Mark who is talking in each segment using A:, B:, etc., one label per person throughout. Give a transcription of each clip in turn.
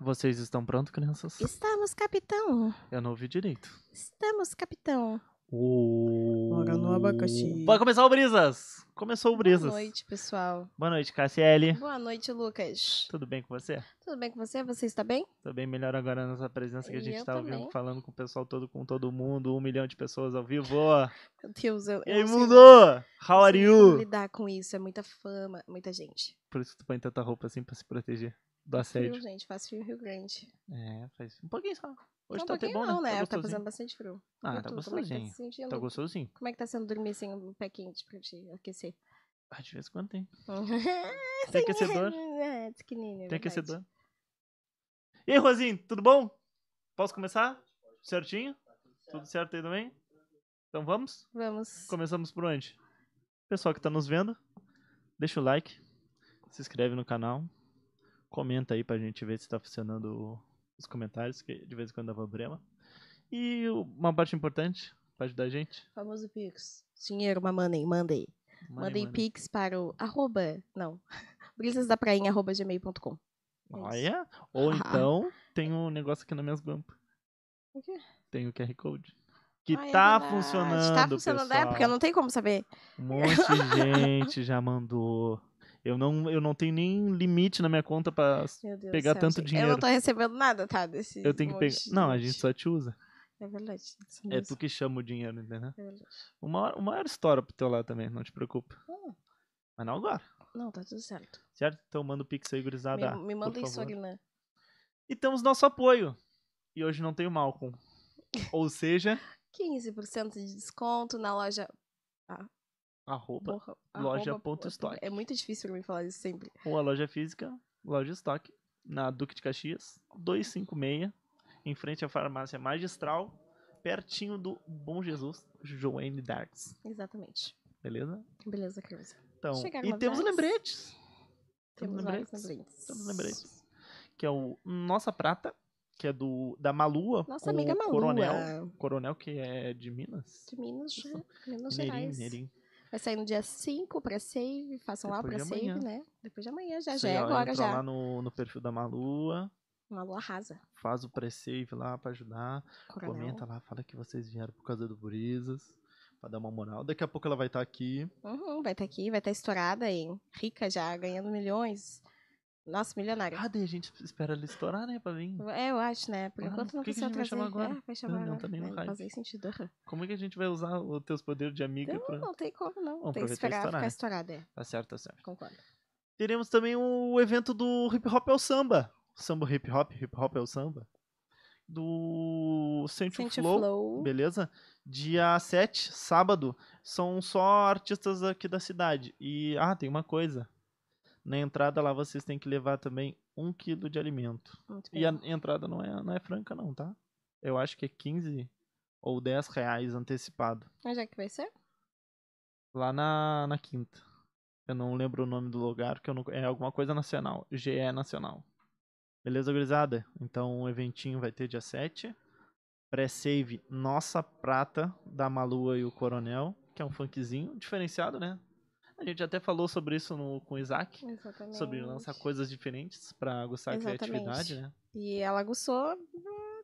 A: Vocês estão prontos, crianças?
B: Estamos, capitão.
A: Eu não ouvi direito.
B: Estamos, capitão.
C: Bora no abacaxi.
A: Vai começar o Brisas! Começou o Brisas.
B: Boa noite, pessoal.
A: Boa noite, KCL.
B: Boa noite, Lucas.
A: Tudo bem com você?
B: Tudo bem com você? Você está bem?
A: Tô bem melhor agora nessa presença que a gente
B: Eu
A: tá
B: também.
A: ouvindo, falando com o pessoal todo, com todo mundo, um milhão de pessoas ao vivo.
B: Meu Deus, eu.
A: E aí,
B: eu não sei-
A: mundo! How
B: não
A: are
B: sei como
A: you?
B: lidar com isso. É muita fama, muita gente.
A: Por isso que tu põe tanta roupa assim pra se proteger do
B: Frio,
A: assédio.
B: gente. Faz frio em Rio Grande.
A: É, faz um pouquinho só. Hoje
B: não,
A: tá
B: um
A: até
B: pouquinho
A: bom,
B: não,
A: né?
B: né? Tá
A: gostosinho.
B: fazendo bastante frio.
A: Ah,
B: E
A: tá
B: tu, Como é que tá se
A: gostosinho.
B: sentindo?
A: Tá gostosinho.
B: Como é que tá sendo dormir sem um pé quente pra te aquecer?
A: Ah, de vez em quando tem. Tem aquecedor.
B: É, pequenininho,
A: Tem
B: é verdade.
A: aquecedor. E aí, Rosinho, tudo bom? Posso começar? Certinho? Tudo certo aí também? Então vamos?
B: Vamos.
A: Começamos por onde? Pessoal que tá nos vendo, deixa o like, se inscreve no canal, comenta aí pra gente ver se tá funcionando os comentários, que de vez em quando dá problema. E uma parte importante pra ajudar a gente.
B: Famoso Pix. Dinheiro, uma money, mandei. Mandei
A: pique.
B: pix para o arroba, não, brisasdaprainha arroba gmail.com.
A: Olha! Ou
B: Ah.
A: então, tem um negócio aqui na minhas bump.
B: O quê?
A: Tem o QR Code. Que
B: Ah, é
A: tá
B: verdade.
A: funcionando.
B: Tá funcionando,
A: pessoal.
B: é, porque eu não tenho como saber.
A: Um monte de gente já mandou. Eu não, eu não tenho nem limite na minha conta pra.
B: Meu Deus
A: Pegar
B: do céu,
A: tanto
B: gente. Eu
A: dinheiro.
B: não tô recebendo nada, tá, desse
A: Eu tenho que
B: monte
A: pegar.
B: de
A: Não, a gente só te usa.
B: É verdade. isso
A: É
B: mesmo,
A: tu que chama o dinheiro, entendeu?
B: é verdade.
A: Uma hora, uma hora estoura pro teu lado também, não te preocupa.
B: Ah,
A: Mas não agora,
B: não, tá tudo certo.
A: certo? Então manda o pix aí, gurizada.
B: me, me
A: por
B: manda isso,
A: favor.
B: Aguilan.
A: E temos nosso apoio. E hoje não tem o Malcolm. Ou seja,
B: 15% de desconto na loja...
A: arroba
B: porra,
A: loja
B: arroba-
A: ponto estoque.
B: É muito difícil pra mim falar isso sempre.
A: ou a loja física, loja estoque, na Duque de Caxias, 256, em frente à farmácia magistral, pertinho do Bom Jesus, Joanne Darks.
B: Exatamente.
A: Beleza?
B: Beleza, Carlos.
A: Então,
B: Chegaram
A: e temos
B: novidades?
A: lembretes. Temos
B: Temos vários
A: lembretes?
B: lembretes.
A: Temos lembretes. Que é o Nossa Prata, que é do da Malua.
B: Nossa
A: com
B: amiga
A: o
B: Malua.
A: Coronel, coronel que é de Minas.
B: de Minas,
A: Isso.
B: Ge- Minas
A: Mineirinho,
B: Gerais.
A: Mineirinho.
B: Vai sair no dia 5 pra save, façam lá
A: Depois
B: pra
A: de
B: save,
A: amanhã.
B: né? Depois de amanhã, já,
A: Isso
B: já
A: aí,
B: é
A: ó,
B: agora
A: entra
B: já.
A: lá no, no perfil da Malua,
B: Uma lua rasa,
A: faz o pre-save lá pra ajudar.
B: coronel.
A: Comenta lá, fala que vocês vieram por causa do Brisas, pra dar uma moral. Daqui a pouco ela vai estar aqui.
B: Uhum, vai estar aqui, vai estar estourada, hein? Rica já, ganhando milhões. Nossa, milionária.
A: Ah, daí a gente espera ela estourar, né, pra vir.
B: É, eu acho, né? Por
A: Claro,
B: enquanto não
A: Ah, por que que
B: precisa
A: a gente vai
B: trazer.
A: chamar agora?
B: É, vai chamar
A: Não, não,
B: agora.
A: tá nem no
B: né?
A: hype.
B: Não faz nem sentido. aham.
A: Como é que a gente vai usar os teus poderes de amiga?
B: Não,
A: pra-
B: não tem como, não.
A: Vamos
B: tem que
A: aproveitar e
B: esperar
A: estourar,
B: ficar
A: né?
B: estourada, é.
A: Tá certo, tá certo.
B: Concordo.
A: Teremos também o evento do Hip Hop ao Samba. Samba Hip Hop, Hip Hop ao Samba. Do Sente o
B: Sente o
A: Flow,
B: flow.
A: beleza? Dia 7, sábado, são só artistas aqui da cidade. E, ah, tem uma coisa. Na entrada lá vocês têm que levar também um quilo de alimento.
B: Muito bem.
A: E a entrada não é, não é franca, não, tá? Eu acho que é 15 ou 10 reais antecipado.
B: Onde é que vai ser?
A: Lá na, na quinta. Eu não lembro o nome do lugar, que eu não, é alguma coisa nacional. GE Nacional. Beleza, gurizada? Então o eventinho vai ter dia 7. Pré-save Nossa Prata, da Malua e o Coronel, que é um funkzinho diferenciado, né? A gente até falou sobre isso no, com o Isaac,
B: Exatamente.
A: sobre lançar coisas diferentes pra aguçar a
B: Exatamente.
A: criatividade, né?
B: E ela aguçou a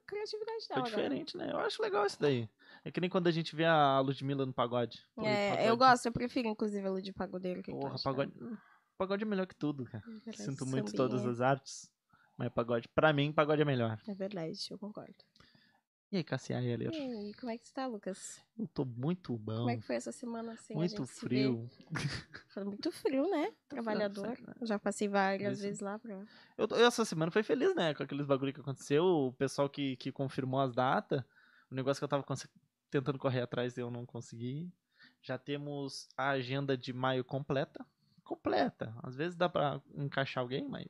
B: criatividade
A: Foi
B: dela. Então, agora.
A: diferente, né? Eu acho legal isso daí. É que nem quando a gente vê a Ludmilla no pagode. Pô, pagode.
B: É, eu gosto, eu prefiro, inclusive, a Lud Pagodeiro. Que
A: Porra, pagode. Pagode é melhor que tudo, cara.
B: É verdade,
A: Sinto muito
B: sambinha.
A: todas as artes. Mas pagode, pra mim, pagode é melhor.
B: É verdade, eu concordo.
A: E aí, Cassiane
B: E
A: Heller?
B: aí, como é que você tá, Lucas?
A: Eu tô muito bom.
B: Como é que foi essa semana assim?
A: muito frio.
B: Foi muito frio, né? Trabalhador.
A: sério, né?
B: Já passei várias
A: Isso.
B: vezes lá pra.
A: Eu, eu essa semana foi feliz, né? Com aqueles bagulho que aconteceu. O pessoal que, que confirmou as datas. O negócio que eu tava conse- tentando correr atrás eu não consegui. Já temos a agenda de maio completa. Completa. Às vezes dá pra encaixar alguém, mas.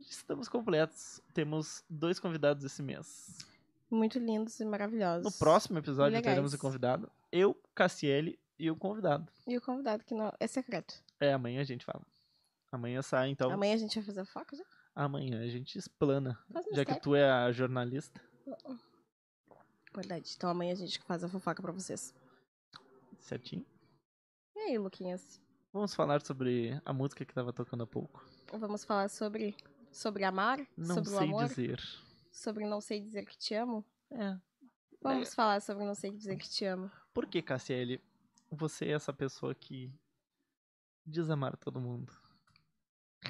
A: Estamos completos. Temos dois convidados esse mês.
B: Muito lindos e maravilhosos.
A: No próximo episódio
B: Legais.
A: teremos o convidado. Eu, Cassiele e o convidado.
B: E o convidado que não. É secreto.
A: É, amanhã a gente fala. Amanhã sai, então. Amanhã,
B: Amanhã a gente vai fazer foco já?
A: a gente explana.
B: Faz
A: Já
B: mistério.
A: que tu é a jornalista.
B: Verdade. Então amanhã a gente faz a fofoca pra vocês.
A: Certinho.
B: E aí, Luquinhas?
A: Vamos falar sobre a música que tava tocando há pouco.
B: Vamos falar sobre Sobre amar?
A: Não
B: sobre o
A: sei
B: amor?
A: dizer.
B: Sobre não sei dizer que te amo?
A: É.
B: Vamos falar sobre não sei dizer que te amo.
A: Por que, Cassiele, você é essa pessoa que desamar todo mundo?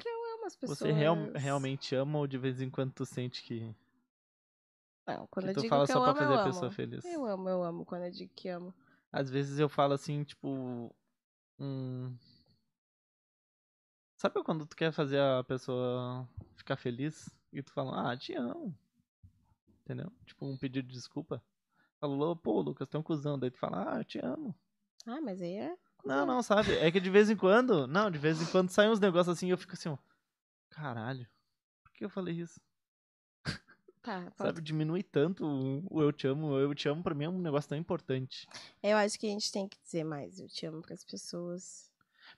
B: Eu amo as pessoas.
A: Você real- realmente ama ou de vez em quando tu sente que,
B: Não,
A: que
B: quando eu
A: tu
B: digo
A: fala
B: que
A: só
B: eu
A: pra
B: amo,
A: fazer
B: eu
A: a pessoa
B: amo.
A: feliz?
B: Eu amo, eu amo quando eu digo que amo.
A: Às vezes eu falo assim, tipo. Hum... Sabe quando tu quer fazer a pessoa ficar feliz e tu fala, ah, te amo. Entendeu? Tipo um pedido de desculpa. Falou, pô, Lucas, tem um cuzão. Daí tu fala, ah, te amo.
B: Ah, mas aí é.
A: Não, não, sabe? É que de vez em quando, não, de vez em quando saem uns negócios assim e eu fico assim, ó, caralho, por que eu falei isso?
B: Tá, pronto.
A: Sabe? Diminui tanto o o eu te amo. O eu te amo pra mim é um negócio tão importante.
B: Eu acho que a gente tem que dizer mais. Eu te amo pras pessoas.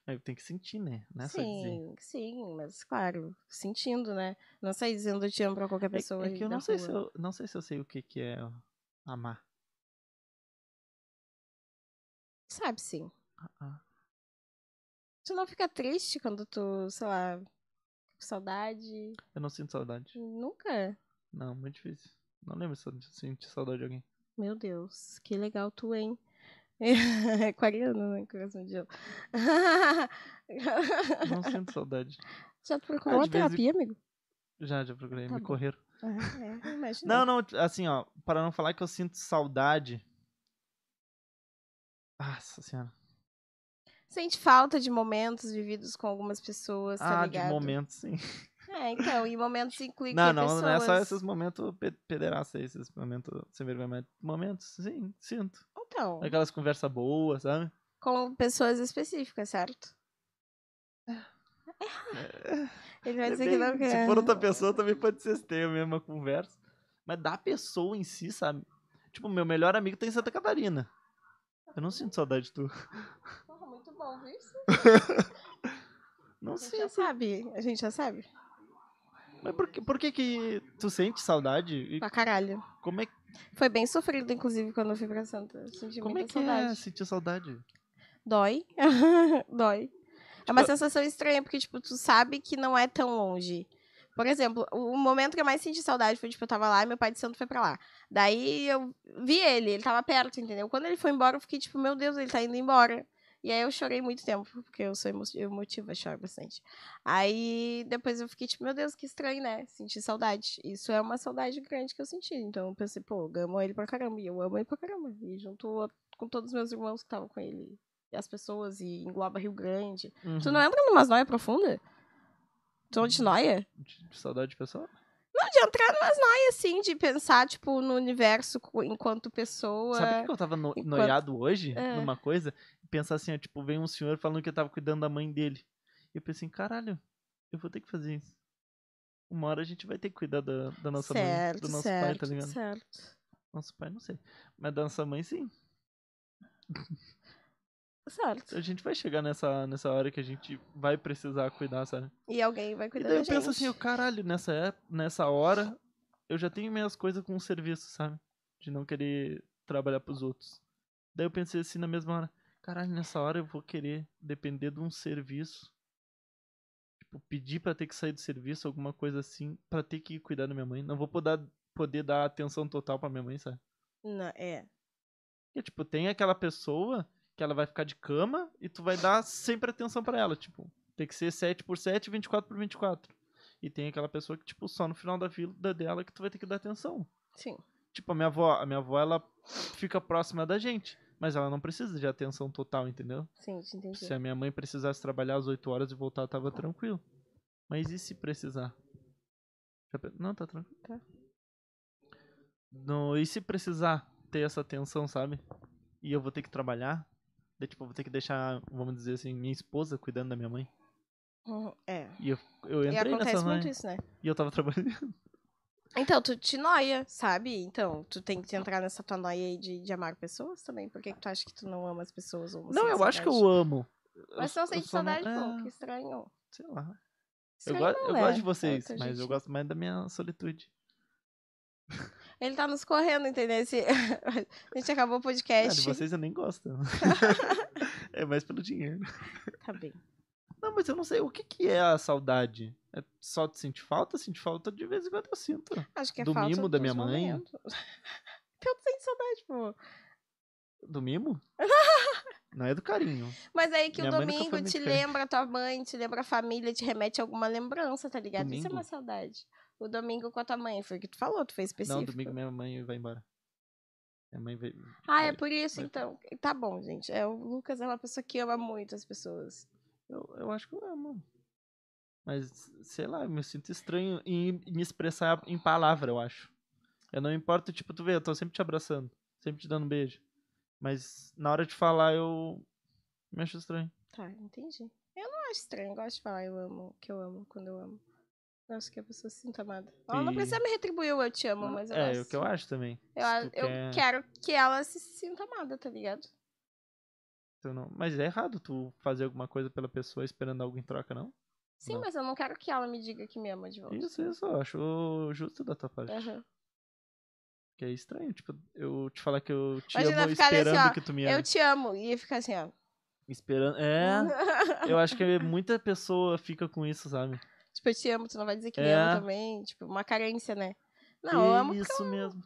A: Mas tem que sentir, né? Não é só dizer.
B: sim, sim, mas claro, sentindo, né? Não sair dizendo eu te amo pra qualquer
A: É-
B: pessoa.
A: É, que eu
B: na
A: não sei, se eu
B: rua.
A: não sei se eu sei o que, que é amar.
B: Sabe sim.
A: Ah, ah.
B: Tu não fica triste quando tu, sei lá, com saudade.
A: Eu não sinto saudade.
B: Nunca.
A: Não, muito difícil. Não lembro se eu senti saudade de alguém.
B: Meu Deus, que legal tu, hein? É aquariano, né? Coração de gelo.
A: Não sinto saudade.
B: Já tu procurou
A: Ah,
B: a
A: de vez em-
B: terapia, amigo?
A: Já, já procurei,
B: Tá
A: me
B: bom.
A: correram.
B: Ah, é,
A: Não,
B: imagina.
A: não, assim, ó, para não falar que eu sinto saudade. Nossa senhora.
B: Sente falta de momentos vividos com algumas pessoas, tá
A: ah, de
B: ligado?
A: momentos, sim.
B: É, então, e momentos incluem
A: Não,
B: que
A: não,
B: pessoas...
A: não é só esses momentos pe- pederastas, aí, esses momentos sem vergonha. mas Momentos, sim, sinto.
B: Então,
A: Aquelas conversas boas, sabe?
B: com pessoas específicas, certo? Ele vai
A: É
B: dizer que não
A: bem-
B: quer. né?
A: Se for outra pessoa, também pode ser se tem a mesma conversa. Mas da pessoa em si, sabe? Tipo, meu melhor amigo tá em Santa Catarina. Eu não sinto saudade de tu.
B: Porra, muito bom, viu? isso?
A: Não
B: A gente
A: sei.
B: já sabe, a gente já sabe.
A: Mas por que, por que que tu sente saudade? E
B: Pra caralho.
A: como é,
B: Foi bem sofrido, inclusive, quando eu fui pra Santa. Eu Senti
A: como é
B: muita
A: que é
B: saudade.
A: sentir saudade?
B: Dói. Dói. É uma
A: Tipo-
B: sensação estranha, porque, tipo, tu sabe que não é tão longe. Por exemplo, o o momento que eu mais senti saudade foi, tipo, eu tava lá e meu pai de santo foi pra lá. Daí eu vi ele, ele tava perto, entendeu? Quando ele foi embora, eu fiquei, tipo, meu Deus, ele tá indo embora. E aí eu chorei muito tempo, porque eu sou emo emotiva, eu choro bastante. Aí depois eu fiquei, tipo, meu Deus, que estranho, né? Senti saudade. Isso é uma saudade grande que eu senti. Então eu pensei, pô, eu amo ele pra caramba, e eu amo ele pra caramba. E junto com todos os meus irmãos que estavam com ele, e as pessoas, e engloba Rio Grande.
A: Uhum.
B: Tu não é entra numas noias profundas? Tu não de noia?
A: De, de saudade de pessoa?
B: Não, de entrar numas noias, assim, de pensar, tipo, no universo co- enquanto pessoa.
A: Sabe que eu tava no,
B: é. Enquanto-
A: noiado hoje,
B: É.
A: numa coisa? E pensar assim, ó, tipo, vem um senhor falando que eu tava cuidando da mãe dele. E eu pensei, caralho, eu vou ter que fazer isso. Uma hora a gente vai ter que cuidar da, da nossa mãe,
B: certo,
A: do nosso
B: certo,
A: pai, tá ligado?
B: certo.
A: Nosso pai, não sei. Mas da nossa mãe, sim.
B: Certo.
A: A gente vai chegar nessa, nessa hora que a gente vai precisar cuidar, sabe?
B: E alguém vai
A: E
B: cuidar
A: daí
B: da
A: eu
B: gente.
A: penso assim, eu, caralho, nessa, ép- nessa hora eu já tenho minhas coisas com o serviço, sabe? De não querer trabalhar pros outros. Daí eu pensei assim na mesma hora, caralho, nessa hora eu vou querer depender de um serviço. Tipo, pedir pra ter que sair do serviço, alguma coisa assim, pra ter que cuidar da minha mãe. Não vou poder, poder dar atenção total pra minha mãe, sabe?
B: Não, é.
A: E, tipo, tem aquela pessoa que ela vai ficar de cama e tu vai dar sempre atenção pra ela, tipo, tem que ser 7 por 7, 24 por 24. E tem aquela pessoa que, tipo, só no final da vida dela que tu vai ter que dar atenção.
B: Sim.
A: Tipo, a minha avó, a minha avó, ela fica próxima da gente, mas ela não precisa de atenção total, entendeu?
B: Sim, te entendi.
A: Se a minha mãe precisasse trabalhar às 8 horas e voltar, tava tranquilo. Mas e se precisar? Já pe- Não, tá tranquilo. Tá. No, e se precisar ter essa atenção, sabe? E eu vou ter que trabalhar? Daí, tipo, eu vou ter que deixar, vamos dizer assim, minha esposa cuidando da minha mãe.
B: Uhum, É.
A: E eu, eu
B: E
A: entrei
B: acontece
A: nessa
B: muito
A: mãe
B: isso, né?
A: e eu tava trabalhando.
B: Então, tu te noia, sabe? Então, tu tem que entrar nessa tua noia aí de, de amar pessoas também. Por que, que tu acha que tu não ama as pessoas? Ou
A: Não,
B: sente
A: eu acho que
B: saudade?
A: eu amo.
B: Mas
A: eu,
B: tu não
A: eu
B: sente
A: só não-
B: saudade, pô.
A: é,
B: Que estranho.
A: Sei lá. Eu,
B: Estranho
A: go-
B: não
A: eu
B: é.
A: gosto de
B: É
A: vocês,
B: outra
A: mas eu
B: gente.
A: gosto mais da minha solitude.
B: Ele tá nos correndo, entendeu? Esse... A É, gente acabou o
A: Ah,
B: podcast.
A: de vocês eu nem gosto. é mais pelo dinheiro.
B: Tá bem.
A: Não, mas eu não sei o que, que é a saudade. É só te sentir falta? Sentir falta de vez em quando eu sinto.
B: Acho que é
A: tá Do
B: falta
A: mimo da
B: dos
A: minha mãe?
B: momentos. Eu sinto saudade, pô.
A: Do mimo? Não é do carinho.
B: Mas é aí que
A: Minha
B: o
A: mãe nunca foi
B: domingo
A: muito
B: te
A: crente.
B: lembra a tua mãe, te lembra a família, te remete a alguma lembrança, tá ligado? Isso é
A: Domingo?
B: uma saudade. O domingo com a tua mãe, foi o que tu falou, tu foi específico.
A: Não, domingo minha mãe vai embora. Minha mãe vai.
B: Ah, é
A: vai-
B: por isso,
A: vai-
B: então. Tá bom, gente. É, o Lucas é uma pessoa que ama muito as pessoas.
A: Eu, eu acho que eu amo. Mas, sei lá, eu me sinto estranho em em me expressar em palavra, eu acho. Eu não importo, tipo, tu vê, eu tô sempre te abraçando, sempre te dando um beijo. Mas na hora de falar eu me acho estranho.
B: Tá, entendi. Eu não acho estranho, eu gosto de falar eu amo, que eu amo, quando eu amo. Gosto que a pessoa se sinta amada. Ela não
A: E-
B: precisa me retribuir o eu te amo, mas eu
A: é,
B: gosto.
A: o que eu acho é também.
B: Eu,
A: Se
B: a-
A: tu
B: eu
A: quer,
B: quero que ela se sinta amada, tá ligado?
A: tu não- Mas é errado tu fazer alguma coisa pela pessoa esperando algo em troca, não?
B: Sim,
A: Não.
B: mas eu não quero que ela me diga que me ama de volta.
A: Isso, isso, eu acho justo da tua parte.
B: Aham.
A: Que é estranho, tipo, eu te falar que eu te
B: Imagina
A: amo
B: ficar assim,
A: esperando
B: ó,
A: que tu me
B: Eu
A: ame.
B: te amo. E fica assim, ó.
A: Esperando. É. Eu acho que muita pessoa fica com isso, sabe?
B: tipo, eu te amo, tu não vai dizer que me
A: É.
B: ama também. Tipo, uma carência, né? Não, eu amo.
A: Isso mesmo.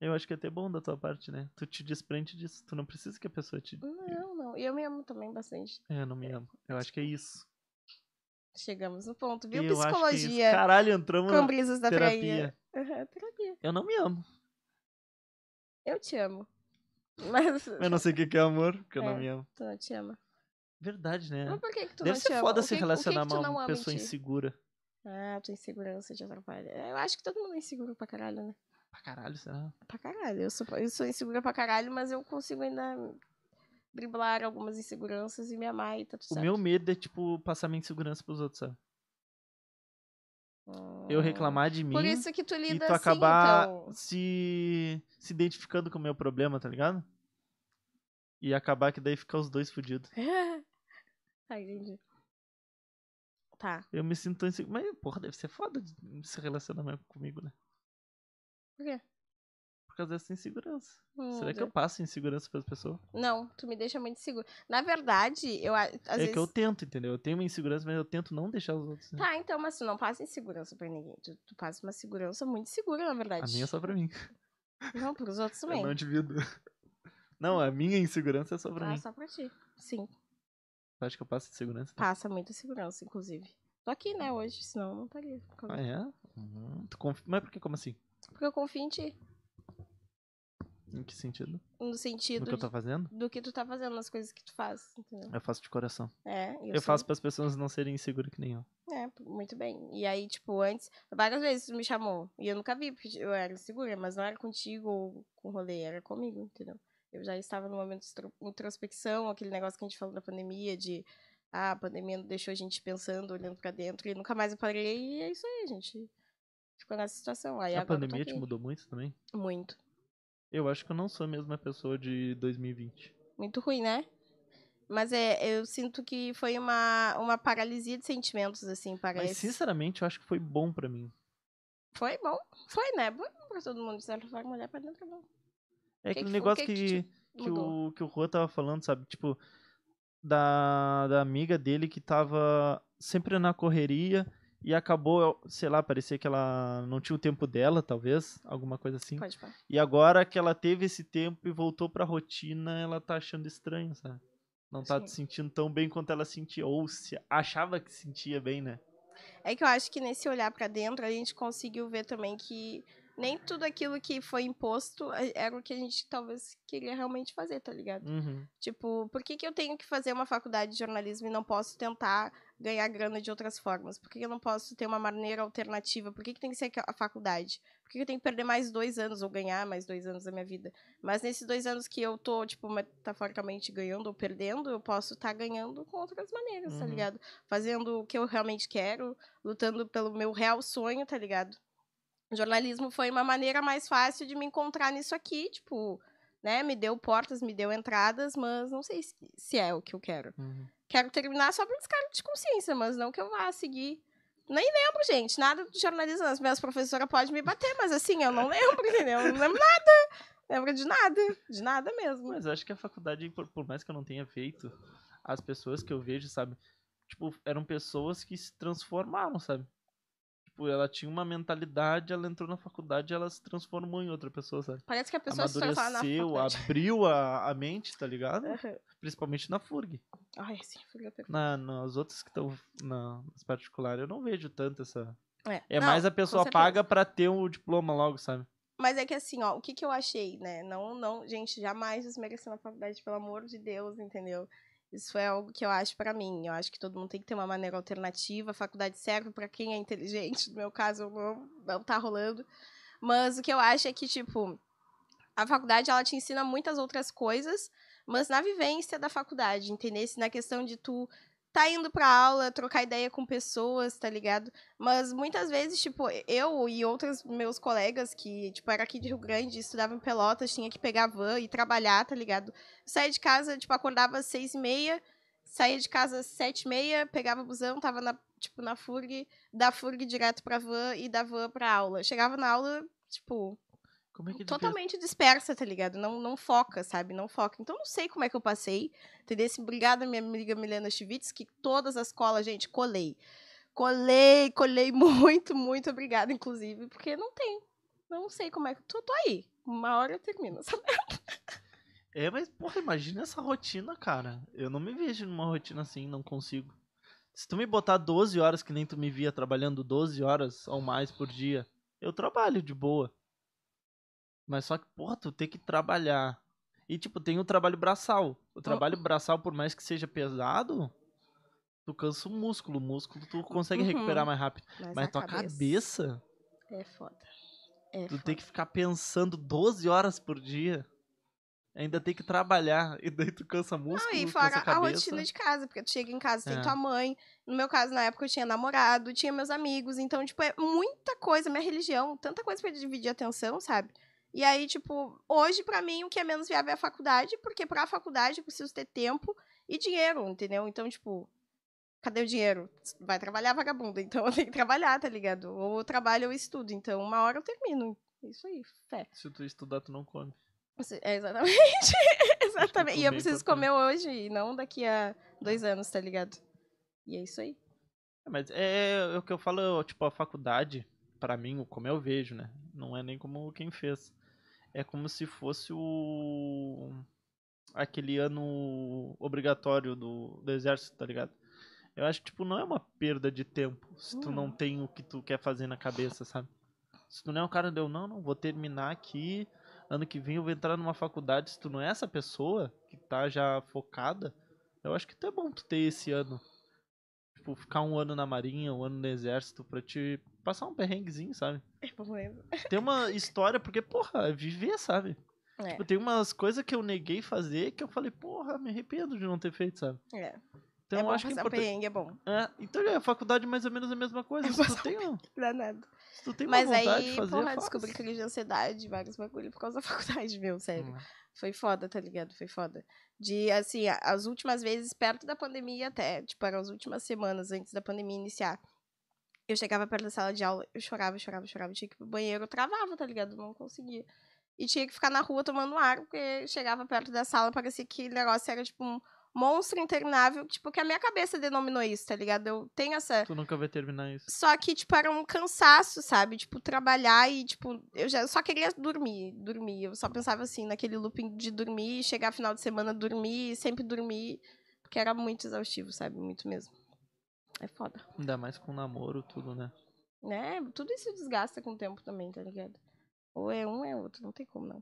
A: Eu acho que é até bom da tua parte, né? Tu te desprende disso. Tu não precisa que a pessoa te.
B: Não, não. E eu me amo também bastante.
A: É, eu não me amo. Eu acho que é isso.
B: Chegamos no ponto, viu?
A: eu acho que é isso.
B: Psicologia
A: Caralho, entramos
B: com
A: na
B: brisas da trainha.
A: terapia.
B: Aham, terapia.
A: Eu não me amo.
B: Eu te amo. Mas
A: Eu não sei o que que é amor, porque eu
B: É.
A: não me amo.
B: tu não te ama.
A: Verdade, né?
B: Mas por que, que tu
A: Deve
B: não te
A: ser
B: ama?
A: foda
B: O
A: se
B: que- o que
A: relacionar
B: que tu
A: uma
B: não ama em
A: pessoa
B: ti?
A: insegura.
B: Ah, tua insegurança te atrapalha. Eu acho que todo mundo é inseguro pra caralho, né?
A: Pra caralho, será?
B: Pra caralho. Eu sou, eu sou insegura pra caralho, mas eu consigo ainda driblar algumas inseguranças e me amar e tá tudo
A: O
B: certo.
A: meu medo é, tipo, passar minha insegurança pros outros, sabe? Eu reclamar de mim.
B: Ah. Oh. Por isso que tu
A: e
B: lida
A: tu
B: assim,
A: acabar
B: então.
A: se se identificando com o meu problema, tá ligado? E acabar que daí ficar os dois fudidos.
B: tá, entendi. Tá.
A: Eu me sinto tão inseguro. Mas, porra, deve ser foda de- se relacionar mesmo comigo, né?
B: Por quê?
A: Por causa dessa insegurança.
B: Hum,
A: Será que eu passo insegurança pras pessoas?
B: Não, tu me deixa muito segura. Na verdade, eu a- às
A: é
B: vezes.
A: que eu tento, entendeu? Eu tenho uma insegurança, mas eu tento não deixar os outros. né?
B: Tá, então, mas tu não passa insegurança pra ninguém. Tu, tu passa uma segurança muito segura, na verdade.
A: A minha é só pra mim.
B: Não, pros outros também.
A: Eu não divido. É Não, a minha insegurança é só pra
B: Ah,
A: mim.
B: só pra ti. Sim,
A: Tu acha que eu passo insegurança?
B: passa muita segurança, inclusive. Tô aqui, né, hoje, senão eu não estaria.
A: Uhum. Ah, é? Uhum. Tu conf... Mas por que? Como assim?
B: Porque eu confio em ti,
A: Em que sentido?
B: no
A: No
B: sentido
A: que eu tô
B: de-
A: fazendo?
B: do que tu tá fazendo, nas coisas que tu faz, entendeu?
A: Eu faço de coração.
B: É,
A: Eu,
B: sou-
A: faço para as pessoas não serem inseguras que nem eu.
B: É, muito bem. E aí, tipo, antes, várias vezes tu me chamou. E eu nunca vi, porque eu era insegura, mas não era contigo ou com rolê, era comigo, entendeu? Eu já estava no momento de estro- introspecção, aquele negócio que a gente falou da pandemia, de ah, a pandemia deixou a gente pensando, olhando pra dentro, e nunca mais eu parei. E é isso aí, gente. Ficou nessa situação. Aí
A: a
B: agora eu tô
A: pandemia te
B: aqui.
A: mudou muito também?
B: Muito.
A: Eu acho que eu não sou a mesma pessoa de 2020.
B: Muito ruim, né? Mas é, eu sinto que foi uma, uma paralisia de sentimentos, assim, parece.
A: Mas sinceramente, eu acho que foi bom pra mim.
B: Foi bom. Foi, né? Foi bom pra todo mundo. De certa forma, olhar pra dentro é bom.
A: É
B: que
A: aquele
B: que foi-
A: negócio
B: o que
A: que,
B: que
A: que, o, que o Juan tava falando, sabe? Tipo, da, da amiga dele que tava sempre na correria e acabou, sei lá, parecia que ela não tinha o tempo dela, talvez, alguma coisa assim.
B: Pode falar.
A: E agora que ela teve esse tempo e voltou pra rotina, ela tá achando estranho, sabe? Não tá
B: Sim.
A: se sentindo tão bem quanto ela sentia, ou se achava que sentia bem, né?
B: É que eu acho que nesse olhar pra dentro, a gente conseguiu ver também que nem tudo aquilo que foi imposto é- era o que a gente talvez queria realmente fazer, tá ligado?
A: Uhum.
B: Tipo, por que, que eu tenho que fazer uma faculdade de jornalismo e não posso tentar ganhar grana de outras formas? Por que, que eu não posso ter uma maneira alternativa? Por que, que tem que ser aquela- a faculdade? Por que, que eu tenho que perder mais dois anos ou ganhar mais dois anos da minha vida? Mas nesses dois anos que eu tô, tipo, metaforicamente ganhando ou perdendo, eu posso estar ganhando com outras maneiras, tá
A: Uhum.
B: ligado? Fazendo o que eu realmente quero, lutando pelo meu real sonho, tá ligado? O jornalismo foi uma maneira mais fácil de me encontrar nisso aqui, tipo, né? Me deu portas, me deu entradas, mas não sei se- se é o que eu quero.
A: uhum.
B: Quero terminar só por descargo de consciência, mas não que eu vá seguir. Nem lembro, gente, nada de jornalismo. As minhas professoras podem me bater, mas assim, eu não lembro, entendeu? Eu não lembro nada. Lembro de nada. De nada mesmo.
A: Mas eu acho que a faculdade, por, por mais que eu não tenha feito, as pessoas que eu vejo, sabe? tipo, eram pessoas que se transformaram, sabe? Tipo, ela tinha uma mentalidade, ela entrou na faculdade ela se transformou em outra pessoa, sabe?
B: Parece que a pessoa se transforma na
A: Amadureceu,
B: faculdade. É.
A: abriu a, a mente, tá ligado?
B: Aham.
A: Principalmente na FURG.
B: Ai, sim, fui eu per-
A: Na, nas outras que estão nas particulares, eu não vejo tanto essa. É
B: Não,
A: mais a pessoa
B: certeza.
A: paga pra ter o diploma logo, sabe?
B: Mas é que assim, ó, o que, que eu achei, né? Não, não, gente, jamais desmerecendo a faculdade, pelo amor de Deus, entendeu? Isso é algo que eu acho pra mim. Eu acho que todo mundo tem que ter uma maneira alternativa. A faculdade serve pra quem é inteligente. No meu caso, eu não, não tá rolando. Mas o que eu acho é que, tipo, a faculdade ela te ensina muitas outras coisas, mas na vivência da faculdade, entendeu? Se Na questão de tu tá indo pra aula, trocar ideia com pessoas, tá ligado? Mas muitas vezes, tipo, eu e outros meus colegas que, tipo, era aqui de Rio Grande, estudavam em Pelotas, tinha que pegar van e trabalhar, tá ligado? Saía de casa, tipo, acordava às seis e meia, saía de casa às sete e meia, pegava o busão, tava na, tipo, na FURG, da FURG direto pra van e da van pra aula. Chegava na aula, tipo,
A: Como é que tu fez?
B: totalmente dispersa, tá ligado? Não, não foca, sabe? Não foca. Então, não sei como é que eu passei. Entendeu? Assim, Obrigada, minha amiga Milena Chivitz, que todas as colas, gente, colei. Colei, colei muito, muito obrigada, inclusive, porque não tem. Não sei como é que. Tô, tô aí. Uma hora eu termino. Sabe?
A: É, mas, porra, imagina essa rotina, cara. Eu não me vejo numa rotina assim, não consigo. Se tu me botar 12 horas, que nem tu me via trabalhando 12 horas ou mais por dia, eu trabalho de boa. Mas só que, porra, tu tem que trabalhar. E, tipo, tem o trabalho braçal. O trabalho braçal, por mais que seja pesado, tu cansa o músculo. O músculo tu consegue
B: Uhum.
A: recuperar mais rápido. Mas
B: a
A: tua cabeça,
B: É foda. É
A: tu tem que ficar pensando 12 horas por dia. Ainda tem que trabalhar. E daí tu cansa músculo,
B: Não, e
A: cansa
B: fora
A: a
B: a
A: cabeça.
B: rotina de casa, porque tu chega em casa, tem
A: É.
B: tua mãe. No meu caso, na época, eu tinha namorado, tinha meus amigos. Então, tipo, é muita coisa, minha religião, tanta coisa pra dividir a atenção, sabe? E aí, tipo, hoje, pra mim, o que é menos viável é a faculdade, porque pra faculdade eu preciso ter tempo e dinheiro, entendeu? Então, tipo, cadê o dinheiro? Vai trabalhar, vagabunda. Então, eu tenho que trabalhar, tá ligado? Ou eu trabalho ou eu estudo. Então, uma hora eu termino. Isso aí, fé.
A: Se tu estudar, tu não come.
B: Você- é, exatamente. exatamente. E
A: Isso é
B: eu
A: bem
B: preciso comer hoje e não daqui a dois anos, tá ligado? E é isso aí.
A: É, mas é, é o que eu falo, tipo, a faculdade, pra mim, como eu vejo, né? Não é nem como quem fez. É como se fosse o. aquele ano obrigatório do, do exército, tá ligado? Eu acho que, tipo, não é uma perda de tempo se tu não
B: Não.
A: tem o que tu quer fazer na cabeça, sabe? Se tu não é um cara deu, não, não, vou terminar aqui, ano que vem eu vou entrar numa faculdade. Se tu não é essa pessoa que tá já focada, eu acho que até é bom tu ter esse ano. Tipo, ficar um ano na marinha, um ano no exército, pra te passar um perrenguezinho, sabe? Ter uma história, porque, porra, é viver, sabe?
B: É,
A: Tipo, tem umas coisas que eu neguei fazer que eu falei, porra, me arrependo de não ter feito, sabe?
B: é.
A: Então
B: é
A: eu
B: bom
A: acho que é
B: passar
A: importante.
B: perrengue, é bom.
A: É, então é, a faculdade é mais ou menos a mesma coisa.
B: É
A: Se tu,
B: passar
A: tem, um-
B: Dá nada.
A: se tu tem uma
B: Mas
A: vontade
B: aí,
A: de fazer, é
B: porra,
A: faz.
B: descobri crise de ansiedade, vários bagulho por causa da faculdade, meu, sério.
A: Hum.
B: Foi foda, tá ligado? Foi foda. De, assim, a- as últimas vezes, perto da pandemia até, tipo, eram as últimas semanas antes da pandemia iniciar. Eu chegava perto da sala de aula, eu chorava, chorava, chorava. Tinha que ir pro banheiro, eu travava, tá ligado? Não conseguia. E tinha que ficar na rua tomando ar, porque chegava perto da sala, parecia que o negócio era, tipo, um monstro interminável. Tipo, que a minha cabeça denominou isso, tá ligado? Eu tenho essa
A: Tu nunca vai terminar isso.
B: só que, tipo, era um cansaço, sabe? Tipo, trabalhar e, tipo, eu já eu só queria dormir, dormir. Eu só pensava assim, naquele looping de dormir, chegar final de semana, dormir, sempre dormir. Porque era muito exaustivo, sabe? Muito mesmo. É foda.
A: Ainda mais com namoro, tudo, né?
B: Né? Tudo isso desgasta com o tempo também, tá ligado? Ou é um, é outro, não tem como não.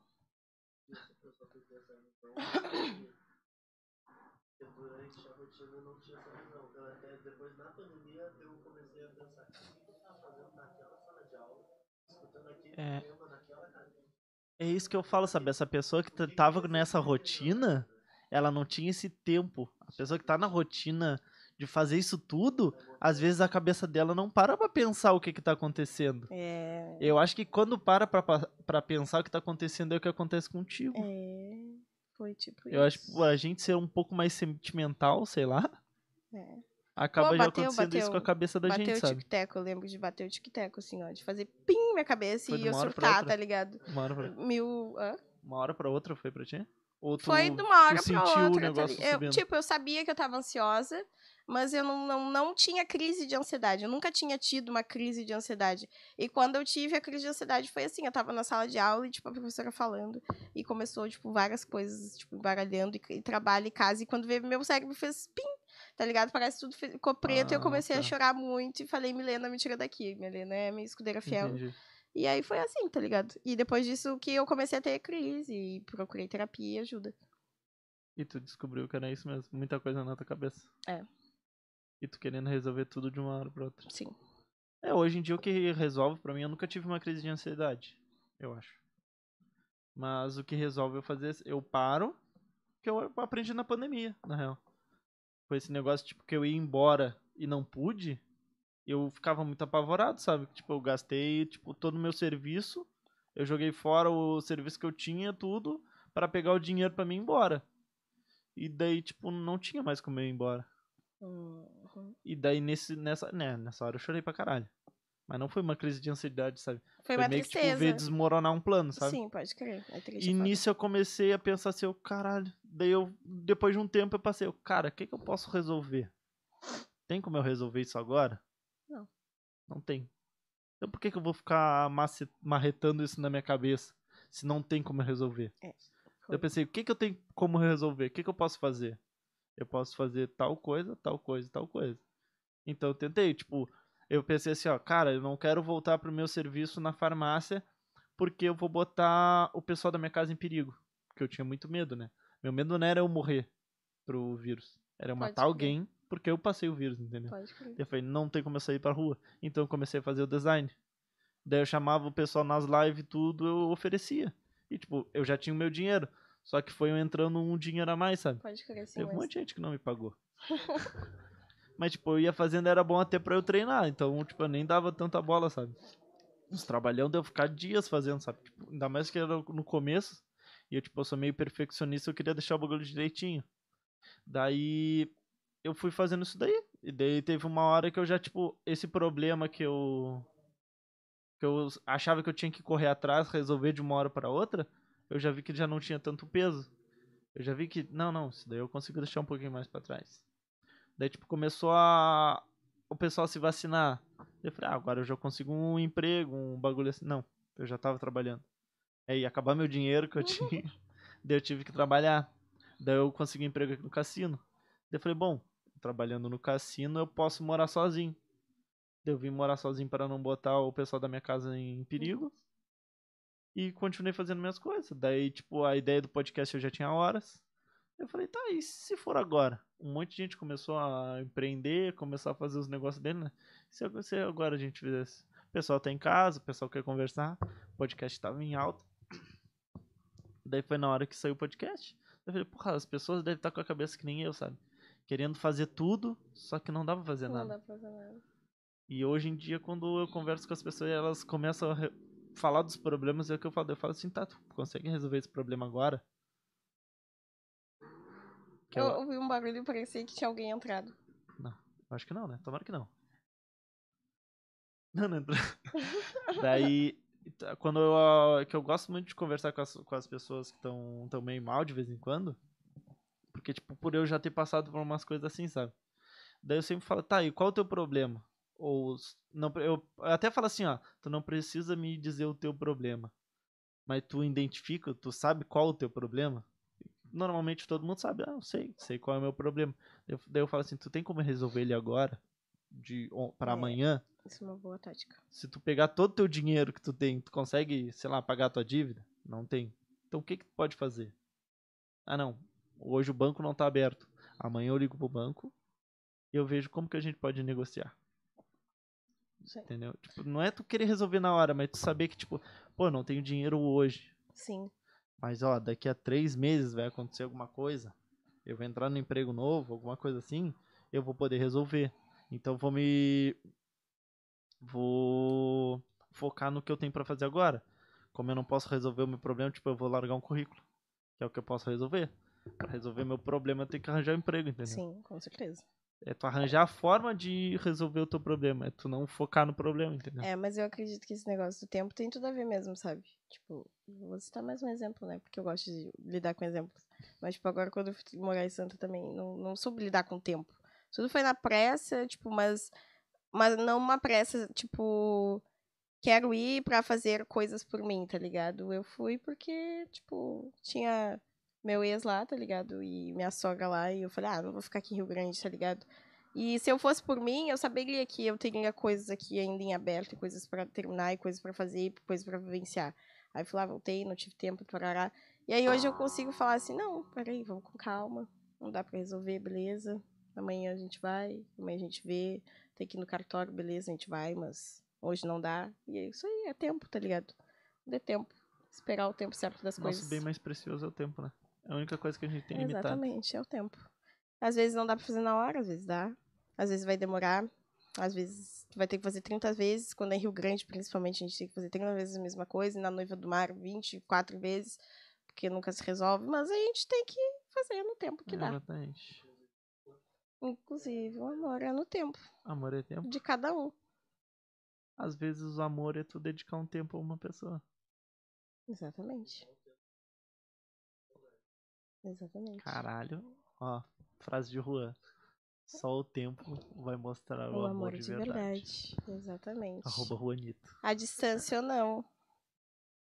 D: durante a rotina eu não tinha saído não. Eu até depois na pandemia eu comecei a pensar o que eu tava fazendo naquela sala de aula, escutando aquele
A: É.
D: tema naquela cadeira.
A: É isso que eu falo, sabe? Essa pessoa que t- tava nessa rotina, ela não tinha esse tempo. A pessoa que tá na rotina de fazer isso tudo, às vezes a cabeça dela não para pra pensar o que que tá acontecendo.
B: É.
A: Eu acho que quando para pra, pa- pra pensar o que tá acontecendo é o que acontece contigo.
B: É. Foi tipo
A: Eu acho que
B: isso.
A: a gente ser um pouco mais sentimental, sei lá,
B: É.
A: acaba
B: Pô,
A: já
B: bateu,
A: acontecendo isso
B: bateu.
A: com a cabeça da
B: Bateu tipo
A: gente,
B: o
A: sabe?
B: tic-teco, eu lembro de bater o tic-teco, assim, ó. De fazer pim minha cabeça
A: Foi de
B: e eu
A: uma hora pra
B: surtar,
A: outra.
B: tá ligado?
A: Uma hora pra,
B: Mil. hã?
A: uma hora pra outra foi pra ti? Ou tu,
B: Foi de uma hora
A: tu sentiu
B: pra
A: o
B: outra. tá
A: negócio
B: ligado? eu,
A: subindo?
B: tipo, eu sabia que eu tava ansiosa, mas eu não, não, não tinha crise de ansiedade. Eu nunca tinha tido uma crise de ansiedade. E quando eu tive a crise de ansiedade, foi assim: eu tava na sala de aula e, tipo, a professora falando, e começou, tipo, várias coisas, tipo, embaralhando, e, e trabalho e casa. E quando veio, meu cérebro fez pim, tá ligado? Parece que tudo fe- ficou preto. e eu
A: Ah,
B: comecei a
A: tá.
B: chorar muito e falei: Milena, me tira daqui. Milena é minha escudeira fiel.
A: Entendi.
B: E aí foi assim, tá ligado? E depois disso que eu comecei a ter crise e procurei terapia e ajuda.
A: E tu descobriu que era isso mesmo, muita coisa na tua cabeça.
B: É.
A: E tu querendo resolver tudo de uma hora pra outra.
B: Sim.
A: É, hoje em dia o que resolve pra mim, eu nunca tive uma crise de ansiedade, eu acho. Mas o que resolve eu fazer, eu paro, que eu aprendi na pandemia, na real. Foi esse negócio, tipo, que eu ia embora e não pude, eu ficava muito apavorado, sabe? Tipo, eu gastei, tipo, todo o meu serviço, eu joguei fora o serviço que eu tinha, tudo, pra pegar o dinheiro pra mim ir embora. E daí, tipo, não tinha mais como eu ir embora.
B: Uhum.
A: E daí, nesse, nessa, né, nessa hora eu chorei pra caralho. Mas não foi uma crise de ansiedade, sabe?
B: Foi uma
A: meio que, tipo,
B: tristeza.
A: ver desmoronar um plano, sabe?
B: Sim, pode crer. É triste.
A: E
B: foda.
A: nisso eu comecei a pensar assim, eu, caralho. Daí eu, depois de um tempo, eu passei, eu, cara, o que, que eu posso resolver? Tem como eu resolver isso agora?
B: Não.
A: Não tem. Então por que, que eu vou ficar mace- marretando isso na minha cabeça se não tem como eu resolver?
B: É,
A: Eu pensei, o que, que eu tenho como resolver? O que, que eu posso fazer? Eu posso fazer tal coisa, tal coisa, tal coisa. Então eu tentei, tipo, eu pensei assim, ó, cara, eu não quero voltar pro meu serviço na farmácia porque eu vou botar o pessoal da minha casa em perigo. Porque eu tinha muito medo, né? Meu medo não era eu morrer pro vírus. Era eu
B: Pode
A: matar
B: crer.
A: alguém porque eu passei o vírus, entendeu?
B: Pode crer.
A: Eu falei, não tem como eu sair pra rua. Então eu comecei a fazer o design. Daí eu chamava o pessoal nas lives e tudo, eu oferecia. E tipo, eu já tinha o meu dinheiro. Só que foi entrando um dinheiro a mais, sabe?
B: Pode crer, sim.
A: Teve um
B: assim, mas-
A: monte de gente que não me pagou. Mas, tipo, eu ia fazendo, era bom até pra eu treinar. Então, tipo, eu nem dava tanta bola, sabe? Os trabalhão deu ficar dias fazendo, sabe? Tipo, ainda mais que era no começo. E eu, tipo, eu sou meio perfeccionista, eu queria deixar o bagulho direitinho. Daí, eu fui fazendo isso daí. E daí teve uma hora que eu já, tipo, esse problema que eu. que eu achava que eu tinha que correr atrás, resolver de uma hora pra outra, eu já vi que já não tinha tanto peso. Eu já vi que, não, não, isso daí eu consigo deixar um pouquinho mais pra trás. Daí, tipo, começou a. o pessoal se vacinar. Eu falei, ah, agora eu já consigo um emprego, um bagulho assim. Não, eu já tava trabalhando. Aí ia acabar meu dinheiro que eu tinha. daí eu tive que trabalhar. Daí eu consegui um emprego aqui no cassino. Daí eu falei, bom, trabalhando no cassino eu posso morar sozinho. Daí eu vim morar sozinho para não botar o pessoal da minha casa em perigo e continuei fazendo minhas coisas. Daí, tipo, a ideia do podcast eu já tinha horas. Eu falei, tá, e se for agora? Um monte de gente começou a empreender, começou a fazer os negócios dele, né? Se, ag- se agora a gente fizesse. O pessoal tá em casa, o pessoal quer conversar, o podcast tava em alta. Daí foi na hora que saiu o podcast. Eu falei, porra, as pessoas devem estar com a cabeça que nem eu, sabe? Querendo fazer tudo, só que não dá pra fazer
B: Não
A: nada.
B: dá pra fazer nada.
A: E hoje em dia, quando eu converso com as pessoas e elas começam a re- falar dos problemas, é o que eu falo. Eu falo assim, tá, tu consegue resolver esse problema agora? Que é
B: Eu
A: eu
B: ouvi um barulho e parecia que tinha alguém entrado.
A: acho que não, né? Tomara que não. Não, não entrou. Daí, tá, quando eu, ah, que eu gosto muito de conversar com as, com as pessoas que estão tão meio mal de vez em quando, porque, tipo, por eu já ter passado por umas coisas assim, sabe? Daí eu sempre falo, tá, e qual o teu problema? Ou, s- não, pre- eu até falo assim, ó, tu não precisa me dizer o teu problema, mas tu identifica, tu sabe qual o teu problema? Normalmente todo mundo sabe, ah, eu sei, sei qual é o meu problema. Eu- daí eu falo assim, tu tem como resolver ele agora? De, on- pra
B: É.
A: amanhã?
B: Isso é uma boa tática.
A: Se tu pegar todo o teu dinheiro que tu tem, tu consegue, sei lá, pagar a tua dívida? Não tem. Então o que que tu pode fazer? Ah, não. Hoje o banco não tá aberto. Amanhã eu ligo pro banco e eu vejo como que a gente pode negociar.
B: Isso aí.
A: Entendeu? Tipo, não é tu querer resolver na hora, mas tu saber que, tipo, pô, não tenho dinheiro hoje.
B: Sim.
A: Mas ó, daqui a três meses vai acontecer alguma coisa. Eu vou entrar no emprego novo, alguma coisa assim, eu vou poder resolver. Então vou me. Vou focar no que eu tenho pra fazer agora. Como eu não posso resolver o meu problema, tipo, eu vou largar um currículo. Que é o que eu posso resolver. Pra resolver meu problema, eu tenho que arranjar um emprego, entendeu?
B: Sim, com certeza.
A: É tu arranjar a forma de resolver o teu problema. É tu não focar no problema, entendeu?
B: É, mas eu acredito que esse negócio do tempo tem tudo a ver mesmo, sabe? Tipo, vou citar mais um exemplo, né? Porque eu gosto de lidar com exemplos. Mas, tipo, agora quando eu fui morar em Santa também, não, não soube lidar com o tempo. Tudo foi na pressa, tipo, mas, mas não uma pressa, tipo, quero ir pra fazer coisas por mim, tá ligado? Eu fui porque, tipo, tinha meu ex lá, tá ligado? E minha sogra lá, e eu falei, ah, não vou ficar aqui em Rio Grande, tá ligado? E se eu fosse por mim, eu saberia que eu teria coisas aqui ainda em aberto, coisas para terminar, e coisas para fazer, coisas para vivenciar. Aí fui lá, voltei, não tive tempo, parará. E aí hoje eu consigo falar assim, não, peraí, vamos com calma, não dá para resolver, beleza. Amanhã a gente vai, amanhã a gente vê, tem que ir no cartório, beleza, a gente vai, mas hoje não dá. E é isso aí, é tempo, tá ligado? Dê tempo, esperar o tempo certo das
A: Nosso
B: coisas.
A: bem mais precioso é o tempo, né? É a única coisa que a gente tem limitado.
B: Exatamente, é o tempo. Às vezes não dá pra fazer na hora, às vezes dá. Às vezes vai demorar. Às vezes tu vai ter que fazer 30 vezes. Quando é em Rio Grande, principalmente, a gente tem que fazer 30 vezes a mesma coisa. E na Noiva do Mar, 24 vezes. Porque nunca se resolve. Mas a gente tem que fazer no tempo
A: É,
B: que dá.
A: Exatamente.
B: Inclusive, o amor é no tempo
A: Amor é tempo.
B: de cada um.
A: Às vezes o amor é tu dedicar um tempo a uma pessoa.
B: Exatamente. Exatamente.
A: Caralho. Ó, frase de Juan. Só o tempo vai mostrar o,
B: o
A: amor, de verdade.
B: Exatamente.
A: Arroba Juanito.
B: A distância ou não.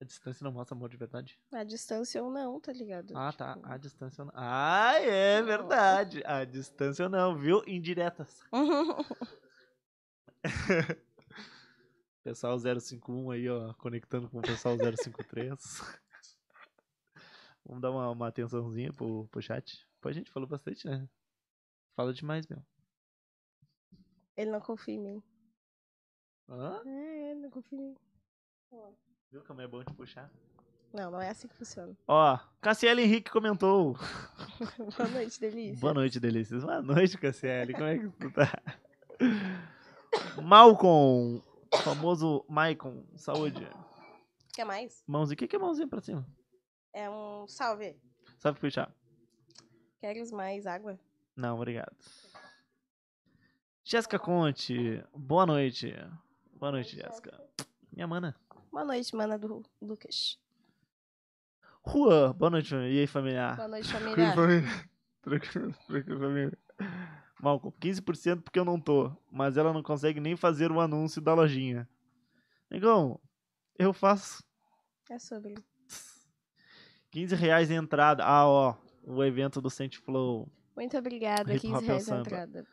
A: A distância não mostra amor de verdade?
B: A distância ou não, tá ligado?
A: Ah, tá.
B: Tipo,
A: A distância não. Ah, é
B: Não.
A: verdade. A distância não, viu? Indiretas. Pessoal 051 aí, ó, conectando com o pessoal 053. Vamos dar uma, uma atençãozinha pro, pro chat. Pô, a gente falou bastante, né? Fala demais, meu.
B: Ele não confia em mim.
A: Hã?
B: É, ele não confia em mim.
A: Viu como é bom te puxar?
B: Não, não é assim que funciona.
A: Ó, Cassiele Henrique comentou.
B: Boa noite, delícia.
A: Boa noite, delícias. Boa noite, Cassiele. Como é que tu tá? Malcom, famoso Maicon, saúde.
B: Quer mais?
A: Mãozinha, o que, que é mãozinha pra cima?
B: É um salve.
A: Sabe puxar?
B: Queres mais água?
A: Não, obrigado. Jéssica Conte, boa noite. Boa noite, Jéssica. Minha mana.
B: Boa noite, mana do Lucas.
A: Juan, boa noite. E aí, familiar?
B: Boa noite, família.
A: Tranquilo, família. Tranquilo, tranquilo, família. Malcolm, 15% porque eu não tô, mas ela não consegue nem fazer o anúncio da lojinha. Negão, eu faço
B: É sobre.
A: 15 reais a entrada. Ah, ó, o evento do Saint Flow.
B: Muito obrigada,
A: Hip
B: 15
A: Hop é o
B: reais a
A: samba.
B: entrada.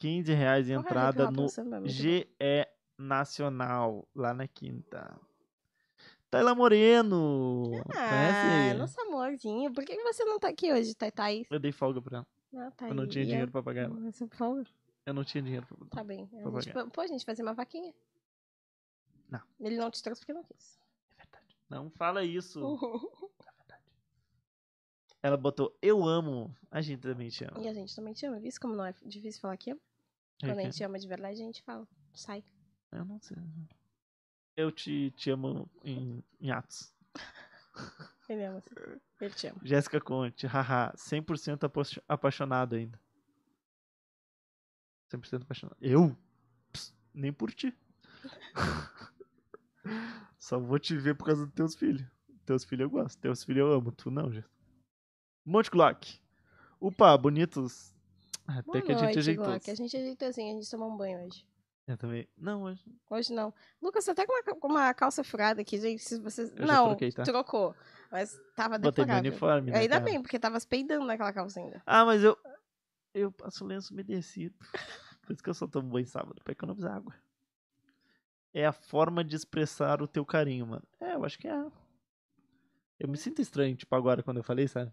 A: 15 reais a
B: Porra, hip
A: entrada
B: hop é
A: no
B: um samba, muito
A: GE Nacional, lá na quinta. Taila Moreno!
B: bom. Ah,
A: conhece?
B: nosso amorzinho. Por que que você não tá aqui hoje, Taitai?
A: Eu dei folga pra ela.
B: Ah, tá
A: Eu não
B: aí.
A: tinha
B: E
A: dinheiro pra pagar ela.
B: Você folga?
A: Eu não tinha dinheiro pra pagar.
B: Tá bem. A
A: Vou
B: gente... Pô, a gente fazer uma vaquinha.
A: Não.
B: Ele não te trouxe porque não quis.
A: É verdade. Não fala
B: Uhum.
A: isso. Ela botou, eu amo. A gente também te ama.
B: E a gente também te ama. Viu isso como não é difícil falar que ama? Quando a gente ama de verdade, a gente fala. Sai.
A: Eu não sei. Eu te, te amo em, em atos.
B: Ele ama. assim. Ele te ama.
A: Jéssica Conte, haha, 100% apo- apaixonado ainda. 100% apaixonado. Eu? Pss, nem por ti. Só vou te ver por causa dos teus filhos. Teus filhos eu gosto, teus filhos eu amo, tu não, Jéssica. Monte Glock. Upa, bonitos. Até
B: Boa
A: que a gente
B: noite,
A: ajeitou.
B: Glock. A gente ajeitou assim, a gente tomou um banho hoje.
A: Eu também. Não, hoje.
B: Hoje não. Lucas, você tá com uma, ca- com uma calça furada aqui, gente. Se vocês...
A: já
B: não,
A: troquei, tá?
B: trocou. Mas tava
A: Botei meu
B: deplorável.
A: uniforme. né,
B: Ainda
A: cara?
B: bem, porque tava se peidando naquela calça ainda.
A: Ah, mas eu. Eu passo lenço umedecido. Por isso que eu só tomo banho sábado, pra economizar água. É a forma de expressar o teu carinho, mano. É, eu acho que é. Eu me sinto estranho, tipo, agora quando eu falei, sabe?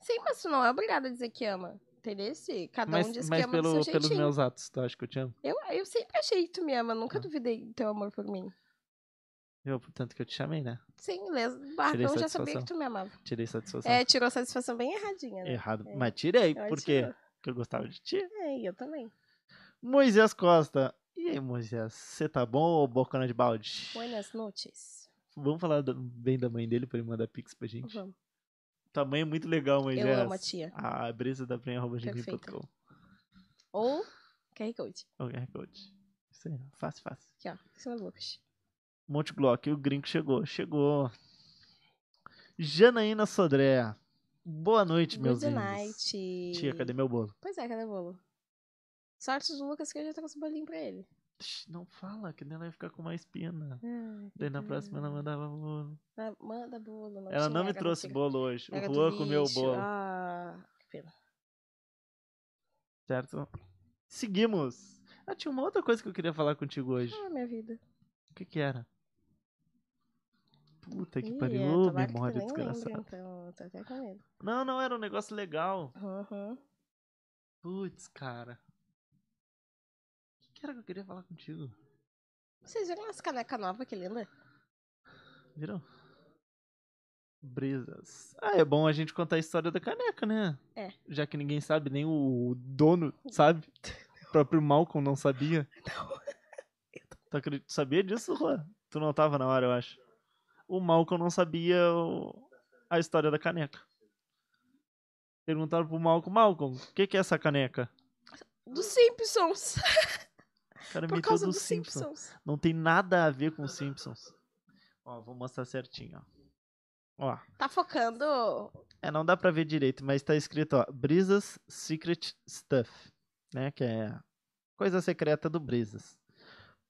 B: Sim, mas tu não é obrigado a dizer que ama. Entendeu? Se Cada
A: mas
B: um diz
A: mas
B: que ama do
A: pelo,
B: seu
A: pelos
B: jeitinho.
A: meus atos, tu acha que eu te amo?
B: Eu, eu sempre achei que tu me ama. Nunca
A: Ah.
B: duvidei do teu amor por mim.
A: Eu, portanto, que eu te chamei, né?
B: Sim, Les Barcão já sabia
A: satisfação. Tá
B: que tu me amava.
A: Tirei satisfação.
B: É, tirou satisfação bem erradinha, né?
A: Errado.
B: é.
A: Mas tirei,
B: Eu
A: por
B: acho
A: quê?
B: que eu-
A: Porque eu gostava de ti.
B: É, eu também.
A: Moisés Costa. E aí, Moisés? Você tá bom ou bocona de balde?
B: Buenas noches.
A: Vamos falar do- bem da mãe dele pra ele mandar pix pra gente?
B: Vamos.
A: Tamanho é muito legal, mas
B: Uhum. Eu
A: é
B: amo a tia.
A: A brisa da
B: Perfeito. Ou QR Code.
A: É O QR Code. Isso aí, fácil, fácil.
B: Aqui, ó. Em cima do Lucas.
A: Monte Glock, o gringo chegou, chegou. Janaína Sodré. Boa noite, meus
B: Good
A: lindos.
B: night.
A: Tia, cadê meu bolo?
B: Pois é, cadê o bolo? Sorte do Lucas que eu já trouxe o bolinho pra ele.
A: Tch, Não fala, que nem ela ia ficar com mais pena.
B: Ai,
A: Daí na
B: cara.
A: próxima ela mandava bolo.
B: Ah, Manda bolo. Não
A: Ela
B: tinha,
A: não me
B: era
A: trouxe
B: do-
A: bolo hoje. O
B: era do
A: Juan comeu o
B: lixo.
A: bolo.
B: Ah,
A: Certo? Seguimos. Ah, tinha uma outra coisa que eu queria falar contigo hoje.
B: ah, minha vida.
A: O que que era? Puta que
B: Ih,
A: pariu,
B: é,
A: ô,
B: tomara que tu
A: memória
B: nem lembra,
A: desgraçada.
B: então, eu tô até com medo.
A: Não, não, era um negócio legal.
B: Uhum.
A: Putz, cara. O que, que era que eu queria falar contigo?
B: Vocês viram essa caneca nova, que linda?
A: Viram? Brisas. Ah, é bom a gente contar a história da caneca, né?
B: É.
A: Já que ninguém sabe, nem o dono sabe. O próprio Malcolm não sabia. Tu acredi- tu sabia disso, Juan? Tu não tava na hora, eu acho. O Malcolm não sabia o- a história da caneca. Perguntaram pro Malcolm, Malcolm, o que, que é essa caneca?
B: Dos Simpsons.
A: O cara
B: Por
A: meteu
B: causa
A: do
B: dos
A: Simpsons.
B: Simpsons.
A: Não tem nada a ver com os Simpsons. Ó, vou mostrar certinho, ó. Ó.
B: Tá focando.
A: É, não dá pra ver direito, mas tá escrito, ó, Brisas Secret Stuff, né? Que é a coisa secreta do Brisas.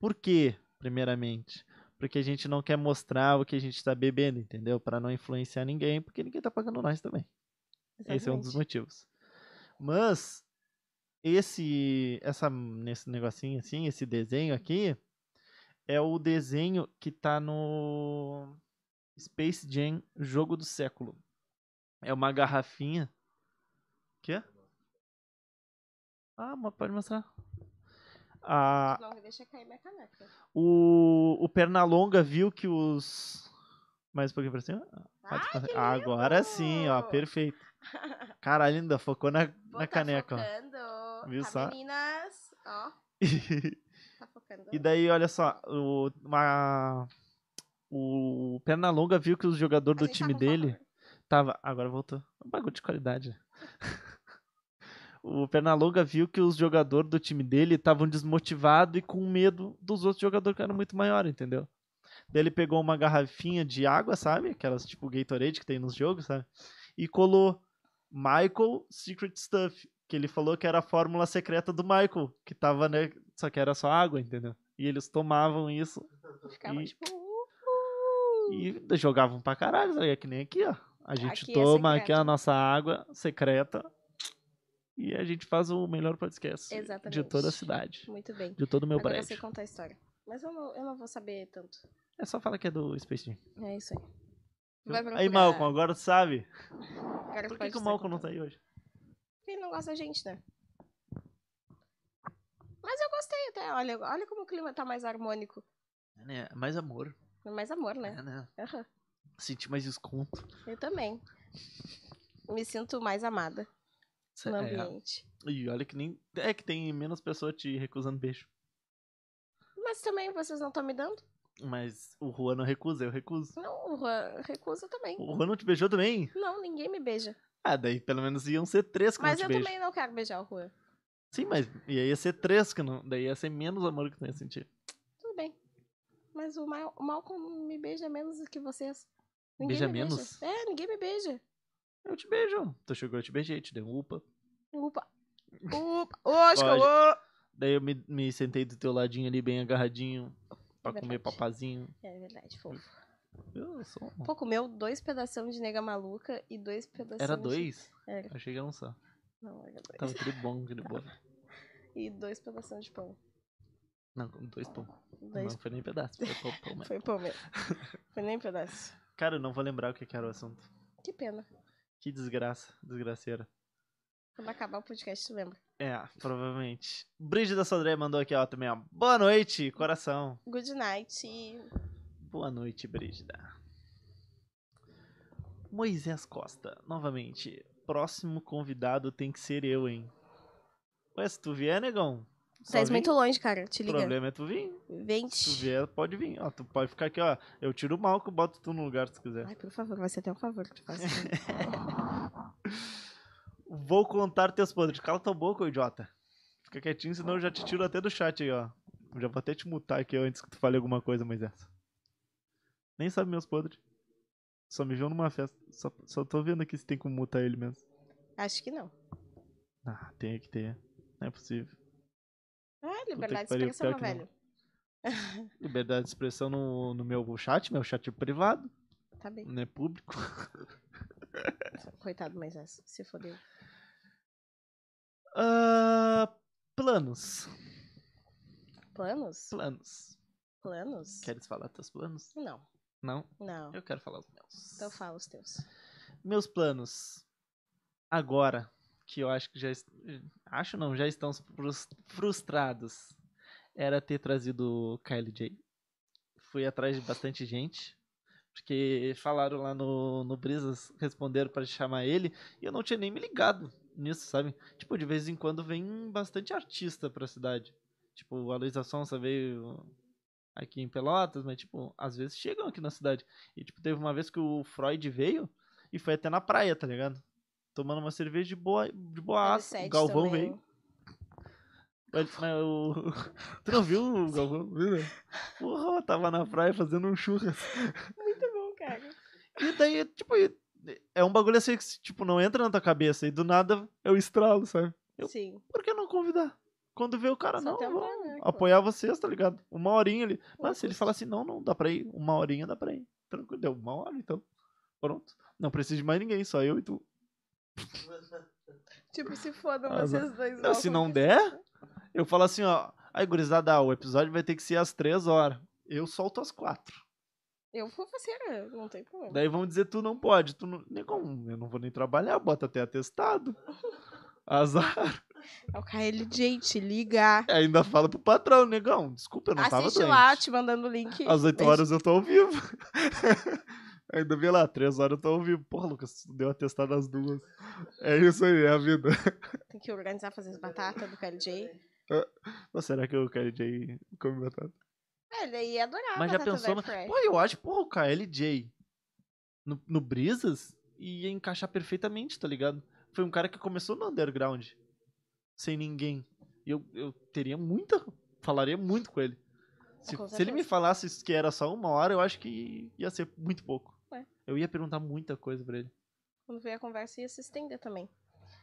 A: Por quê, primeiramente? Porque a gente não quer mostrar o que a gente tá bebendo, entendeu? Pra não influenciar ninguém, porque ninguém tá pagando nós também. Esse é um dos
B: Exatamente.
A: motivos. Mas esse essa nesse negocinho assim, esse desenho aqui é o desenho que tá no Space Jam Jogo do Século. É uma garrafinha. Quê? Ah, mas pode mostrar. Ah, A,
B: Não, deixa cair minha caneca.
A: o, o Pernalonga viu que os. Mais um pouquinho pra cima? Pode
B: Ai, que
A: passar. Ah, Agora
B: lindo!
A: sim, ó, perfeito. Caralho, ainda focou na,
B: Vou
A: na
B: tá
A: caneca, ó.
B: Focando.
A: Viu
B: tá,
A: só?
B: meninas? Ó, tá focando.
A: E daí, olha só, o, uma, o Pernalonga viu que o jogador
B: A
A: do
B: gente tá
A: time
B: com
A: dele
B: foco.
A: tava. Agora voltou. Um bagulho de qualidade. o Pernalonga viu que os jogadores do time dele estavam desmotivados e com medo dos outros jogadores que eram muito maiores, entendeu? Daí ele pegou uma garrafinha de água, sabe? Aquelas tipo Gatorade que tem nos jogos, sabe? E colou Michael Secret Stuff, que ele falou que era a fórmula secreta do Michael, que tava, né? Só que era só água, entendeu? E eles tomavam isso
B: Ficava
A: e-
B: tipo. uhul.
A: e jogavam pra caralho, sabe? É que nem aqui, ó. A gente
B: Uhum. Aqui é
A: toma aqui
B: secreto.
A: a nossa água secreta e a gente faz o melhor podcast de
B: Exatamente.
A: toda a cidade,
B: Muito bem.
A: de todo o meu
B: Agora eu sei
A: prédio.
B: contar a história. Mas eu não, eu não vou saber tanto.
A: É só falar que é do Space Jam.
B: É isso aí. Vai
A: Aí,
B: procurar.
A: Malcolm, agora tu sabe?
B: Agora
A: Por que,
B: pode
A: que o
B: sair
A: Malcolm não
B: contando.
A: tá aí hoje?
B: Porque ele não gosta da gente, né? Mas eu gostei até. Olha, olha como o clima tá mais harmônico.
A: É, né? Mais amor,
B: Mais amor, né?
A: né? né?
B: Aham.
A: Sentir mais desconto.
B: Eu também. Me sinto mais amada
A: Cê-
B: no
A: É.
B: ambiente.
A: E olha que nem. É que tem menos pessoas te recusando beijo.
B: Mas também vocês não estão me dando?
A: Mas o Juan não recusa, eu recuso.
B: Não, o Juan recusa também.
A: O Juan não te beijou também?
B: Não, ninguém me beija.
A: Ah, daí pelo menos iam ser três que
B: Mas
A: não
B: eu
A: te beijam.
B: também não quero beijar o Juan.
A: Sim, mas ia, ia ser três, que não, daí ia ser menos amor que tu ia sentir.
B: Tudo bem. Mas o, Mal o Malcolm me beija é menos do que vocês.
A: Beija
B: me
A: menos?
B: É, ninguém me beija.
A: Eu te beijo. Tu chegou, eu te beijei, te dei um upa.
B: Upa. Upa. Ô, acho que eu
A: Olha,
B: vou.
A: Daí eu me, me sentei do teu ladinho ali, bem agarradinho, pra
B: É
A: comer
B: verdade.
A: papazinho.
B: É verdade, fofo.
A: Eu sou um-
B: Pô, comeu dois pedaços de nega maluca e dois pedaços.
A: Era dois?
B: Era.
A: Achei que era um só.
B: Não, era dois.
A: Tava tudo bom, tudo bom.
B: E dois pedaços de pão.
A: Não, dois pão.
B: Dois.
A: Não foi nem pedaço, foi pão, pão mesmo.
B: Foi pão mesmo. Foi nem pedaço.
A: Cara, eu não vou lembrar o que que era o assunto.
B: Que pena.
A: Que desgraça, desgraceira.
B: Quando acabar o podcast, tu lembra.
A: É, provavelmente. Brígida Sodré mandou aqui, ó, também, ó. Boa noite, coração.
B: Good night. e
A: Boa noite, Brígida. Moisés Costa, novamente. Próximo convidado tem que ser eu, hein? Ué, se tu vier, negão. só
B: Tá
A: vem.
B: muito longe, cara. Te
A: O
B: liga.
A: problema é tu vir.
B: Vem.
A: Se tu vier, pode vir. Ó, tu pode ficar aqui, ó. Eu tiro o mal que eu boto tu no lugar se tu quiser.
B: Ai, por favor, vai ser até um favor que tu faça.
A: Vou contar teus podres. Cala tua boca, ô idiota. Fica quietinho, senão eu já te tiro até do chat aí, ó. Eu já vou até te mutar aqui ó, antes que tu fale alguma coisa, mas essa. Nem sabe meus podres. Só me viu numa festa. Só, só tô vendo aqui se tem como mutar ele mesmo.
B: Acho que não.
A: Ah, tem que ter. Não é possível.
B: É, liberdade de
A: pariu,
B: expressão,
A: pior que
B: velho.
A: Liberdade de expressão no, no meu chat, meu chat é privado,
B: Tá bem.
A: não é público.
B: Coitado, mas essa. Se fodeu.
A: Ah, planos.
B: Planos?
A: Planos.
B: Planos?
A: Queres falar teus planos?
B: Não,
A: Não,
B: não.
A: eu quero falar os meus.
B: Então fala os teus.
A: Meus planos. Agora, que eu acho que já. est- Acho não, já estão frus- frustrados. Era ter trazido o Kylie J. Fui atrás de bastante gente. Porque falaram lá no, no Brisas, responderam pra chamar ele. E eu não tinha nem me ligado nisso, sabe? Tipo, de vez em quando vem bastante artista pra cidade. Tipo, a Luísa Sonsa veio aqui em Pelotas, mas, tipo, às vezes chegam aqui na cidade. E, tipo, teve uma vez que o Freud veio. E foi até na praia, tá ligado? Tomando uma cerveja de boa, de boaça. O
B: Sete
A: Galvão
B: também.
A: veio. Mas, mas o- Tu não viu o Galvão? Viu, né? Porra, eu tava na praia fazendo um churras.
B: Muito bom, cara.
A: E daí, tipo, é um bagulho assim que, tipo, não entra na tua cabeça. E do nada é o estralo, sabe? Eu-
B: Sim.
A: Por que não convidar? Quando vê o cara,
B: Só
A: não,
B: tentar,
A: vamos
B: né, cara?
A: apoiar vocês, tá ligado? Uma horinha ali. Mas se ele
B: Justo.
A: falar assim, não, não, dá pra ir. Uma horinha dá pra ir. Tranquilo, deu uma hora, então. Pronto. Não precisa de mais ninguém, só eu e tu.
B: Tipo, se fodam
A: Ah,
B: vocês dois. né?
A: Não,
B: vão
A: se não
B: acontecer.
A: der, eu falo assim, ó. Aí, gurizada, ah, o episódio vai ter que ser às três horas. Eu solto às quatro.
B: Eu vou fazer, né? não tem problema.
A: Daí vão dizer, tu não pode. Tu não... Nem como, eu não vou nem trabalhar, bota até atestado. Azar.
B: É o KLJ, te liga.
A: Ainda fala pro patrão, negão. Desculpa, eu não tava
B: Assiste
A: doente.
B: lá, te mandando o link.
A: Às oito
B: Beijo.
A: horas eu tô ao vivo. Ainda vê lá, três horas eu tô ao vivo. Porra, Lucas, tu deu atestado às duas. É isso aí, é a vida.
B: Tem que organizar, fazer as batatas do KLJ.
A: Mas será que eu quero ir aí comer batata?
B: É, ele ia adorar
A: Mas já
B: batata
A: pensou,
B: da
A: mas-
B: Fresh.
A: Pô, eu acho, porra, o KLJ no, no Brisas ia encaixar perfeitamente, tá ligado? Foi um cara que começou no underground, sem ninguém. E eu, eu teria muita. Falaria muito com ele. Se,
B: Com
A: se ele me
B: certeza.
A: falasse isso que era só uma hora, eu acho que ia ser muito pouco.
B: Ué.
A: Eu ia perguntar muita coisa pra ele.
B: Quando veio a conversa, ia se estender também.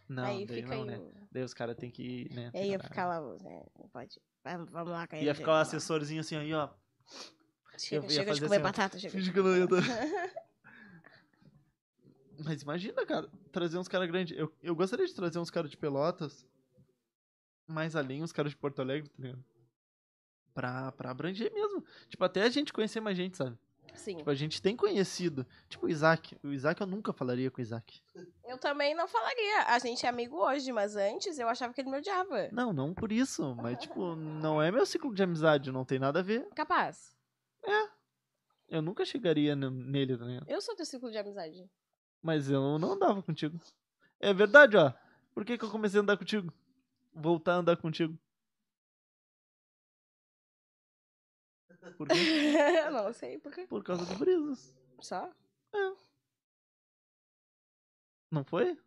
A: Não,
B: aí
A: daí
B: fica
A: não,
B: aí. um
A: né?
B: o-
A: Daí os caras têm que. Né,
B: E aí ia
A: parar.
B: ficar lá, o- né? não Pode. Vai- Vamos lá, KLJ.
A: Ia ficar o
B: vamos lá.
A: assessorzinho assim aí, ó.
B: Chega,
A: ia
B: chega de
A: fazer
B: comer
A: assim, ó.
B: batata, chega.
A: Finge que eu não ia dar. Mas imagina, cara, trazer uns caras grandes. Eu, eu gostaria de trazer uns caras de Pelotas, mais além, uns caras de Porto Alegre, tá ligado? Pra, pra abranger mesmo. Tipo, até a gente conhecer mais gente, sabe?
B: Sim.
A: Tipo, a gente tem conhecido. Tipo, o Isaac. O Isaac eu nunca falaria com o Isaac.
B: Eu também não falaria. A gente é amigo hoje, mas antes eu achava que ele me odiava.
A: Não, não por isso. Mas, tipo, não é meu ciclo de amizade, não tem nada a ver.
B: Capaz.
A: Eu nunca chegaria n- nele, tá ligado?
B: Eu sou teu ciclo de amizade.
A: Mas eu não andava contigo. É verdade, ó. Por que, que eu comecei a andar contigo? Voltar a andar contigo. Por quê?
B: não sei por quê.
A: Por causa do Brisas.
B: Só?
A: Não foi?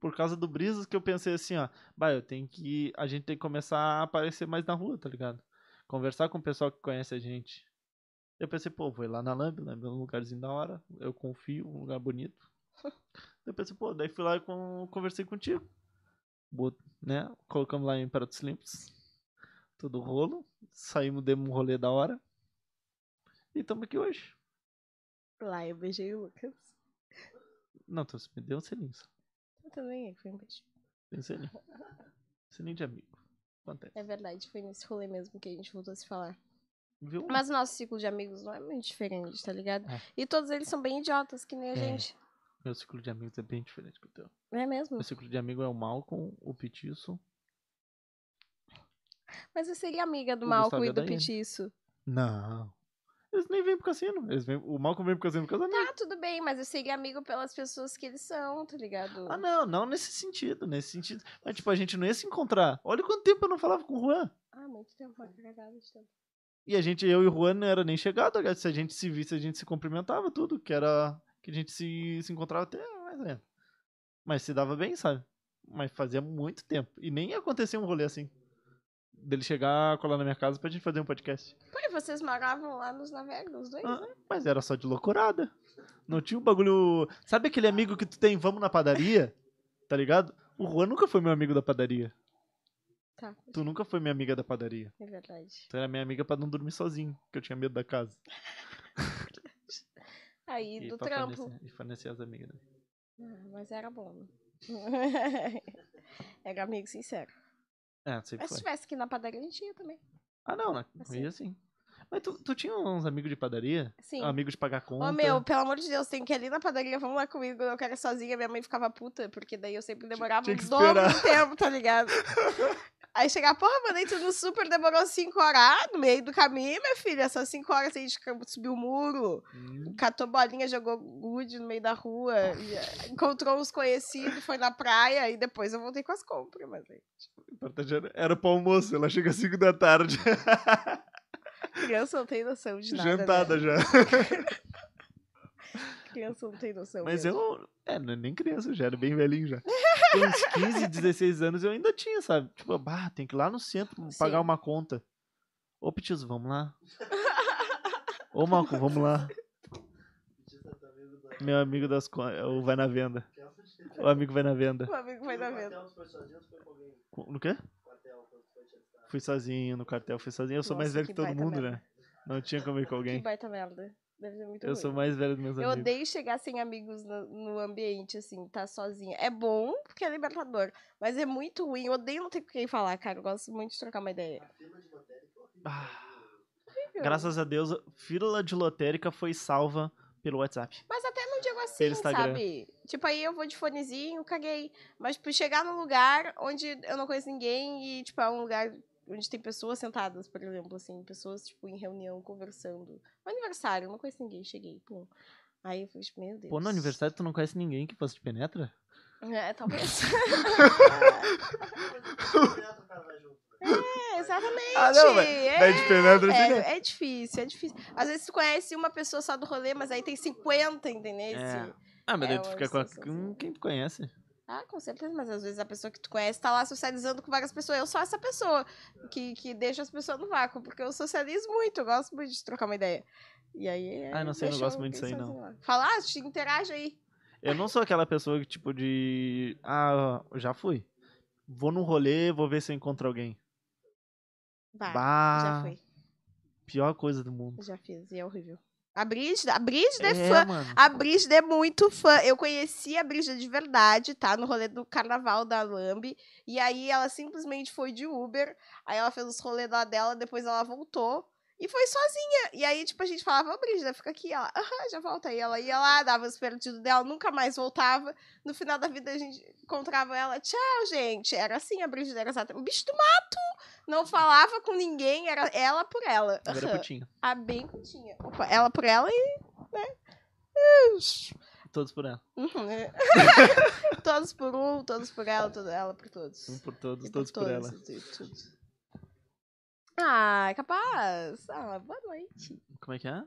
A: Por causa do Brisas que eu pensei assim, ó. Bah, eu tenho que. A gente tem que começar a aparecer mais na rua, tá ligado? Conversar com o pessoal que conhece a gente. Eu pensei, pô, vou ir lá na Lamb, Lamb é um lugarzinho da hora. Eu confio, um lugar bonito. eu pensei, pô, daí fui lá e con- conversei contigo. Bot- né? Colocamos lá em Pratos Limpos. Tudo rolo. Saímos, demos um rolê da hora. E estamos aqui hoje.
B: Lá eu beijei o Lucas.
A: Não, tu me deu um selinho. só.
B: Eu também, foi um beijo.
A: Deu um selinho. selinho de amigo. Acontece.
B: É verdade, foi nesse rolê mesmo que a gente voltou a se falar.
A: Viu?
B: Mas o nosso ciclo de amigos não é muito diferente, tá ligado?
A: É.
B: E todos eles são bem idiotas, que nem a
A: É.
B: gente.
A: Meu ciclo de amigos é bem diferente do teu.
B: Não é mesmo?
A: Meu ciclo de amigo é o Malcolm, o Petiço.
B: Mas eu seria amiga do
A: O
B: Malco
A: Gustavo
B: e
A: e a
B: do
A: Daiane.
B: Petiço.
A: Não. Eles nem vêm pro cassino. Eles vêm... O Malcolm vem pro cassino por causa dele.
B: Tá, tudo bem, mas eu seria amigo pelas pessoas que eles são, tá ligado?
A: Ah, não, não nesse sentido, nesse sentido. Mas, tipo, a gente não ia se encontrar. Olha quanto tempo eu não falava com o Juan.
B: Ah, muito tempo, uma cagada de tempo.
A: E a gente, eu e o Juan não era nem chegado, aliás, se a gente se visse, a gente se cumprimentava, tudo, que era. Que a gente se, se encontrava até mais ou menos. Mas se dava bem, sabe? Mas fazia muito tempo. E nem ia acontecer um rolê assim. Dele chegar, colar na minha casa pra gente fazer um podcast.
B: Pô, e vocês moravam lá nos navegos, os dois?
A: Ah, Mas era só de loucurada. Não tinha um bagulho. Sabe aquele amigo que tu tem, vamos na padaria? Tá ligado? O Juan nunca foi meu amigo da padaria.
B: Tá,
A: Tu nunca foi minha amiga da padaria.
B: é verdade.
A: Tu era minha amiga pra não dormir sozinho, porque eu tinha medo da casa.
B: Aí, do
A: pra assim?
B: trampo.
A: fornecer- e fornecer as amigas. né?
B: Ah, mas era bom. né? era amigo sincero.
A: É, sempre
B: Mas se
A: foi.
B: tivesse aqui na padaria, a gente ia também.
A: Ah, não, né?
B: Assim.
A: Aí assim. Mas tu, tu tinha uns amigos de padaria?
B: Sim.
A: Amigos de pagar
B: Ô,
A: conta?
B: meu, pelo amor de Deus, tem que ir ali na padaria, vamos lá comigo, eu quero ir sozinha, minha mãe ficava puta, porque daí eu sempre demorava
A: tinha que
B: o dobro
A: esperar.
B: do tempo, tá ligado? Aí chegar, porra, mandei tudo no super, demorou cinco horas, ah, no meio do caminho, minha filha, essas cinco horas a gente subiu o muro,
A: Hum,
B: catou bolinha, jogou gude no meio da rua, e- eh, encontrou uns conhecidos, foi na praia, e depois eu voltei com as compras, mas aí,
A: o importante era- Era pro almoço, ela chega às 5 da tarde.
B: criança não tem noção de nada, né?
A: Jantada já.
B: Criança não tem noção
A: Mas
B: mesmo.
A: eu. É, não é nem criança, eu já era bem velhinho já. Com uns 15, 16 anos eu ainda tinha, sabe? Tipo, bah, tem que ir lá no centro
B: Sim.
A: pagar uma conta. Ô, Pitizo, vamos lá. Ô, Malco, vamos lá.
D: Petista tá vindo da
A: Meu amigo das contas. O vai na venda.
D: Kelsa.
A: O amigo vai na venda.
B: O Um amigo vai dar venda.
D: Quartel, tu foi sozinho ou tu foi com alguém?
A: Co- No quê?
D: Quartel, quando tu foi te alistar.
A: Fui sozinho no cartel, fui sozinho. Eu sou mais
B: Nossa,
A: velho
B: que
A: que, todo
B: baita
A: mundo,
B: merda.
A: né? Não tinha como ir com
B: Que
A: alguém.
B: baita merda. Deve ser muito
A: Eu
B: ruim.
A: sou mais velho dos meus
B: Eu
A: amigos.
B: odeio chegar sem amigos no, no ambiente, assim, tá sozinha. É bom porque é libertador, mas é muito ruim. Eu odeio não ter com quem falar, cara. Eu gosto muito de trocar uma ideia.
D: A fila de lotérica é horrível.
A: Ah, graças a Deus, fila de lotérica foi salva pelo WhatsApp.
B: Mas até não digo assim,
A: Instagram.
B: sabe? Tipo, aí eu vou de fonezinho, caguei. Mas, tipo, chegar num lugar onde eu não conheço ninguém e, tipo, é um lugar onde tem pessoas sentadas, por exemplo, assim, pessoas, tipo, em reunião, conversando. No aniversário, eu não conheço ninguém, cheguei, pum. Aí eu fui, tipo, meu Deus.
A: Pô, no aniversário tu não conhece ninguém que fosse te penetra?
B: É, talvez.
D: Mas direto o cara vai junto. né?
B: é, exatamente.
A: Ah, não, mas- né?
B: é.
A: Daí de penetra,
B: Velho, é difícil, é difícil. Às vezes tu conhece uma pessoa só do rolê, mas aí tem 50, entendeu?
A: É. Ah, mas
B: É,
A: daí tu
B: eu assim.
A: fica com, a-
B: sou
A: com quem tu conhece.
B: Ah, com certeza, mas às vezes a pessoa que tu conhece tá lá socializando com várias pessoas. Eu sou essa pessoa que, que deixa as pessoas no vácuo, porque eu socializo muito, eu gosto muito de trocar uma ideia. E aí. é,
A: Ah, não sei, eu não
B: deixa
A: gosto muito
B: alguém
A: disso aí, não.
B: sozinho lá. Fala, ah, te interage aí.
A: Eu não sou aquela pessoa que, tipo, de. Ah, já fui. Vou num rolê, vou ver se eu encontro alguém.
B: Bah,
A: bah,
B: já foi,
A: pior coisa do mundo.
B: já fiz, e é horrível. A Brígida, a Brígida é
A: é,
B: fã
A: mano.
B: A Brígida é muito fã. Eu conheci a Brígida de verdade, tá? No rolê do carnaval da Lambi. E aí ela simplesmente foi de Uber. Aí ela fez os rolês lá dela, depois ela voltou. E foi sozinha. E aí, tipo, a gente falava, ô Brígida, fica aqui. Ela, aham, já volta. aí ela ia lá, dava os perdidos dela, nunca mais voltava. No final da vida, a gente encontrava ela. Tchau, gente. Era assim, a Brígida era exatamente. Bicho do mato! Não falava com ninguém, era ela por ela.
A: Agora é
B: Aham.
A: putinho.
B: A bem putinha. Opa, ela por ela e, né? Ux.
A: Todos por ela.
B: Uhum, né? todos por um, todos por ela, toda ela por todos.
A: Um
B: E
A: por todos,
B: por
A: todos por ela.
B: e tudo. Ah, é capaz. Ah, boa noite.
A: Como é que é?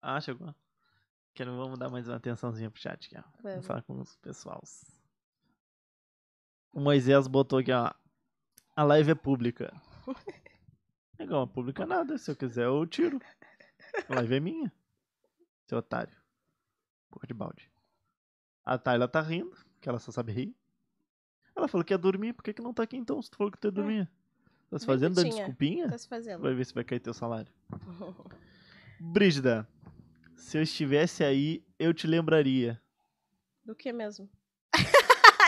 A: Ah, chegou. Quero, vamos dar mais uma atençãozinha pro chat aqui, ó. Vamos
B: Vamos.
A: falar com os pessoals. O Moisés botou aqui, ó. A live é pública. Legal, é pública nada. Se eu quiser, eu tiro. A live é minha. Seu otário. Boca de balde. A Tayla tá rindo, que ela só sabe rir. Ela falou que ia dormir. Por que, que não tá aqui então? Se tu falou que tu ia dormir. Tá se
B: Vem,
A: fazendo da
B: putinha.
A: desculpinha?
B: Tá se fazendo.
A: Vai ver se vai cair teu salário. Brígida, se eu estivesse aí, eu te lembraria.
B: Do que mesmo?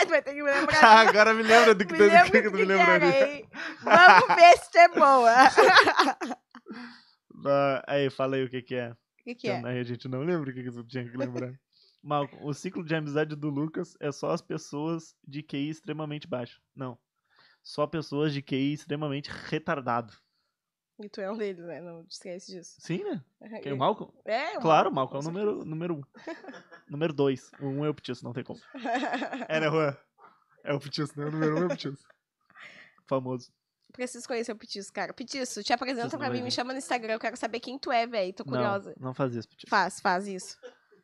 B: Vai ter que me lembrar.
A: Ah, agora me lembra do que,
B: Me
A: do
B: lembra
A: que,
B: do
A: tu me
B: que
A: lembraria.
B: era, hein? Vamos ver se é boa.
A: Ah, aí, fala aí o que, que é.
B: O que, que
A: Que
B: é?
A: Aí a gente não lembra o que, que tu tinha que lembrar. Malcolm, o ciclo de amizade do Lucas é só as pessoas de QI extremamente baixo. Não. Só pessoas de QI extremamente retardado.
B: E tu é um deles, né? Não esquece disso.
A: Sim, né? Quem, o Malcolm?
B: É, eu-
A: Claro, o Malcolm é o
B: Com
A: número, número um. número dois. O um é o Pitiço, não tem como. É, né, Juan? É o Pitiço, né? O número um é o Pitiço. Famoso.
B: Preciso conhecer o Petiço, cara. Petiço, te apresenta
A: Petiço não
B: pra
A: vai
B: mim, me
A: vir.
B: chama no Instagram. Eu quero saber quem tu é, velho. Tô curiosa.
A: Não, não faz isso, Petis.
B: Faz, faz isso.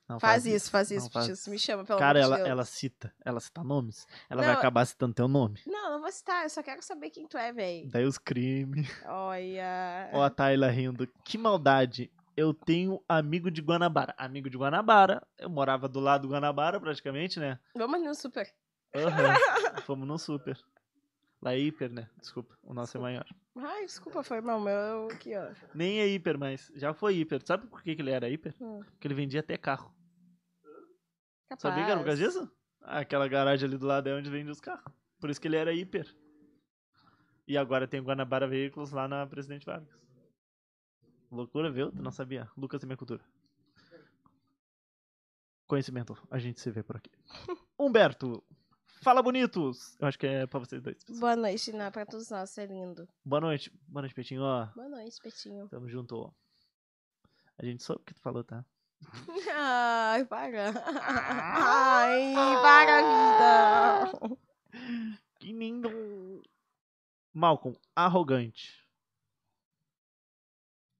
A: Não
B: faz, isso, faz
A: não
B: isso,
A: faz
B: Petiço.
A: isso.
B: Me chama, pelo
A: Cara,
B: amor
A: ela,
B: de Deus.
A: ela cita. Ela cita nomes. Ela
B: Não,
A: vai acabar citando teu nome.
B: Não, não vou citar, eu só quero saber quem tu é, véi.
A: Daí os crimes.
B: Olha.
A: Ó, a Tayla rindo. Que maldade. Eu tenho amigo de Guanabara. Amigo de Guanabara. Eu morava do lado do Guanabara, praticamente, né?
B: Vamos no super.
A: Aham. Fomos no super. Lá é hiper, né? Desculpa, o nosso é maior.
B: Ai, desculpa, foi mal. Meu aqui, ó.
A: Nem é hiper, mas já foi hiper. Sabe por que, que ele era hiper?
B: Hum.
A: Porque ele vendia até carro.
B: Capaz.
A: Sabia que era por causa disso? Ah, Aquela garagem ali do lado é onde vende os carros. Por isso que ele era hiper. E agora tem o Guanabara Veículos lá na Presidente Vargas. Loucura, viu? Tu não sabia. Lucas e minha cultura. Conhecimento. A gente se vê por aqui. Humberto. Fala, bonitos! Eu acho que é pra vocês dois.
B: Boa noite, não, pra todos nós, é lindo.
A: Boa noite. Boa noite, Petinho. Ó,
B: Boa noite, Petinho.
A: tamo junto. ó. A gente soube o que tu falou, tá?
B: Ai, para. Ai, para a vida.
A: Que lindo! Malcolm, arrogante.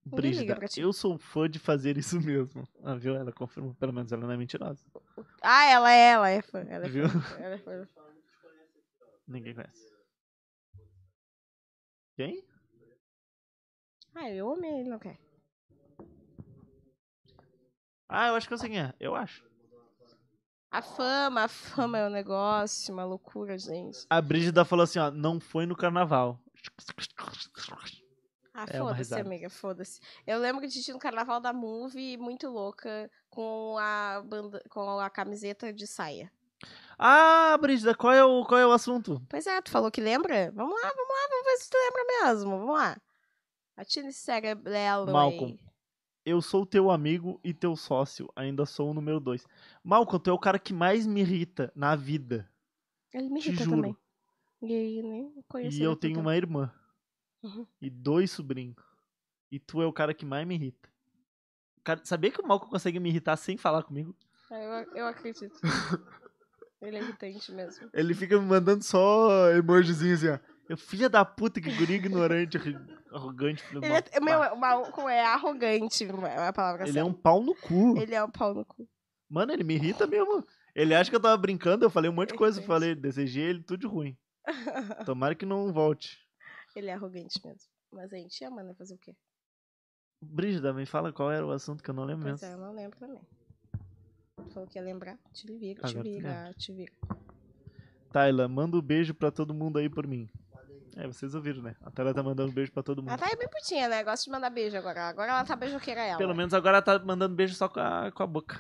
B: Ninguém liga
A: Brígida,
B: pra ti.
A: eu sou fã de fazer isso mesmo. Ah, viu? Ela confirmou, pelo menos ela não é mentirosa.
B: Ah, ela é, ela é fã. Ela é
A: Viu?
B: fã. Ela é fã.
A: Ninguém conhece. Quem?
B: Ai, eu amei, ele não quer.
A: Ah, eu acho que eu sei quem é. Eu acho.
B: A fama, a fama é um negócio, uma loucura, gente.
A: A Brígida falou assim, ó, não foi no carnaval.
B: Ah,
A: É uma
B: foda-se,
A: risada.
B: amiga, foda-se. Eu lembro de ti no carnaval da Movie, muito louca, com a, banda, com a camiseta de saia.
A: Ah, Brígida, qual é o, qual é o assunto?
B: Pois é, tu falou que lembra? Vamos lá, vamos lá, vamos ver se tu lembra mesmo. Vamos lá. Atira esse cerebelo
A: Malcolm.
B: aí.
A: Eu sou teu amigo e teu sócio. Ainda sou o número dois. Malcolm, tu é o cara que mais me irrita na vida.
B: Ele me
A: Te
B: irrita
A: juro.
B: também. E aí, nem conheço
A: E
B: ele
A: eu tenho
B: tanto.
A: uma irmã.
B: Uhum.
A: E dois sobrinhos. E tu é o cara que mais me irrita. Cara, sabia que o Malcolm consegue me irritar sem falar comigo?
B: Ah, Eu, eu acredito. ele é irritante mesmo.
A: Ele fica me mandando só emojizinhos assim, ó. Eu, filha da puta, que guri ignorante, arri- arrogante, filho do
B: Ele é,
A: mal.
B: meu,
A: Bah,
B: o Malcolm é arrogante, é a palavra
A: ele é
B: certa.
A: um pau no cu.
B: Ele é o pau no cu.
A: Mano, ele me irrita mesmo. Ele acha que eu tava brincando, eu falei um monte de coisa. Eu
B: Perfeito.
A: falei, desejei ele tudo de ruim. Tomara que não volte.
B: Ele é arrogante mesmo. Mas a gente ama, né? Fazer o quê?
A: Brígida, me fala qual era o assunto que eu não lembro
B: Pois
A: mesmo.
B: é, eu não lembro também. Tu falou que ia lembrar? Te liga, te
A: Agora tu
B: liga,
A: lembra.
B: te liga.
A: Tayla, manda um beijo pra todo mundo aí por mim. É, vocês ouviram, né? A Tayla tá mandando um beijo pra todo
B: Ela
A: mundo.
B: tá aí bem putinha, né? Gosta de mandar beijo agora. Agora ela tá beijoqueira ela.
A: Pelo menos agora ela tá mandando beijo só com a, com a boca.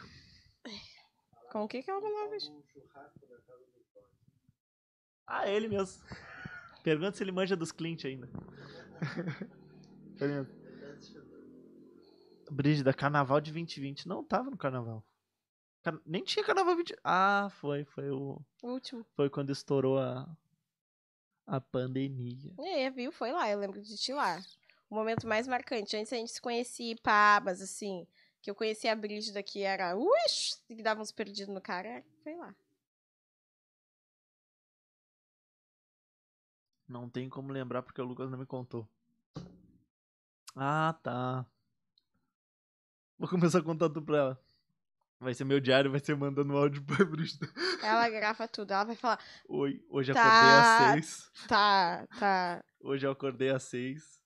B: Com o que que ela mandou beijo?
A: Ah, ele mesmo. Pergunta se ele manja dos clientes ainda. Ele mesmo. Brígida, carnaval de 2020. Não tava no carnaval. Car- Nem tinha carnaval 20. Ah, foi, foi o.
B: O último.
A: Foi quando estourou a. A pandemia.
B: É, viu? Foi lá, eu lembro de ti lá. O momento mais marcante. Antes a gente se conhecia e pá, mas assim, que eu conhecia a Brígida que era uish, que dava uns perdidos no cara. Foi lá.
A: Não tem como lembrar porque o Lucas não me contou. Ah, tá. Vou começar a contar tudo pra ela. Vai ser meu diário, vai ser mandando um áudio pra Brista.
B: Ela grava tudo, ela vai falar,
A: Oi, hoje
B: Tá.
A: acordei às seis.
B: tá, tá.
A: Hoje eu acordei às seis.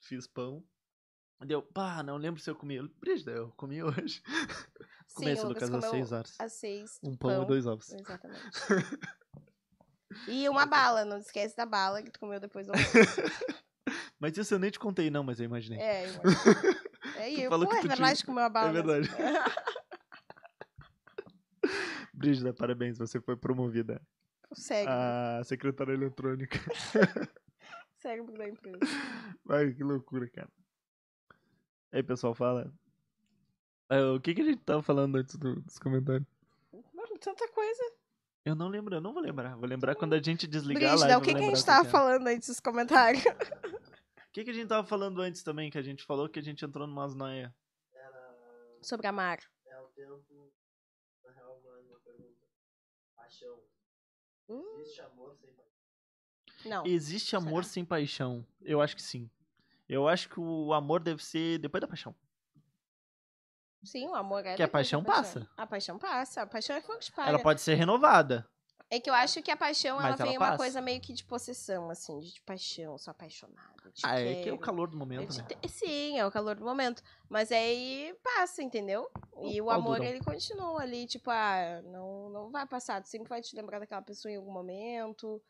A: Fiz pão. Deu, pá, não lembro se eu comi. Brista, eu comi hoje.
B: Sim,
A: Comecei,
B: o Lucas
A: Lucas, às
B: comeu É.
A: seis horas.
B: às seis.
A: Um pão, e dois ovos.
B: Exatamente. E uma bala, não esquece da bala que tu comeu depois do almoço.
A: Mas isso eu nem te contei, não, mas eu imaginei.
B: É, eu é,
A: Tu
B: eu,
A: falou
B: pô,
A: que
B: é
A: tu tinha-
B: verdade que comeu uma bala. mesmo.
A: verdade. Brígida, parabéns, você foi promovida
B: Sério,
A: a secretária eletrônica.
B: cérebro da empresa.
A: Vai, que loucura, cara. Aí, pessoal, fala. É, o que, que a gente tava falando antes do- dos comentários?
B: Mano, tanta coisa.
A: Eu não lembro, eu não vou lembrar. Vou lembrar quando a gente desligar a live.
B: Brígida, né? o que,
A: eu
B: que a
A: vou
B: gente
A: lembrar o
B: tava falando aí dos comentários?
A: é. O que, que a gente tava falando antes também? Que a gente falou que a gente entrou numa noia.
B: Sobre a Mar.
D: É o tempo, na real, uma, uma pergunta. Paixão.
B: Hum.
D: Existe amor sem paixão?
B: Não.
A: Existe amor sem paixão? Eu acho que sim. Eu acho que o amor deve ser depois da paixão.
B: Sim, o amor é.
A: Que a
B: depois da
A: paixão
B: A paixão passa. A paixão é fogo de palha.
A: Ela pode ser renovada.
B: É que eu acho que a paixão, ela
A: Mas ela
B: vem uma
A: passa.
B: coisa meio que de possessão, assim, de, de paixão, sou apaixonada. eu te
A: Ah, é que é
B: quero.
A: o calor do
B: Eu
A: momento,
B: te
A: né?
B: te- Sim, é o calor do momento. Mas aí passa, entendeu? E o
A: pau
B: amor,
A: durão.
B: ele continua ali, tipo, ah, não, não vai passar. Tu sempre vai te lembrar daquela pessoa em algum momento.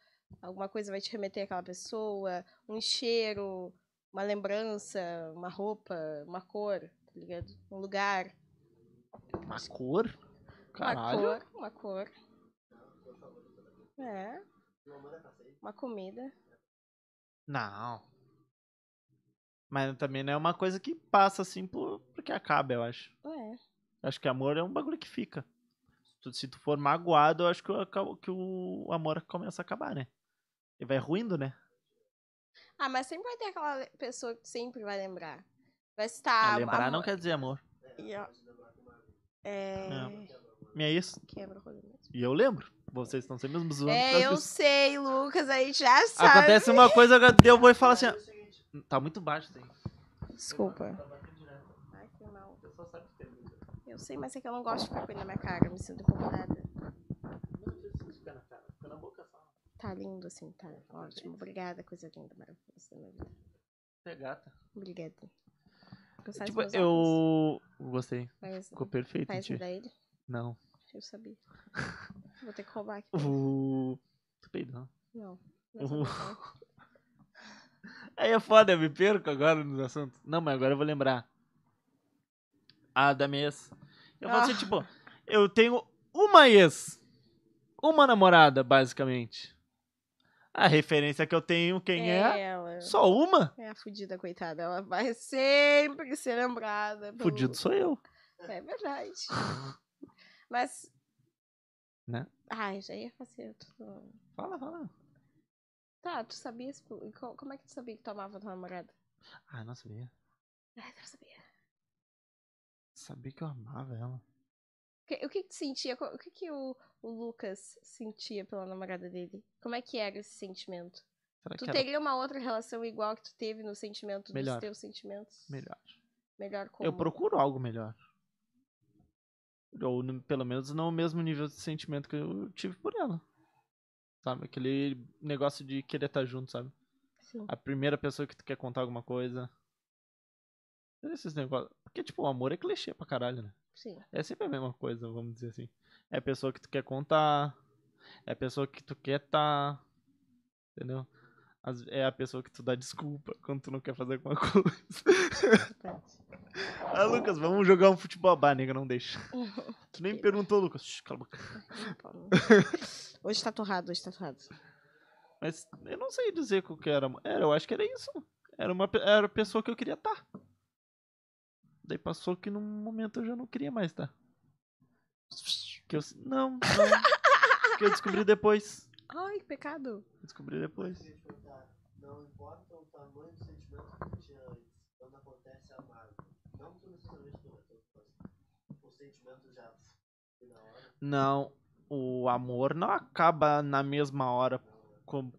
B: Alguma coisa vai te remeter àquela pessoa, um cheiro, uma lembrança, uma roupa, uma cor, tá ligado? Um lugar,
A: Uma cor? Caralho.
B: uma cor, uma cor. É. Uma comida.
A: Não. Mas também não é uma coisa que passa assim por, porque acaba, eu acho.
B: É.
A: Acho que amor é um bagulho que fica. Se tu, se tu for magoado, eu acho que o, acaba- que o amor começa a acabar, né? E vai ruindo, né?
B: Ah, mas sempre vai ter aquela pessoa que sempre vai lembrar. Vai estar.
A: Ah, lembrar
B: a-
A: não quer dizer amor.
B: E, ó, é.
A: E é isso.
B: Quebra o rolê mesmo.
A: E eu lembro. Vocês estão sempre me zoando. por
B: É,
A: causa
B: eu
A: disso.
B: sei, Lucas, a gente já sabe.
A: Acontece uma coisa, eu vou e falo assim, ó, tá muito baixo, tem.
B: Desculpa. Ai, foi mal. Eu sei, mas é que eu não gosto de ficar com ele na minha cara, eu me sinto incomodada. Tá lindo assim, tá ótimo. Obrigada, coisa linda, maravilhosa da minha vida.
A: É gata.
B: Obrigada. Gostar
A: Tipo, eu gostei.
B: Faz,
A: Ficou perfeito,
B: faz um
A: gente.
B: pra ele?
A: Não.
B: Eu sabia. Vou ter que roubar aqui.
A: O... Tô peidando.
B: Não. não
A: O-
B: sabe como.
A: Aí é foda, eu me perco agora nos assuntos. Não, mas agora eu vou lembrar. A da minha ex. Eu falo assim,
B: Ah.
A: tipo, eu tenho uma ex. Uma namorada, basicamente. A referência que eu tenho, quem é?
B: ela.
A: Só uma?
B: É a fudida, coitada. Ela vai sempre ser lembrada. pelo-
A: Fudido sou eu.
B: É verdade. Mas.
A: Né?
B: Ai, já ia fazer tudo.
A: Fala, fala.
B: Tá, tu sabias. co- co- Como é que tu sabia que tomava tua namorada?
A: Ah, não sabia.
B: Ai, não sabia.
A: Sabia que eu amava ela.
B: O que, o que que tu sentia? Co- O que que o, o Lucas sentia pela namorada dele? Como é que era esse sentimento?
A: Será
B: Tu
A: É que era
B: teria uma outra relação igual que tu teve no sentimento
A: Melhor.
B: dos teus sentimentos?
A: melhor?
B: Melhor como?
A: Eu procuro algo melhor. Ou no- pelo menos não o mesmo nível de sentimento que eu tive por ela. Sabe? Aquele negócio de querer estar junto, sabe?
B: Sim.
A: A primeira pessoa que tu quer contar alguma coisa. Esses negócios. Porque, tipo, o amor é clichê pra caralho, né?
B: Sim.
A: É sempre a mesma coisa, vamos dizer assim. É a pessoa que tu quer contar. É a pessoa que tu quer tá. Entendeu? Às- É a pessoa que tu dá desculpa quando tu não quer fazer alguma coisa.
B: verdade.
A: Ah, Lucas, vamos jogar um futebol. Bah, nega, não deixa. Tu nem perguntou, Lucas. Shh, cala a boca.
B: Opa, não. hoje tá torrado, hoje tá torrado.
A: Mas eu não sei dizer qual que era. Era, eu acho que era isso. Era, uma, pe- era a pessoa que eu queria estar. Daí passou que num momento eu já não queria mais estar. Que eu. Não, não. que eu descobri depois.
B: Ai, que pecado.
A: Descobri depois.
D: Eu queria te contar, Não importa o tamanho do sentimento que tu tinha antes, quando acontece a mágoa. Não que necessariamente tu vai ter o próximo. O sentimento já foi na hora.
A: Não, o amor não acaba na mesma hora com-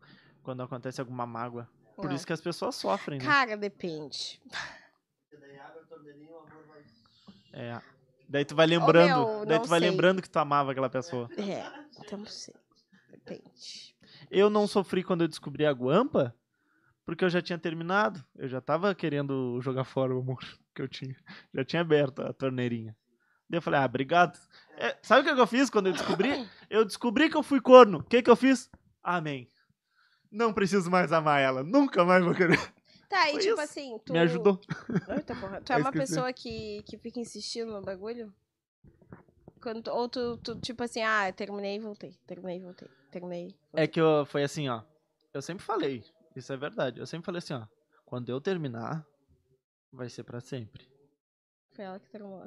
A: quando acontece alguma mágoa. Por
B: Não.
A: isso que as pessoas sofrem, né?
B: Cara, depende.
D: Porque daí abre a torneirinha e o amor vai.
A: É. Daí tu vai lembrando,
B: meu,
A: daí
B: não
A: tu vai
B: sei.
A: lembrando que tu amava aquela pessoa.
B: É, então não sei. Depende.
A: Eu não sofri quando eu descobri a Guampa, porque eu já tinha terminado. Eu já tava querendo jogar fora o amor que eu tinha. Já tinha aberto a torneirinha. Daí eu falei, ah, obrigado. É, sabe o que que eu fiz quando eu descobri? Eu descobri que eu fui corno. O que que eu fiz? Amém. Não preciso mais amar ela. Nunca mais vou querer.
B: Tá, e
A: Foi
B: tipo
A: isso.
B: assim, tu.
A: Me ajudou.
B: Eita porra. Tu é
A: Eu
B: uma
A: esqueci.
B: pessoa que, que fica insistindo no bagulho? Quando, tu- ou tu, tu, tipo assim, ah, terminei e voltei. Terminei e voltei. Terminei.
A: É que eu, foi assim, ó. Eu sempre falei, isso é verdade. Eu sempre falei assim, ó. Quando eu terminar, vai ser pra sempre. É.
B: Foi ela que terminou.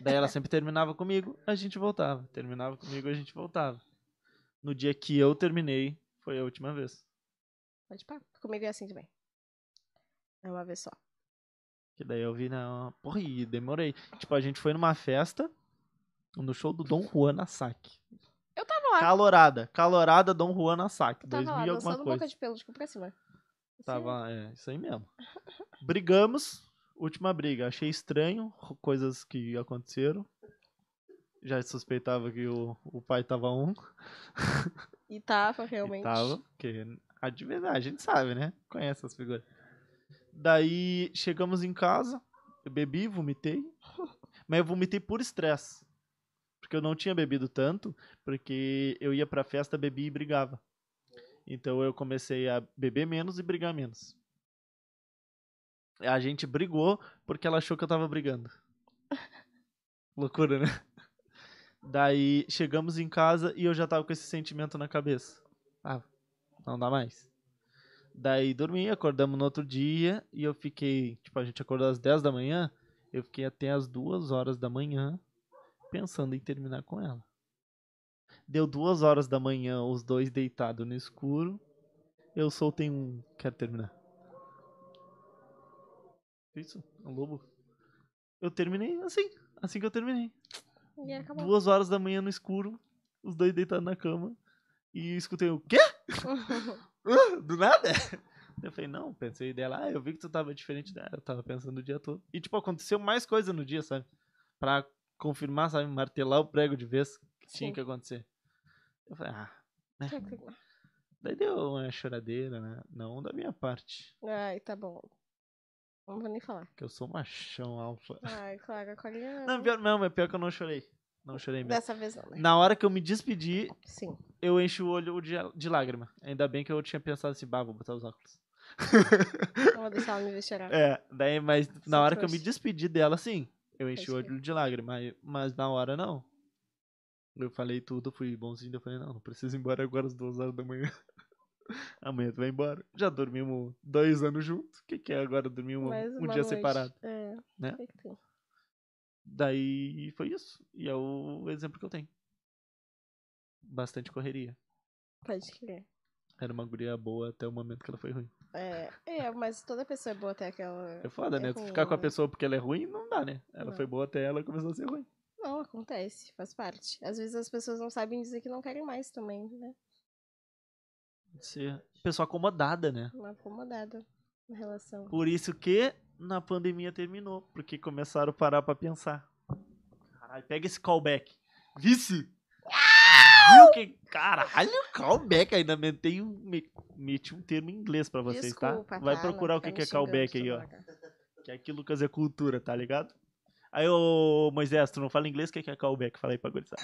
A: Daí ela sempre terminava comigo, a gente voltava. Terminava comigo, a gente voltava. No dia que eu terminei, foi a última vez.
B: Pode pá. Comigo é assim também. É uma vez só.
A: Que daí eu vi na. Porra, e demorei. Tipo, a gente foi numa festa, no show do Dom Juan na SAC.
B: Eu tava lá.
A: Calorada, calorada Dom Juan na SAC.
B: Eu tava
A: 2000
B: lá,
A: e alguma
B: dançando boca
A: coisa.
B: de pelo, tipo, pra cima. Assim,
A: Tava, lá, é, isso aí mesmo. Brigamos, última briga. Achei estranho ro- coisas que aconteceram. Já suspeitava que o, o pai tava um.
B: E tava,
A: e
B: realmente.
A: tava, porque a de verdade, a gente sabe, né? Conhece as figuras. Daí chegamos em casa, eu bebi, vomitei. Mas eu vomitei por estresse. Porque eu não tinha bebido tanto, porque eu ia pra festa, bebi e brigava. Então eu comecei a beber menos e brigar menos. A gente brigou porque ela achou que eu tava brigando. Loucura, né? Daí chegamos em casa e eu já tava com esse sentimento na cabeça. Ah, não dá mais. Daí dormi, acordamos no outro dia e eu fiquei, tipo, a gente acordou às 10 da manhã, eu fiquei até às 2 horas da manhã pensando em terminar com ela. Deu duas horas da manhã, os dois deitados no escuro. Eu soltei um. Quero terminar. Isso, é um lobo. Eu terminei assim. Assim que eu terminei.
B: E acabou.
A: Duas horas da manhã no escuro, os dois deitados na cama. E escutei o quê?
B: Uh,
A: Ah, Do nada? Eu falei, não, pensei dela, ah, eu vi que tu tava diferente dela, eu tava pensando o dia todo. E tipo, aconteceu mais coisa no dia, sabe? Pra confirmar, sabe? Martelar o prego de vez que tinha
B: Sim.
A: que acontecer. Eu falei, ah,
B: Tinha que terminar.
A: daí deu uma choradeira, né? Não da minha parte,
B: Ai, tá bom. Não vou nem falar.
A: que eu sou machão alfa.
B: Ai, claro, a colinha.
A: Não, pior, não, é pior que eu não chorei. Não chorei mesmo.
B: Dessa vez não, né?
A: Na hora que eu me despedi,
B: Sim.
A: eu enchi o olho de, de lágrima. Ainda bem que eu tinha pensado assim, bah, vou botar os óculos.
B: Não vou deixar ela me ver chorar.
A: É, daí, mas na hora que eu me
B: trouxa.
A: despedi dela, sim, eu enchi o
B: Pode
A: olho de lágrima, mas, mas na hora não. Eu falei tudo, fui bonzinho, eu falei, não, não preciso ir embora agora às duas horas da manhã. Amanhã tu vai embora. Já dormimos dois anos juntos. O que, que é agora dormir um,
B: Mais
A: um
B: uma
A: dia
B: noite.
A: separado?
B: É.
A: né?
B: o que que tem?
A: Daí foi isso. E é o exemplo que eu tenho. Bastante correria.
B: Pode crer.
A: Era uma guria boa até o momento que ela foi ruim.
B: É, é, mas toda pessoa é boa até aquela.
A: É foda,
B: É
A: né? Tu
B: ruim,
A: ficar com a
B: né?
A: pessoa porque ela é ruim, não dá, né? Ela
B: Não.
A: foi boa até ela começou a ser ruim.
B: Não, acontece, faz parte. Às vezes as pessoas não sabem dizer que não querem mais também, né?
A: Ser pessoa acomodada, né?
B: Uma acomodada na relação.
A: Por isso que na pandemia terminou, porque começaram a parar pra pensar. Caralho, pega esse callback. Vice! Viu que... Caralho, callback. Ainda meti um, me- meti um termo em inglês pra vocês,
B: Desculpa,
A: tá? Vai
B: tá?
A: procurar
B: Não
A: o que,
B: fica
A: que
B: me
A: é callback aí,
B: xingando,
A: ó.
B: tô falando, cara.
A: Que aqui, Lucas, é cultura, tá ligado? Aí, ô Moisés, tu não fala inglês, o que que é callback? Fala aí pra gurizada.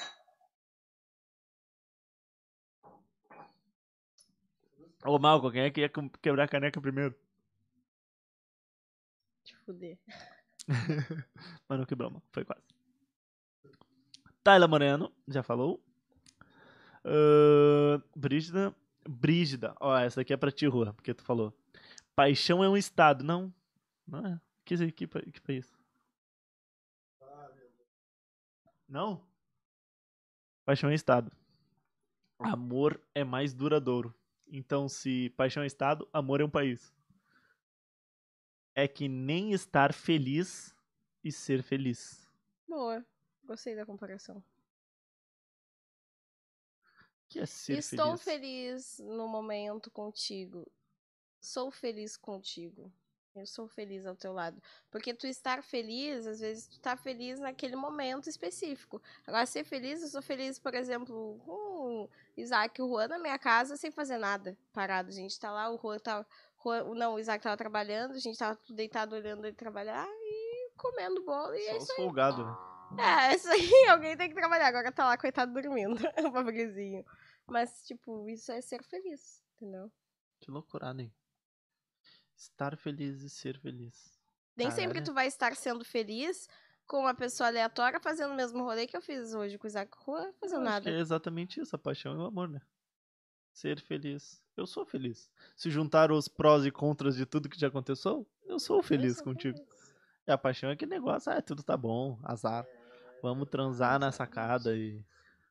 A: Ô Malco, quem é que ia com- quebrar a caneca primeiro?
B: Te fuder.
A: Mas não quebrou, mano. Foi quase. Tayla Moreno, já falou. Ahn, Brígida. Brígida. Ó, essa daqui é pra ti, Rua, porque tu falou. Paixão é um estado. Não, não é. Que, isso aí, que, pa- que país? Não? Paixão é estado. Amor é mais duradouro. Então, se paixão é estado, amor é um país. É que nem estar feliz e ser feliz.
B: Boa. Gostei da comparação.
A: O que é ser
B: Estou
A: feliz?
B: feliz no momento contigo. Sou feliz contigo. Eu sou feliz ao teu lado. Porque tu estar feliz, às vezes tu tá feliz naquele momento específico. Agora, ser feliz, eu sou feliz, por exemplo, com o Isaac e o Juan na minha casa sem fazer nada. Parado. A gente tá lá, o Juan tá. Juan- não, o Isaac tava trabalhando, a gente tava tudo deitado olhando ele trabalhar e comendo bolo. E é
A: Só
B: isso
A: os folgados. né?
B: é, isso aí alguém tem que trabalhar. Agora tá lá, coitado, dormindo. Pobrezinho. Mas, tipo, isso é ser feliz, entendeu?
A: Que loucurada, hein? Estar feliz e ser feliz.
B: Nem
A: Caralho.
B: sempre tu vai estar sendo feliz com uma pessoa aleatória fazendo o mesmo rolê que eu fiz hoje com o Isaac Rua, fazendo
A: Eu acho que
B: nada.
A: é exatamente isso, a paixão e o amor, né? Ser feliz. Eu sou feliz. Se juntar os prós e contras de tudo que já aconteceu, eu sou feliz
B: sou
A: contigo.
B: é feliz.
A: E a paixão é aquele negócio, ah, tudo tá bom, azar. Vamos transar na sacada e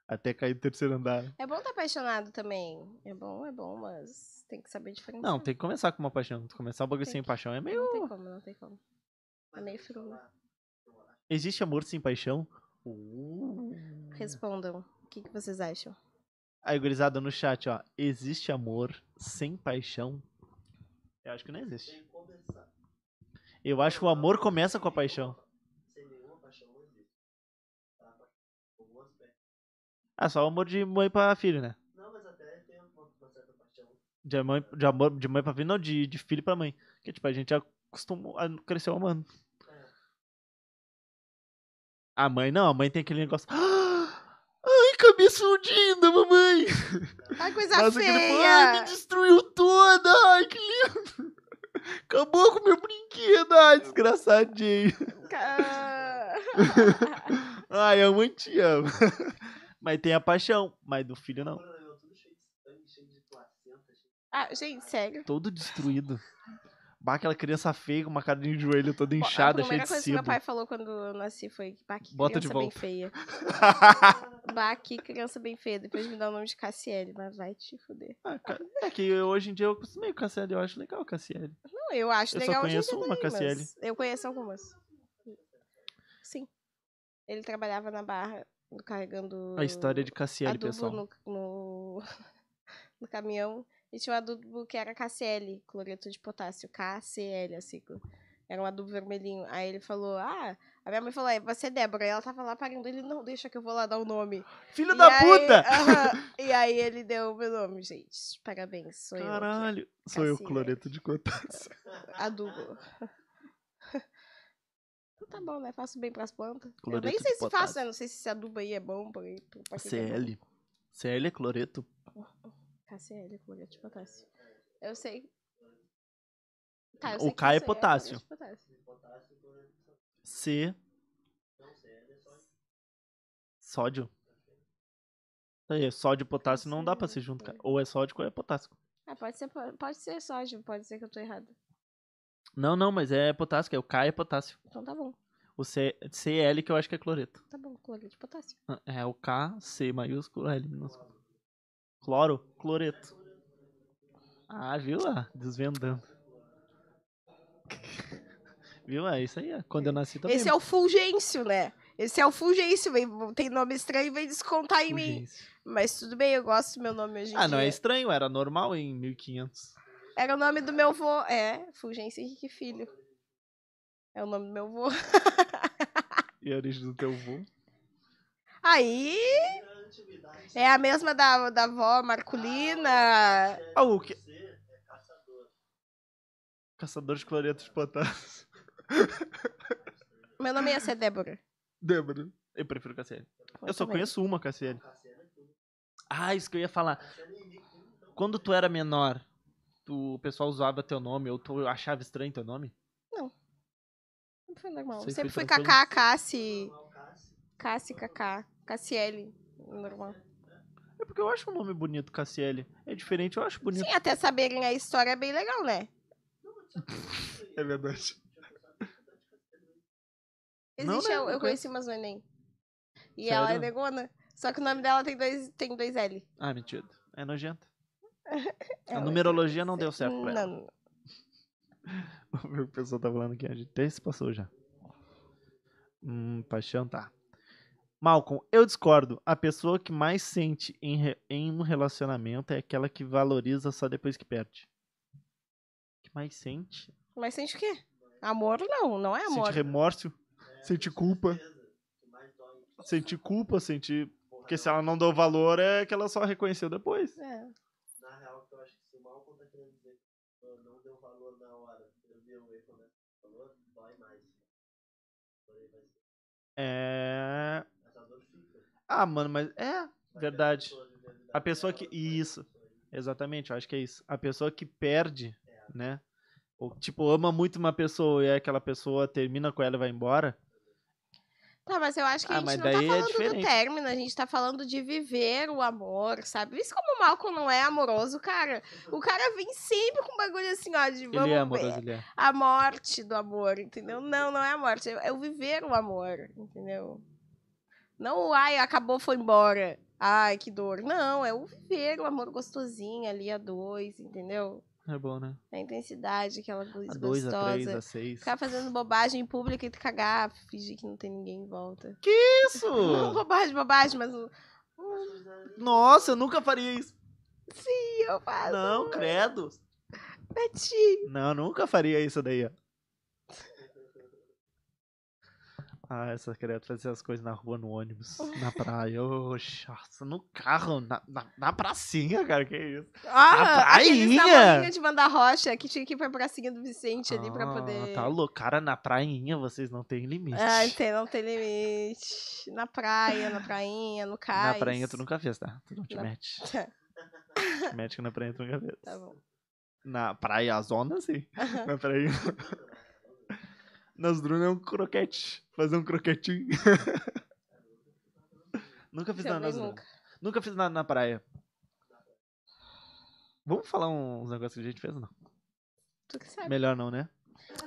A: até cair do terceiro andar.
B: É bom estar apaixonado também. É bom, é bom, mas tem que saber diferenciar.
A: Não, tem que começar com uma paixão. Tu Começar o bagulho
B: Tem
A: sem
B: que-
A: paixão é meio.
B: Não tem como, não tem como. É meio frio, né?
A: Existe amor sem paixão? Uh.
B: Respondam. O que, que vocês acham?
A: Aí, gurizada, no chat, ó. Existe amor sem paixão? Eu acho que não existe.
D: Tem que começar.
A: Eu acho que o amor começa com a paixão.
D: Sem nenhuma paixão não existe. Tá? O aspecto.
A: Ah, só o amor de mãe pra filho, né?
D: Não, mas até tem uma, uma certa paixão.
A: De, mãe, de, amor, de mãe pra filho, não, de, de filho pra mãe. Que, tipo, a gente acostumou a crescer amando. A mãe não, a mãe tem aquele negócio. "Ah! Ai, cabeça fundida, mamãe.
B: Ai, coisa
A: Mas aquele pô, ai,
B: feia.
A: me destruiu toda. Ai, que lindo. Acabou com meu brinquedo. Ai, desgraçadinho.
B: Ca-
A: Ai, a mãe te ama. Mas tem a paixão. Mas do filho, não.
D: Agora, meu, tudo cheio de sangue, cheio de placenta, cheio
B: Ah, gente, sério.
A: Todo destruído. Bah, aquela criança feia com uma cara de joelho toda
B: Pô,
A: inchada, cheia
B: a primeira
A: de
B: coisa que
A: sebo.
B: meu pai falou quando eu nasci foi bah, que
A: Bota de
B: criança bem
A: volta."
B: feia. Bah, que criança bem feia. Depois me dá o nome de Cassiele, mas vai te fuder.
A: Ah, ca- É que eu- hoje em dia eu acostumei com o Cassiel. Eu acho legal o Cassiel.
B: Não, eu acho
A: Eu só
B: legal hoje em
A: conheço
B: dia
A: uma
B: também,
A: Cassiele.
B: mas Eu conheço algumas. Sim. Ele trabalhava na barra carregando
A: A história de Cassiel,
B: adubo
A: pessoal.
B: no, no, no caminhão. E tinha um adubo que era KCL, cloreto de potássio. KCL, a sigla. Era um adubo vermelhinho. Aí ele falou, ah... A minha mãe falou, "É, você é Débora. E ela tava lá parindo. Ele, não, deixa que eu vou lá dar o nome.
A: Filho
B: E
A: da
B: aí-
A: puta!
B: aham, e aí ele deu o meu nome, gente. Parabéns, sou eu.
A: Caralho. Sou eu,
B: Cassiel.
A: Cloreto de Cotas.
B: aqui. Adubo. Então tá bom, né? Faço bem pras plantas. eu
A: Cloreto
B: nem
A: de
B: sei se faço,
A: potássio.
B: né? Não sei se esse adubo aí é bom pra, pra- pra quem que é bom.
A: CL. CL é Cloreto.
B: KCL, cloreto de potássio. Eu sei. Tá,
A: O
B: sei que
A: K é
B: isso aí
A: potássio.
B: cloreto de potássio.
D: de potássio, cloreto de sódio.
A: C.
D: Não sei, é só
A: Sódio. Aí, sódio e potássio não dá pra se juntar. Ou é sódio ou é potássio.
B: Ah, pode ser, po- pode ser sódio, pode ser que eu tô errada.
A: Não, não, mas é potássio. que É o K é potássio.
B: Então tá bom,
A: O C, CL que eu acho que é cloreto.
B: tá bom, cloreto de potássio.
A: Ah, É o K, C maiúsculo, L minúsculo. Cloro, cloreto. Ah, viu lá? Desvendando. viu lá? É isso aí. ó. Quando eu nasci também.
B: Esse é o Fulgêncio, né? Esse é o Fulgêncio, vem, tem nome estranho e vem descontar em mim.
A: Fulgêncio.
B: Mas tudo bem, eu gosto do meu nome hoje em
A: Ah, não é
B: dia.
A: estranho, era normal em 1500.
B: Era o nome do meu vô. É, Fulgêncio Henrique Filho. É o nome do meu vô.
A: E a origem do teu vô.
B: Aí
D: na antiguidade.
B: é a mesma da, da avó Marculina.
A: Ah, o que?
D: Você é caçador.
A: Caçador de cloreto de potássio.
B: Meu nome ia ser Débora.
A: Débora. Eu prefiro Cassiel. Eu só
B: também.
A: conheço uma Cassiel.
D: Cassiano é tudo.
A: Ah, isso que eu ia falar.
D: Cassiano é inimigo, então.
A: Quando tu era menor, tu- o pessoal usava teu nome ou tu achava estranho teu nome?
B: Sempre foi normal.
A: Sempre
B: Sempre
A: foi
B: fui
A: tranquilo.
B: Kaká, Cassi.
D: Normal, Cássio.
B: Cassi, Kaká. Cassiele. Normal.
A: É porque eu acho um nome bonito, Cassiele. É diferente, eu acho bonito.
B: Sim, até saberem a história é bem legal, né?
A: É verdade. Não,
B: Existe,
A: né?
B: eu,
A: Eu
B: eu conheci uma Zoenem. E
A: Sério?
B: ela é negona. Só que o nome dela tem dois, tem dois L.
A: Ah, mentira. É nojento. A
D: É,
B: Ela- é
A: numerologia não deu certo né? pra ela.
B: Não,
A: O pessoal tá falando que a gente até se passou já. Hum, paixão, tá. Malcolm, eu discordo. A pessoa que mais sente em, re- em um relacionamento é aquela que valoriza só depois que perde. Que mais sente?
B: Mas sente o quê? Amor não, não é amor.
A: Sente remorso, É, sente culpa. Sente culpa, sente. Porque se ela não deu valor, é que ela só reconheceu depois.
B: É.
D: Na real, que eu acho que se o Malcolm tá querendo dizer que eu não deu valor na hora, eu dei um erro, né? Valor dói mais. Porém, vai ser.
A: É.
D: Essa dor fica.
A: Ah, mano, mas. É,
D: Vai
A: Verdade.
D: ter pessoa vivendo
A: A pessoa que-
D: dela, vai ter
A: isso.
D: pessoa aí.
A: Exatamente, eu acho que é isso. A pessoa que perde, né? Ou, tipo, ama muito uma pessoa e é aquela pessoa termina com ela e vai embora.
B: Tá, mas eu acho que
A: Ah,
B: a gente
A: mas
B: não
A: daí
B: tá
A: é
B: falando do
A: diferente.
B: término, a gente tá falando de viver o amor, sabe? Visto como o Malcolm não é amoroso, cara. O cara vem sempre com um bagulho assim, ó, de vamos
A: ele é
B: ver.
A: amoroso, ele é.
B: a morte do amor, entendeu? Não, não é a morte, é é o viver o amor, entendeu? Não o ai, acabou, foi embora. Ai, que dor. Não, é o viver o amor gostosinho ali a dois, entendeu?
A: É bom, né?
B: A intensidade, aquela coisa
A: A 2, a 3,
B: gostosa.
A: a 6.
B: Ficar fazendo bobagem pública e tu cagar, fingir que não tem ninguém em volta.
A: Isso!
B: Não bobagem, bobagem, mas o-
A: Nossa, eu nunca faria isso.
B: Ih, eu faço.
A: Não, credo.
B: Betinho.
A: Não, nunca faria isso daí, ó. Ah, essa queria trazer as coisas na rua, no ônibus, na praia, oxa, no carro, na, na, na pracinha, cara, que isso.
B: Ah, aqueles
A: prainha!
B: namorinhos de mandar rocha que tinha que ir pra pracinha do Vicente ali pra
A: Ah,
B: poder.
A: Tá louco, cara, na prainha vocês não têm limite.
B: Ah, tem, não tem limite. Na praia, na prainha, no cais.
A: na prainha tu nunca fez, tá? Tu não te
B: Na-
A: mete. te mete que na prainha tu nunca fez.
B: Tá bom.
A: Na praia zona, sim. Na praia. Nas drunas é um croquete. Fazer um croquetinho. nunca fiz nada
B: Também
A: nas drunas.
B: nunca.
A: Nunca fiz nada na praia. Vamos falar uns negócios que a gente fez, não?
B: Tu que sabe.
A: Melhor não, né?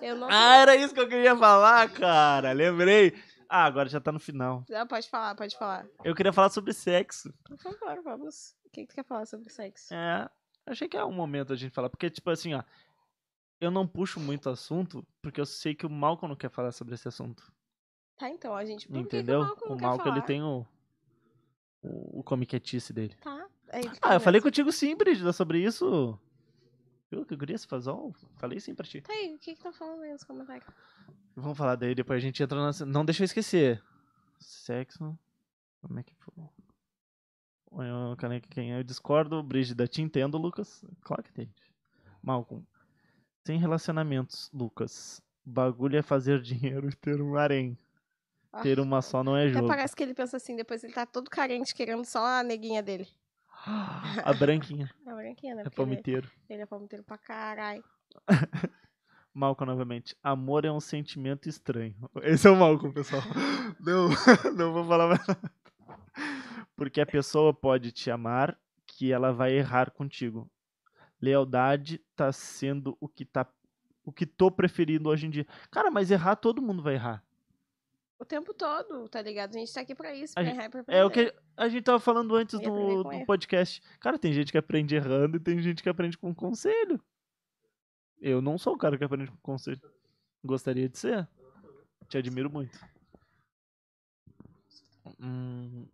B: Eu não.
A: Ah, era isso que eu queria falar, cara. Lembrei. Ah, agora já tá no final.
B: Não, Ah, pode falar, pode falar.
A: Eu queria falar sobre sexo.
B: Por favor, vamos. O que, que tu quer falar sobre sexo?
A: É. Achei que é um momento a gente falar. Porque, tipo assim, ó. Eu não puxo muito assunto, porque eu sei que o Malcolm não quer falar sobre esse assunto.
B: Tá, então, a gente. Por que que
A: entendeu?
B: o Malcolm não
A: o
B: quer
A: Malcolm, ele
B: falar?
A: tem o. O, o comiquetice dele.
B: Tá. aí tu
A: Ah, eu
B: começa.
A: falei contigo sim, Brígida, sobre isso. Viu que guria se faz ó, Falei sim pra ti.
B: Tá aí, o que que tá falando aí nos comentários?
A: Vamos falar daí, depois a gente entra na. Não deixa eu esquecer. Sexo. Como é que é foi? Eu, cara, quem eu discordo, Brígida, te entendo, Lucas. Claro que entende. Malcolm. Sem relacionamentos, Lucas. Bagulho é fazer dinheiro e ter um harém.
B: Ah,
A: Ter uma só não é
B: Até
A: jogo.
B: parece que ele pensa assim, depois ele tá todo carente, querendo só a neguinha dele.
A: A branquinha.
B: A branquinha, né?
A: É
B: Porque ele,
A: palmiteiro.
B: ele é palmiteiro pra caralho.
A: Malcolm novamente. Amor é um sentimento estranho. Esse é o Malcolm, pessoal. Não, não vou falar mais nada. Porque a pessoa pode te amar que ela vai errar contigo. Lealdade tá sendo o que tá o que tô preferindo hoje em dia. Cara, mas errar todo mundo vai errar.
B: O tempo todo, tá ligado? A gente tá aqui pra isso,
A: A
B: pra
A: gente-
B: errar e pra
A: É o
B: aprender.
A: que a gente tava falando antes
B: Eu ia aprender
A: do,
B: com
A: do
B: erro.
A: podcast. Cara, tem gente que aprende errando e tem gente que aprende com conselho. Eu não sou o cara que aprende com conselho. Gostaria de ser. Te admiro muito. Hum.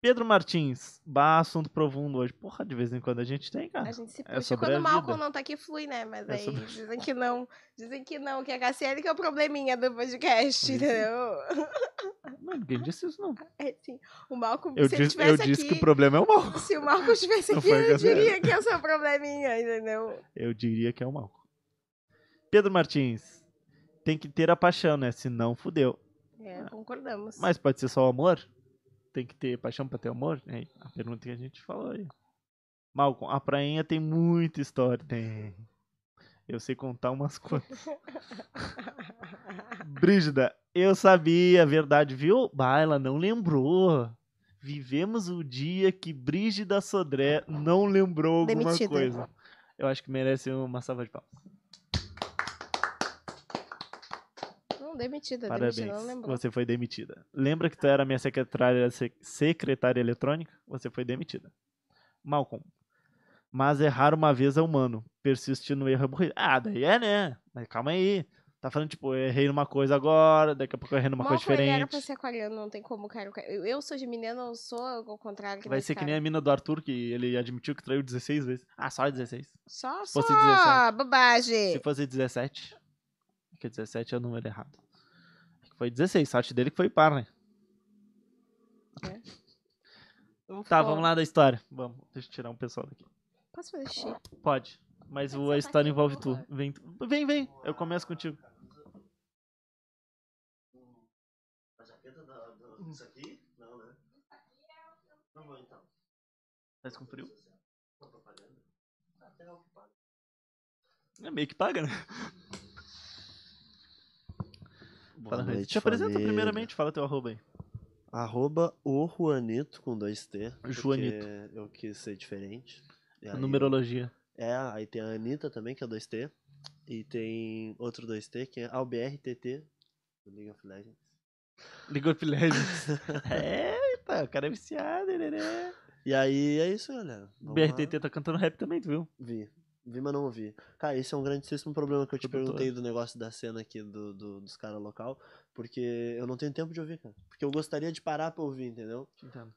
A: Pedro Martins. Bah, assunto profundo hoje. Porra, de vez em quando a gente tem,
B: A
A: cara.
B: gente se
A: É
B: puxa.
A: sobre
B: Quando
A: a
B: o Malcolm
A: vida.
B: não tá aqui, flui, né? Mas
A: É
B: aí
A: sobre-
B: dizem que não. Dizem que não, que a Cassiane que é o probleminha do podcast,
A: Dizem.
B: entendeu?
A: Não, ninguém disse isso, não.
B: É assim, o Malcolm,
A: Eu disse,
B: se ele
A: eu
B: estivesse aqui...
A: disse que o problema é o mal.
B: Se o Malcolm estivesse
A: Não
B: aqui,
A: foi a
B: eu
A: Cassiane.
B: diria que é o seu probleminha, entendeu?
A: Eu diria que é o mal. Pedro Martins. Tem que ter a paixão, né? Senão fudeu.
B: É, concordamos.
A: Ah. Mas pode ser só o amor? Tem que ter paixão pra ter amor? É a pergunta que a gente falou aí. Malcolm, a prainha tem muita história. Tem. Eu sei contar umas coisas. Brígida, eu sabia, a verdade, viu? Bah, ela não lembrou. Vivemos o dia que Brígida Sodré não lembrou alguma
B: Demitida.
A: coisa. Eu acho que merece uma salva de palmas.
B: Não, demitida, demitida, não
A: Parabéns,
B: lembrou.
A: você foi demitida. Lembra que tu era minha secretária, se- secretária eletrônica? Você foi demitida. Malcolm. Mas errar uma vez é humano. Persistir no erro é burrice. Ah, daí é, né? Mas calma aí. Tá falando, tipo, eu errei numa coisa agora, daqui a pouco eu errei numa
B: Malcolm,
A: é coisa
B: ele né? era pra
A: diferente.
B: ser aquariano, não tem como, cara. Eu, eu sou geminiana, eu sou ao contrário.
A: Vai ser que nem a mina do Arthur, que ele admitiu que traiu 16 vezes. Ah, só 16.
B: Só, só,
A: fosse 17.
B: bobagem.
A: Se fosse 17. Porque 17 é o número errado. É Foi 16, sorte dele que foi par, né? Tá, vamos lá da história. Vamos, deixa eu tirar um pessoal daqui.
B: Posso fazer xixi?
A: Pode. Mas
B: Pode
A: o-
B: sentar
A: a história
B: aqui,
A: envolve
B: por
A: tu.
B: favor.
A: Vem, tu. vem, vem. Eu começo contigo.
D: A jaqueta da, do, isso aqui? Não, né? Não vou então.
A: Mas com frio.
D: Uma propaganda? Ah, tem algo que paga.
A: É meio que paga, né?
E: Boa
A: Fala, Reis.
E: noite,
A: Te apresenta
E: família.
A: primeiramente, fala teu arroba aí.
E: Arroba o Juanito com dois T. porque
A: Juanito.
E: Eu quis ser diferente. E aí-
A: Numerologia.
E: É, aí tem a Anitta também, que é 2T. E tem outro 2T, que é AlbrTT, do League of Legends.
A: League of Legends. Eita, o cara é viciado, hererê.
E: E aí é isso, galera.
A: O
E: Vamos lá.
A: BRTT tá cantando rap também, tu viu?
E: Vi. Vi, mas não ouvi. Cara, esse é um grandíssimo problema que eu te
A: Produtor.
E: perguntei do negócio da cena aqui do, do- dos caras local, porque eu não tenho tempo de ouvir, cara. Porque eu gostaria de parar pra ouvir, entendeu?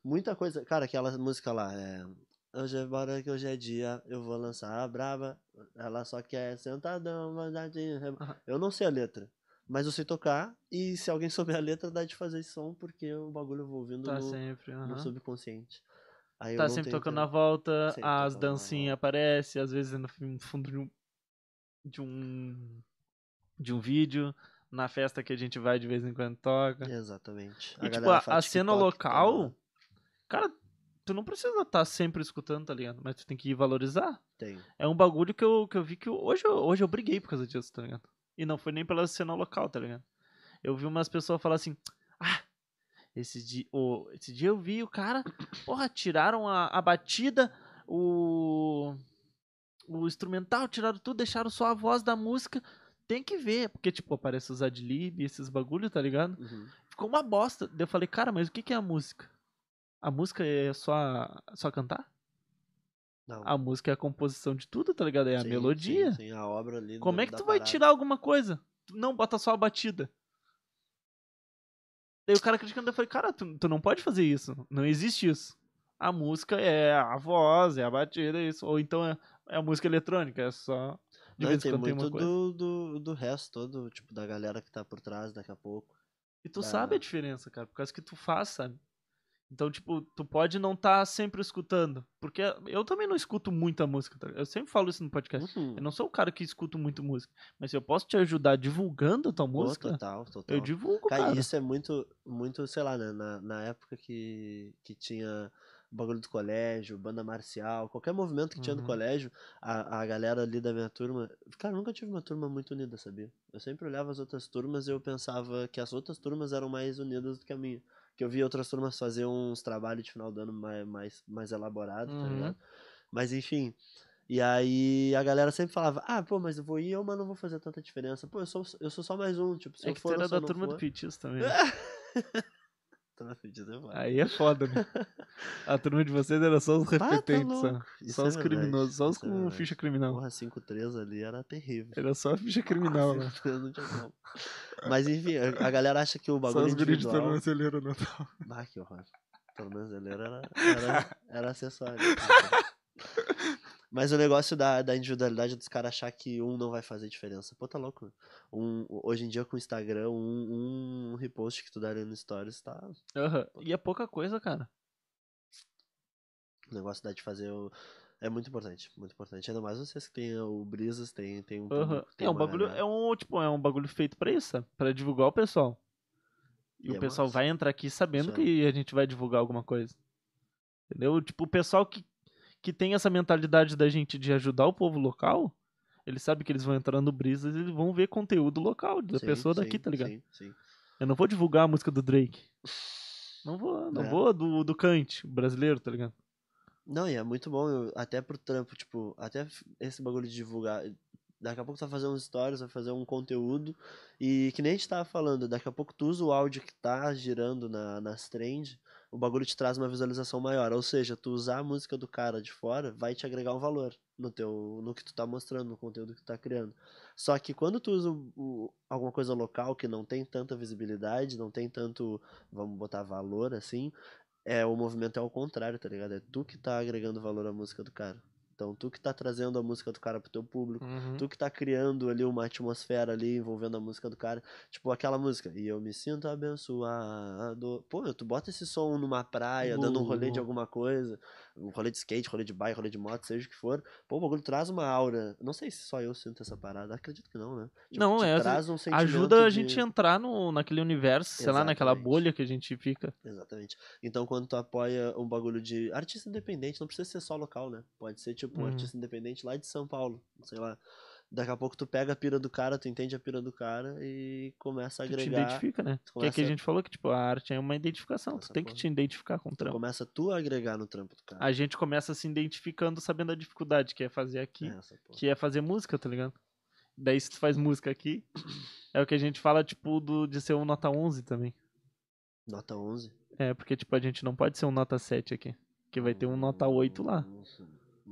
E: Muita coisa. Cara, aquela música lá, é. Hoje é bora que hoje é dia, eu vou lançar a brava. Ela só quer sentadão, mas já tinha-
A: Aham.
E: Eu não sei a letra. Mas eu sei tocar e se alguém souber a letra, dá de fazer som, porque o bagulho eu vou ouvindo
A: Tá
E: no,
A: sempre.
E: no
A: aham.
E: subconsciente. Aí eu
A: Tá
E: não
A: sempre
E: tenho
A: tocando na
E: tempo.
A: volta,
E: Sempre
A: as
E: tocando na
A: dancinhas aparecem, às vezes é no fim- fundo de um, de um. de um vídeo. Na festa que a gente vai de vez em quando toca.
E: Exatamente.
A: né? E, tipo,
E: É, galera
A: a,
E: faz
A: a cena
E: TikTok
A: local.
E: também. né?
A: Cara, tu não precisa estar sempre escutando, tá ligado? Mas tu tem que valorizar.
E: Tem.
A: É um bagulho que eu, que eu vi que eu- hoje, eu- hoje eu briguei por causa disso, tá ligado? E não foi nem pela cena local, tá ligado? Eu vi umas pessoas falar assim: Ah, esse dia, ô, esse dia eu vi o cara, porra, tiraram a, a batida, o, o instrumental, tiraram tudo, deixaram só a voz da música. Tem que ver, porque, tipo, aparece os adlib, esses bagulho, tá ligado?
E: Uhum.
A: Ficou uma bosta. Daí eu falei, cara, mas o que, que é a música? A música é só, só cantar?
E: Não.
A: A música é a composição de tudo, tá ligado? É a
E: Sim,
A: melodia.
E: Sim, sim, a obra ali.
A: Como
E: do-
A: é que
E: da
A: tu vai
E: parada.
A: tirar alguma coisa? Tu não bota só a batida. Daí o cara criticando, eu falei, cara, tu, tu não pode fazer isso. Não existe isso. A música é a voz, é a batida, é isso. Ou então é, é a música eletrônica, é só. De
E: Não,
A: vez em
E: tem
A: quando tem uma
E: muito
A: coisa.
E: do, do, do resto todo, tipo, da galera que tá por trás daqui a pouco.
A: E tu
E: da-
A: sabe a diferença, cara, por causa que tu faz, sabe? Então, tipo, tu pode não estar sempre escutando. Porque eu também não escuto muita música, tá? ligado? Eu sempre falo isso no podcast.
E: Uhum.
A: Eu não sou o cara que escuto muito música. Mas se eu posso te ajudar divulgando a tua
E: Pô,
A: música,
E: total, total.
A: eu divulgo,
E: Cara,
A: cara.
E: isso é muito, muito, sei lá, né, na, na época que, que tinha o bagulho do colégio, banda marcial, qualquer movimento que tinha no
A: Uhum.
E: colégio, a, a galera ali da minha turma. Cara, eu nunca tive uma turma muito unida, sabia? Eu sempre olhava as outras turmas e eu pensava que as outras turmas eram mais unidas do que a minha. Que eu via outras turmas fazer uns trabalhos de final de ano mais, mais, mais elaborados, tá
A: Uhum.
E: ligado? Mas enfim. E aí a galera sempre falava, ah, pô, mas eu vou ir, eu, mas não vou fazer tanta diferença. Pô, eu sou, eu sou só mais um, tipo, se
A: É
E: eu
A: que tu
E: for, eu
A: era
E: só
A: da
E: não
A: turma
E: for.
A: do Pitis também. né?
E: Tráfico de demais.
A: Aí é foda, né? A turma de vocês era só os
E: tá
A: repetentes,
E: louco.
A: só.
E: Isso
A: Só
E: é
A: os
E: verdade,
A: criminosos, só os
E: isso é
A: com
E: verdade.
A: ficha criminal.
E: Porra, é 5-3 ali era terrível.
A: Era só ficha criminal, né?
E: 5-3 não tinha como. Mas enfim, a a galera acha que o
A: Só
E: um bagulho é
A: os guris de né?
E: individual...
A: torno celeiro, não.
E: Ah, que horror. Tornozeleiro era, era, era acessório. Ah, tá. Mas o negócio da, da individualidade dos caras achar que um não vai fazer diferença. Pô, tá louco. Um, hoje em dia com o Instagram, um, um repost que tu dá ali no Stories, tá...
A: Aham. E é pouca coisa, cara.
E: O negócio dá de fazer o... É muito importante, muito importante. Ainda mais vocês que tem o Brisas, tem, tem um
A: Aham.
E: público, tem
A: É um
E: uma
A: bagulho,
E: galera.
A: é um, tipo, é um bagulho feito pra isso, sabe? Pra divulgar o pessoal. E,
E: E
A: o
E: é
A: pessoal
E: massa.
A: vai entrar aqui sabendo
E: Isso é.
A: que a gente vai divulgar alguma coisa. Entendeu? Tipo, o pessoal que, que tem essa mentalidade da gente de ajudar o povo local, eles sabem que eles vão entrar no Brisas e eles vão ver conteúdo local da
E: Sim,
A: pessoa
E: sim,
A: daqui, tá ligado?
E: Sim, sim.
A: Eu não vou divulgar a música do Drake. Não vou, não
E: É.
A: vou do, do Kant, brasileiro, tá ligado?
E: Não, e é muito bom, eu- até pro trampo, tipo, até f- esse bagulho de divulgar. Daqui a pouco tu vai fazer uns stories, vai fazer um conteúdo. E que nem a gente tava falando, daqui a pouco tu usa o áudio que tá girando na, nas trends, o bagulho te traz uma visualização maior. Ou seja, tu usar a música do cara de fora vai te agregar um valor no teu no que tu tá mostrando, no conteúdo que tu tá criando. Só que quando tu usa o- o- alguma coisa local que não tem tanta visibilidade, não tem tanto, vamos botar valor assim, é, o movimento é o contrário, tá ligado? É tu que tá agregando valor à música do cara. Então, tu que tá trazendo a música do cara pro teu público,
A: Uhum.
E: tu que tá criando ali uma atmosfera ali envolvendo a música do cara. Tipo, aquela música, e eu me sinto abençoado. Pô, tu bota esse som numa praia, dando um rolê de
A: Uh.
E: alguma coisa, um rolê de skate, rolê de bike, rolê de moto, seja o que for. Pô, o bagulho traz uma aura. Não sei se só eu sinto essa parada, acredito que não, né? Tipo,
A: Não,
E: te
A: é,
E: traz um sentimento
A: Ajuda a
E: de-
A: gente a entrar no, naquele universo, sei lá, naquela
E: Exatamente.
A: bolha que a gente fica.
E: Exatamente. Então, quando tu apoia um bagulho de artista independente, não precisa ser só local, né? Pode ser tipo um
A: Uhum.
E: artista independente lá de São Paulo, sei lá. Daqui a pouco tu pega a pira do cara, tu entende a pira do cara e começa a
A: Tu te
E: agregar.
A: identifica, né? Que é que a
E: começa-
A: gente falou que, tipo, a arte é uma identificação. Tu
E: Essa
A: tem que
E: porra.
A: te identificar com o
E: Tu
A: trampo.
E: começa tu a agregar no trampo do cara.
A: A gente começa se identificando sabendo a dificuldade que é fazer aqui,
E: É, essa porra.
A: que é fazer música, tá ligado? Daí se tu faz música aqui, é o que a gente fala, tipo, do, de ser um nota 11 também.
E: Nota 11.
A: É, porque, tipo, a gente não pode ser um nota 7 aqui, que vai ter um nota 8 lá.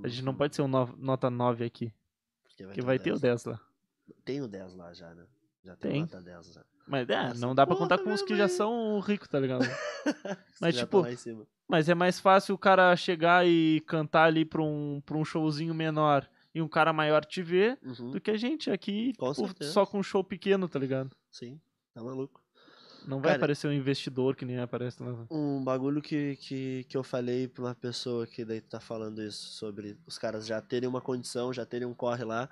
A: A gente não pode ser um no- nota 9 aqui,
E: Porque um
A: que vai ter o 10 lá.
E: Tem o 10 lá já, né? Já
A: Tem.
E: tem, o nota 10 já.
A: Mas, é,
E: Essa
A: não dá pra
E: porra
A: contar com os que
E: mesmo
A: já
E: aí.
A: são ricos, tá ligado? Mas,
E: Já tá
A: tipo,
E: lá em cima.
A: Mas é mais fácil o cara chegar e cantar ali pra um, pra um showzinho menor e um cara maior te ver
E: Uhum.
A: do que a gente aqui
E: Com
A: tipo,
E: certeza.
A: só com um show pequeno, tá ligado?
E: Sim, tá maluco.
A: Não vai
E: Cara,
A: aparecer um investidor que nem aparece lá.
E: Um bagulho que, que, que eu falei pra uma pessoa que daí tá falando isso, sobre os caras já terem uma condição, já terem um corre lá.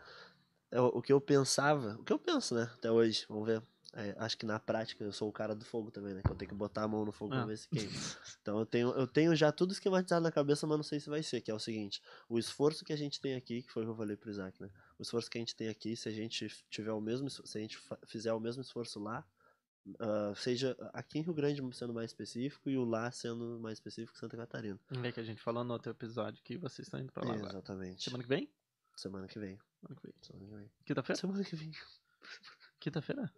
E: É o, o que eu pensava, o que eu penso, né, até hoje, vamos ver. É, acho que na prática eu sou o cara do fogo também, né? Que eu tenho que botar a mão no fogo pra
A: Ah.
E: ver se queima. Então eu tenho, eu tenho já tudo esquematizado na cabeça, mas não sei se vai ser, que é o seguinte. O esforço que a gente tem aqui, que foi o que eu falei pro Isaac, né? O esforço que a gente tem aqui, se a gente tiver o mesmo, esfor- se a gente fa- fizer o mesmo esforço lá, ah, seja aqui em Rio Grande sendo mais específico e o lá sendo mais específico Santa Catarina.
A: É que a gente falou no outro episódio que vocês estão indo pra lá agora.
E: Exatamente.
A: Semana que vem?
E: Semana que vem.
A: Semana que vem.
E: Semana que vem.
A: Quinta-feira?
E: Semana que vem.
A: Quinta-feira?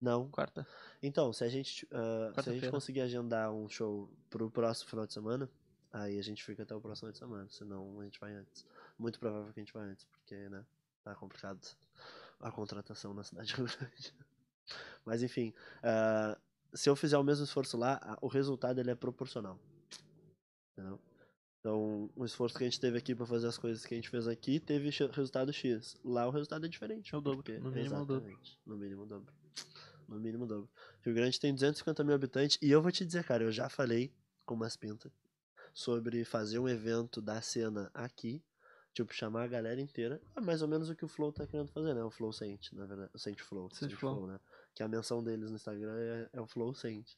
E: Não,
A: Quarta?
E: Então, se a gente, ah, se a gente
A: Quarta-feira.
E: conseguir agendar um show pro próximo final de semana, aí a gente fica até o próximo final de semana. Senão a gente vai antes. Muito provável que a gente vai antes, porque, né, tá complicado a contratação na cidade do Rio grande. Mas enfim, ah, se eu fizer o mesmo esforço lá, a- o resultado ele é proporcional. Entendeu? Então, o esforço que a gente teve aqui pra fazer as coisas que a gente fez aqui teve xe- resultado X. Lá o resultado é diferente.
A: É o dobro,
E: porque-
A: no mínimo é o dobro.
E: Exatamente, No mínimo o dobro. No mínimo o dobro. Rio Grande tem 250 mil habitantes e eu vou te dizer, cara, eu já falei com umas pintas sobre fazer um evento da cena aqui, tipo, chamar a galera inteira. É mais ou menos o que o Flow tá querendo fazer, né? O Flow Saint, na verdade. O Saint Flow.
A: Saint
E: Saint
A: Flow.
E: Flow, né? Que a menção deles no Instagram é, é o Flow Saint.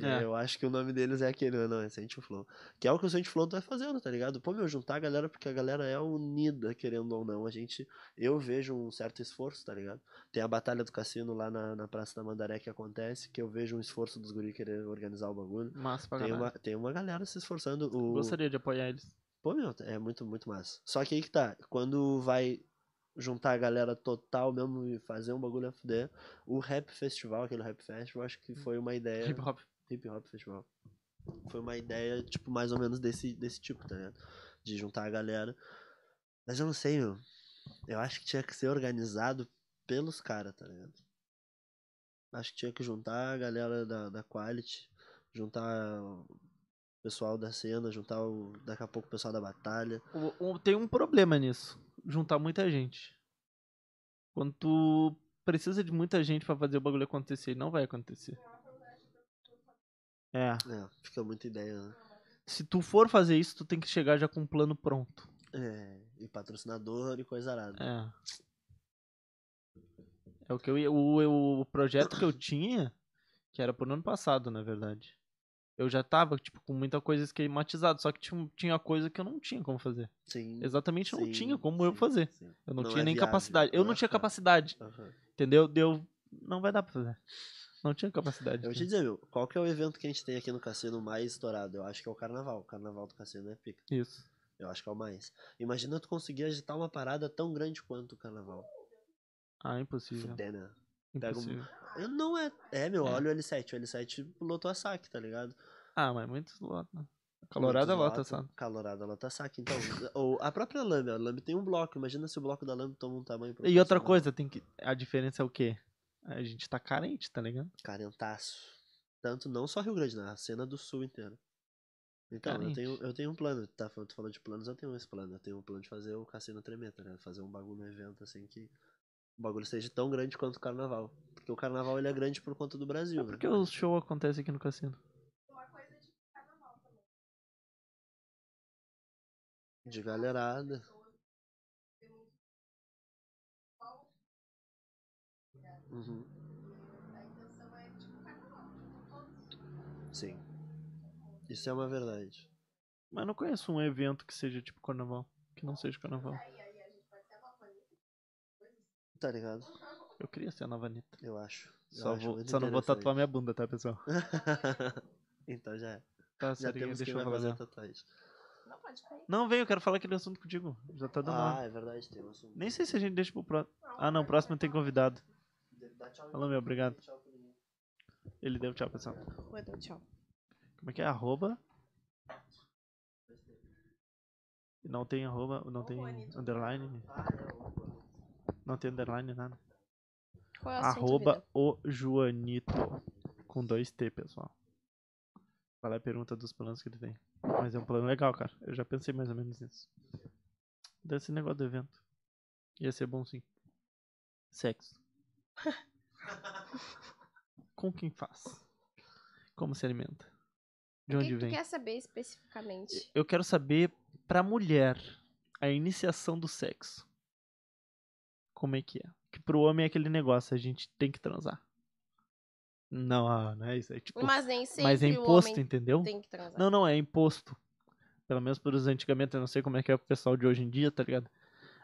E: E
A: É.
E: Eu acho que o nome deles é aquele, não, é Saint Flow. Que é o que o Saint Flow tá fazendo, tá ligado? Pô, meu, juntar a galera, porque a galera é unida, querendo ou não. A gente, eu vejo um certo esforço, tá ligado? Tem a Batalha do Cassino lá na, na Praça da Mandaré que acontece, que eu vejo um esforço dos guri querer organizar o bagulho.
A: Massa pra
E: Tem
A: caralho.
E: uma, tem uma galera se esforçando. O...
A: Gostaria de apoiar eles.
E: Pô, meu, é muito, muito massa. Só que aí que tá, quando vai juntar a galera total mesmo e fazer um bagulho a fuder, o Rap Festival, aquele Rap Festival, acho que foi uma ideia...
A: Hip hop.
E: Hip Hop Festival. Foi uma ideia, tipo, mais ou menos desse, desse tipo, tá ligado? De juntar a galera. Mas eu não sei, meu. Eu acho que tinha que ser organizado pelos caras, tá ligado? Acho que tinha que juntar a galera da, da Quality, juntar o pessoal da cena, juntar o, daqui a pouco o pessoal da batalha.
A: O- o- Tem um problema nisso. Juntar muita gente. Quando tu precisa de muita gente pra fazer o bagulho acontecer, não vai acontecer. É.
E: É, fica muita ideia, né?
A: Se tu for fazer isso, tu tem que chegar já com um plano pronto.
E: É, e patrocinador e coisa arada.
A: É. É o que eu ia- o, eu- o projeto que eu tinha, que era pro ano passado, na verdade. Eu já tava, tipo, com muita coisa esquematizada, só que tinha, tinha coisa que eu não tinha como fazer.
E: Sim.
A: Exatamente não
E: sim,
A: tinha como eu
E: sim,
A: fazer.
E: sim.
A: Eu não,
E: Não
A: tinha
E: é
A: nem
E: viável,
A: capacidade. Eu
E: não
A: não
E: é
A: tinha
E: fácil.
A: capacidade.
E: Aham.
A: Entendeu? Deu. Não vai dar pra fazer. Não tinha capacidade.
E: Eu vou te dizer, meu, qual que é o evento que a gente tem aqui no cassino mais estourado? Eu acho que é o carnaval. O carnaval do cassino é pica.
A: assim, Isso.
E: Eu acho que é o mais. Imagina tu conseguir agitar uma parada tão grande quanto o carnaval.
A: Ah, impossível.
E: Fuder, né? pega um-
A: impossível.
E: Eu não é. É, meu,
A: É.
E: olha o L7. O L7 lotou a saque, tá ligado?
A: Ah, mas muitos lotam. Colorado é
E: Muitos
A: lota,
E: lotam,
A: sabe?
E: Calorada lota a saque. Então, ou a própria Lamb, a Lamb tem um bloco. Imagina se o bloco da Lamb toma um tamanho
A: E outra
E: proporcional.
A: coisa, tem que. A diferença é o quê? A gente tá carente, tá ligado?
E: Carentaço. Tanto não só Rio Grande, né? A cena do sul inteira. Então, eu
A: Carente.
E: tenho, eu tenho um plano. Tá falando, tu falou de planos, eu tenho esse plano. Eu tenho um plano de fazer o cassino tremer, tá ligado? Fazer um bagulho, um evento assim que o bagulho seja tão grande quanto o carnaval. Porque o carnaval ele é grande por conta do Brasil.
A: É
E: né?
A: porque o show acontece aqui no cassino.
E: De galerada. Uhum. Sim. Isso é uma verdade.
A: Mas não conheço um evento que seja tipo carnaval. Que não seja carnaval.
E: Tá ligado?
A: Eu queria ser a nova Anitta.
E: Eu acho. Eu
A: Só,
E: acho
A: vou,
E: muito
A: só não vou
E: interessante.
A: tatuar minha bunda, tá, pessoal?
E: então já é.
A: Tá,
E: Já
A: Sarinha,
E: temos
A: deixa
E: quem
A: eu
E: vai fazer a
A: falar.
E: tatuagem.
B: Não pode cair.
A: Não, vem, eu quero falar aquele assunto contigo. Já tá dando
E: Ah,
A: hora.
E: é verdade, tem um assunto.
A: Nem sei se a gente deixa pro próximo. Ah, não, próximo tem convidado.
E: Dá tchau,
A: Alô, meu, obrigado.
E: tchau pra ninguém.
A: Ele deu tchau, pessoal.
B: Vou dar um tchau.
A: Como é que é? Arroba. Não tem arroba, não tem underline.
E: Ah,
A: Não tem underline, nada.
B: Qual é o assunto,
A: Arroba
B: vida?
A: o Joanito. Com dois T, pessoal. Qual é a pergunta dos planos que ele tem? Mas é um plano legal, cara. Eu já pensei mais ou menos nisso. Desse negócio do evento. Ia ser bom sim. Sexo. Com quem faz? Como se alimenta? De
B: O
A: onde
B: que, que tu
A: vem?
B: quer saber especificamente?
A: Eu quero saber pra mulher a iniciação do sexo. Como é que é? Que pro homem é aquele negócio, a gente tem que transar. Não, ah, não é isso. É tipo,
B: Mas nem sempre
A: mas é
B: o
A: imposto,
B: homem
A: entendeu?
B: tem que transar.
A: Não, não, é imposto. Pelo menos por os antigamente, eu não sei como é que é o pessoal de hoje em dia, tá ligado?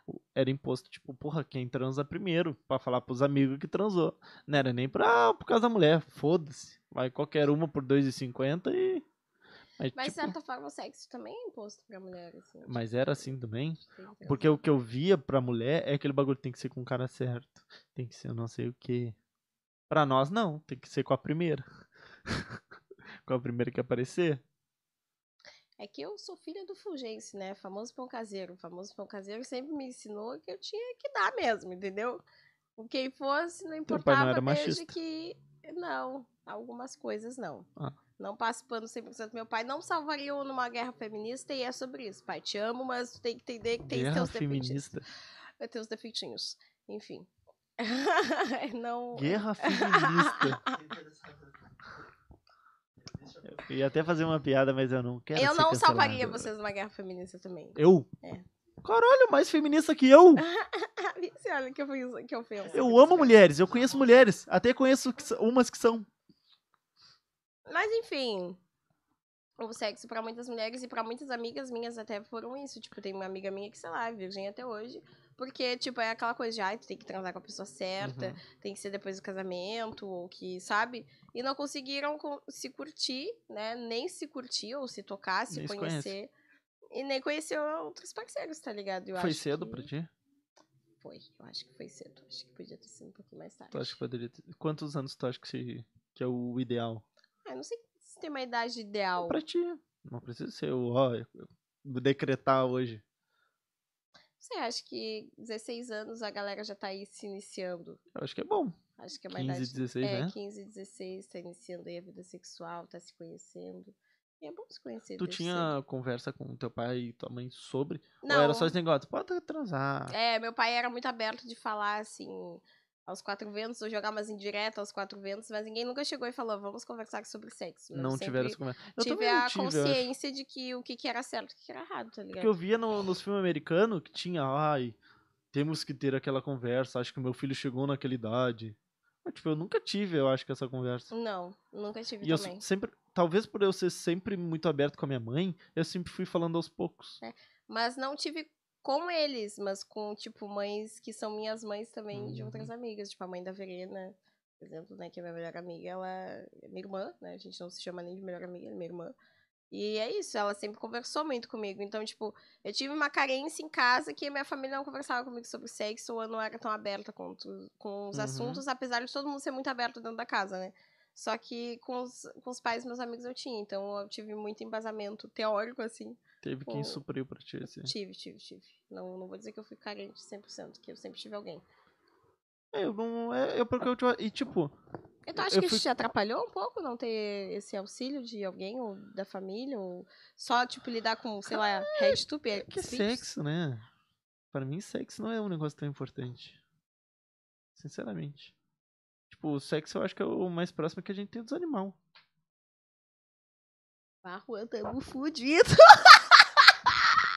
A: O- Era imposto, tipo, porra, quem transa primeiro, pra falar pros amigos que transou. Não era nem pra, ah, por causa da mulher, foda-se. Vai qualquer uma por 2,50 e... Mas,
B: Mas, de
A: tipo,
B: certa forma, o sexo também é imposto pra mulher, assim. tipo,
A: mas era assim também?
B: tem que transar.
A: Porque o que eu via pra mulher é aquele bagulho tem que ser com o cara certo. Tem que ser eu não sei o que. Pra nós não, tem que ser com a primeira. com a primeira que aparecer.
B: É que eu sou filha do Fulgense, né? Famoso pão caseiro. O famoso pão caseiro sempre me ensinou que eu tinha que dar mesmo, entendeu? Com Quem fosse, não
A: Teu pai
B: importava
A: não era
B: desde
A: machista.
B: que. Não, algumas coisas não.
A: Ah.
B: Não passo pano 100% meu pai. Não salvaria eu numa guerra feminista e é sobre isso. Pai, te amo, mas tu tem que entender que tem
A: Guerra
B: seus defeitinhos.
A: feminista.
B: Eu tenho os defeitinhos. Enfim. não.
A: Guerra feminista. Eu ia até fazer uma piada, mas eu não quero.
B: Eu
A: ser
B: não
A: cancelado.
B: salvaria vocês numa guerra feminista também.
A: Eu?
B: É. Ah,
A: Caralho, mais feminista que eu!
B: Você olha que ofensa. Que ofensa.
A: Eu amo mulheres, eu conheço mulheres. Até conheço que s- umas que são.
B: Mas enfim, o sexo pra muitas mulheres e pra muitas amigas minhas até foram isso. Tipo, tem uma amiga minha que, sei lá, é virgem até hoje. Porque, tipo, é aquela coisa de, ai, tu tem que transar com a pessoa certa,
A: Uhum.
B: tem que ser depois do casamento, ou que, sabe? E não conseguiram co- se curtir, né? Nem se curtir, ou se tocar, se
A: Nem se conhece.
B: conhecer. E nem conhecer outros parceiros, tá ligado? Eu
A: Foi
B: acho
A: cedo
B: que...
A: pra ti?
B: Foi, eu acho que foi cedo. Acho que podia ter sido um pouquinho mais tarde.
A: Tu acha que poderia ter... Quantos anos tu acha que, se- que é o ideal?
B: Ah, eu não sei se tem uma idade ideal.
A: Pra ti. Não precisa ser o. Ó, eu- eu vou decretar hoje.
B: Você acha que 16 anos a galera já tá aí se iniciando?
A: Eu acho que é bom.
B: Acho que é uma
A: 15,
B: idade.
A: 16,
B: é,
A: né?
B: 15, 16, tá iniciando aí a vida sexual, tá se conhecendo. E é bom se conhecer.
A: Tu
B: desde
A: tinha conversa com teu pai e tua mãe sobre?
B: cedo. Não,
A: Ou era só esse negócio? tá Pode transar.
B: É, meu pai era muito aberto de falar assim. Aos quatro ventos, ou jogar umas indiretas aos quatro ventos, mas ninguém nunca chegou e falou, vamos conversar sobre sexo. Eu
A: não
B: sempre
A: tiveram essa conversa. Eu
B: tive
A: também
B: a
A: não tive, eu acho.
B: consciência de que o que, que era certo e o que que era errado, tá ligado?
A: Porque eu via no- nos filmes americanos que tinha, ai, temos que ter aquela conversa, acho que meu filho chegou naquela idade. Mas, tipo, eu nunca tive, eu acho, que essa conversa.
B: Não, nunca tive
A: E eu
B: também.
A: se- sempre, talvez por eu ser sempre muito aberto com a minha mãe, eu sempre fui falando aos poucos.
B: Mas não tive com eles, mas com, tipo, mães que são minhas mães também de outras amigas. Tipo, a mãe da Verena, por exemplo, né? Que é minha melhor amiga, ela é minha irmã, né? A gente não se chama nem de melhor amiga, é minha irmã. E é isso, ela sempre conversou muito comigo. Então, tipo, eu tive uma carência em casa que a minha família não conversava comigo sobre sexo, ou eu não era tão aberta com, tu- com os
A: Uhum.
B: assuntos, apesar de todo mundo ser muito aberto dentro da casa, né? Só que com os, com os pais, meus amigos, eu tinha. Então, eu tive muito embasamento teórico, assim,
A: Teve quem
B: Pô.
A: supriu pra ti, assim.
B: Tive, tive, tive. Não, não vou dizer que eu fui carente 100%, que eu sempre tive alguém.
A: É, eu não. É, eu, porque eu, te- e, tipo,
B: Então, acho
A: Eu
B: que
A: fui-
B: isso te atrapalhou um pouco não ter esse auxílio de alguém ou da família? Ou só, tipo, lidar com, sei lá, head to
A: é que sexo, né? Pra mim, sexo não é um negócio tão importante. Sinceramente. Tipo, o sexo eu acho que é o mais próximo que a gente tem dos animais.
B: Barro, eu tamo fudido.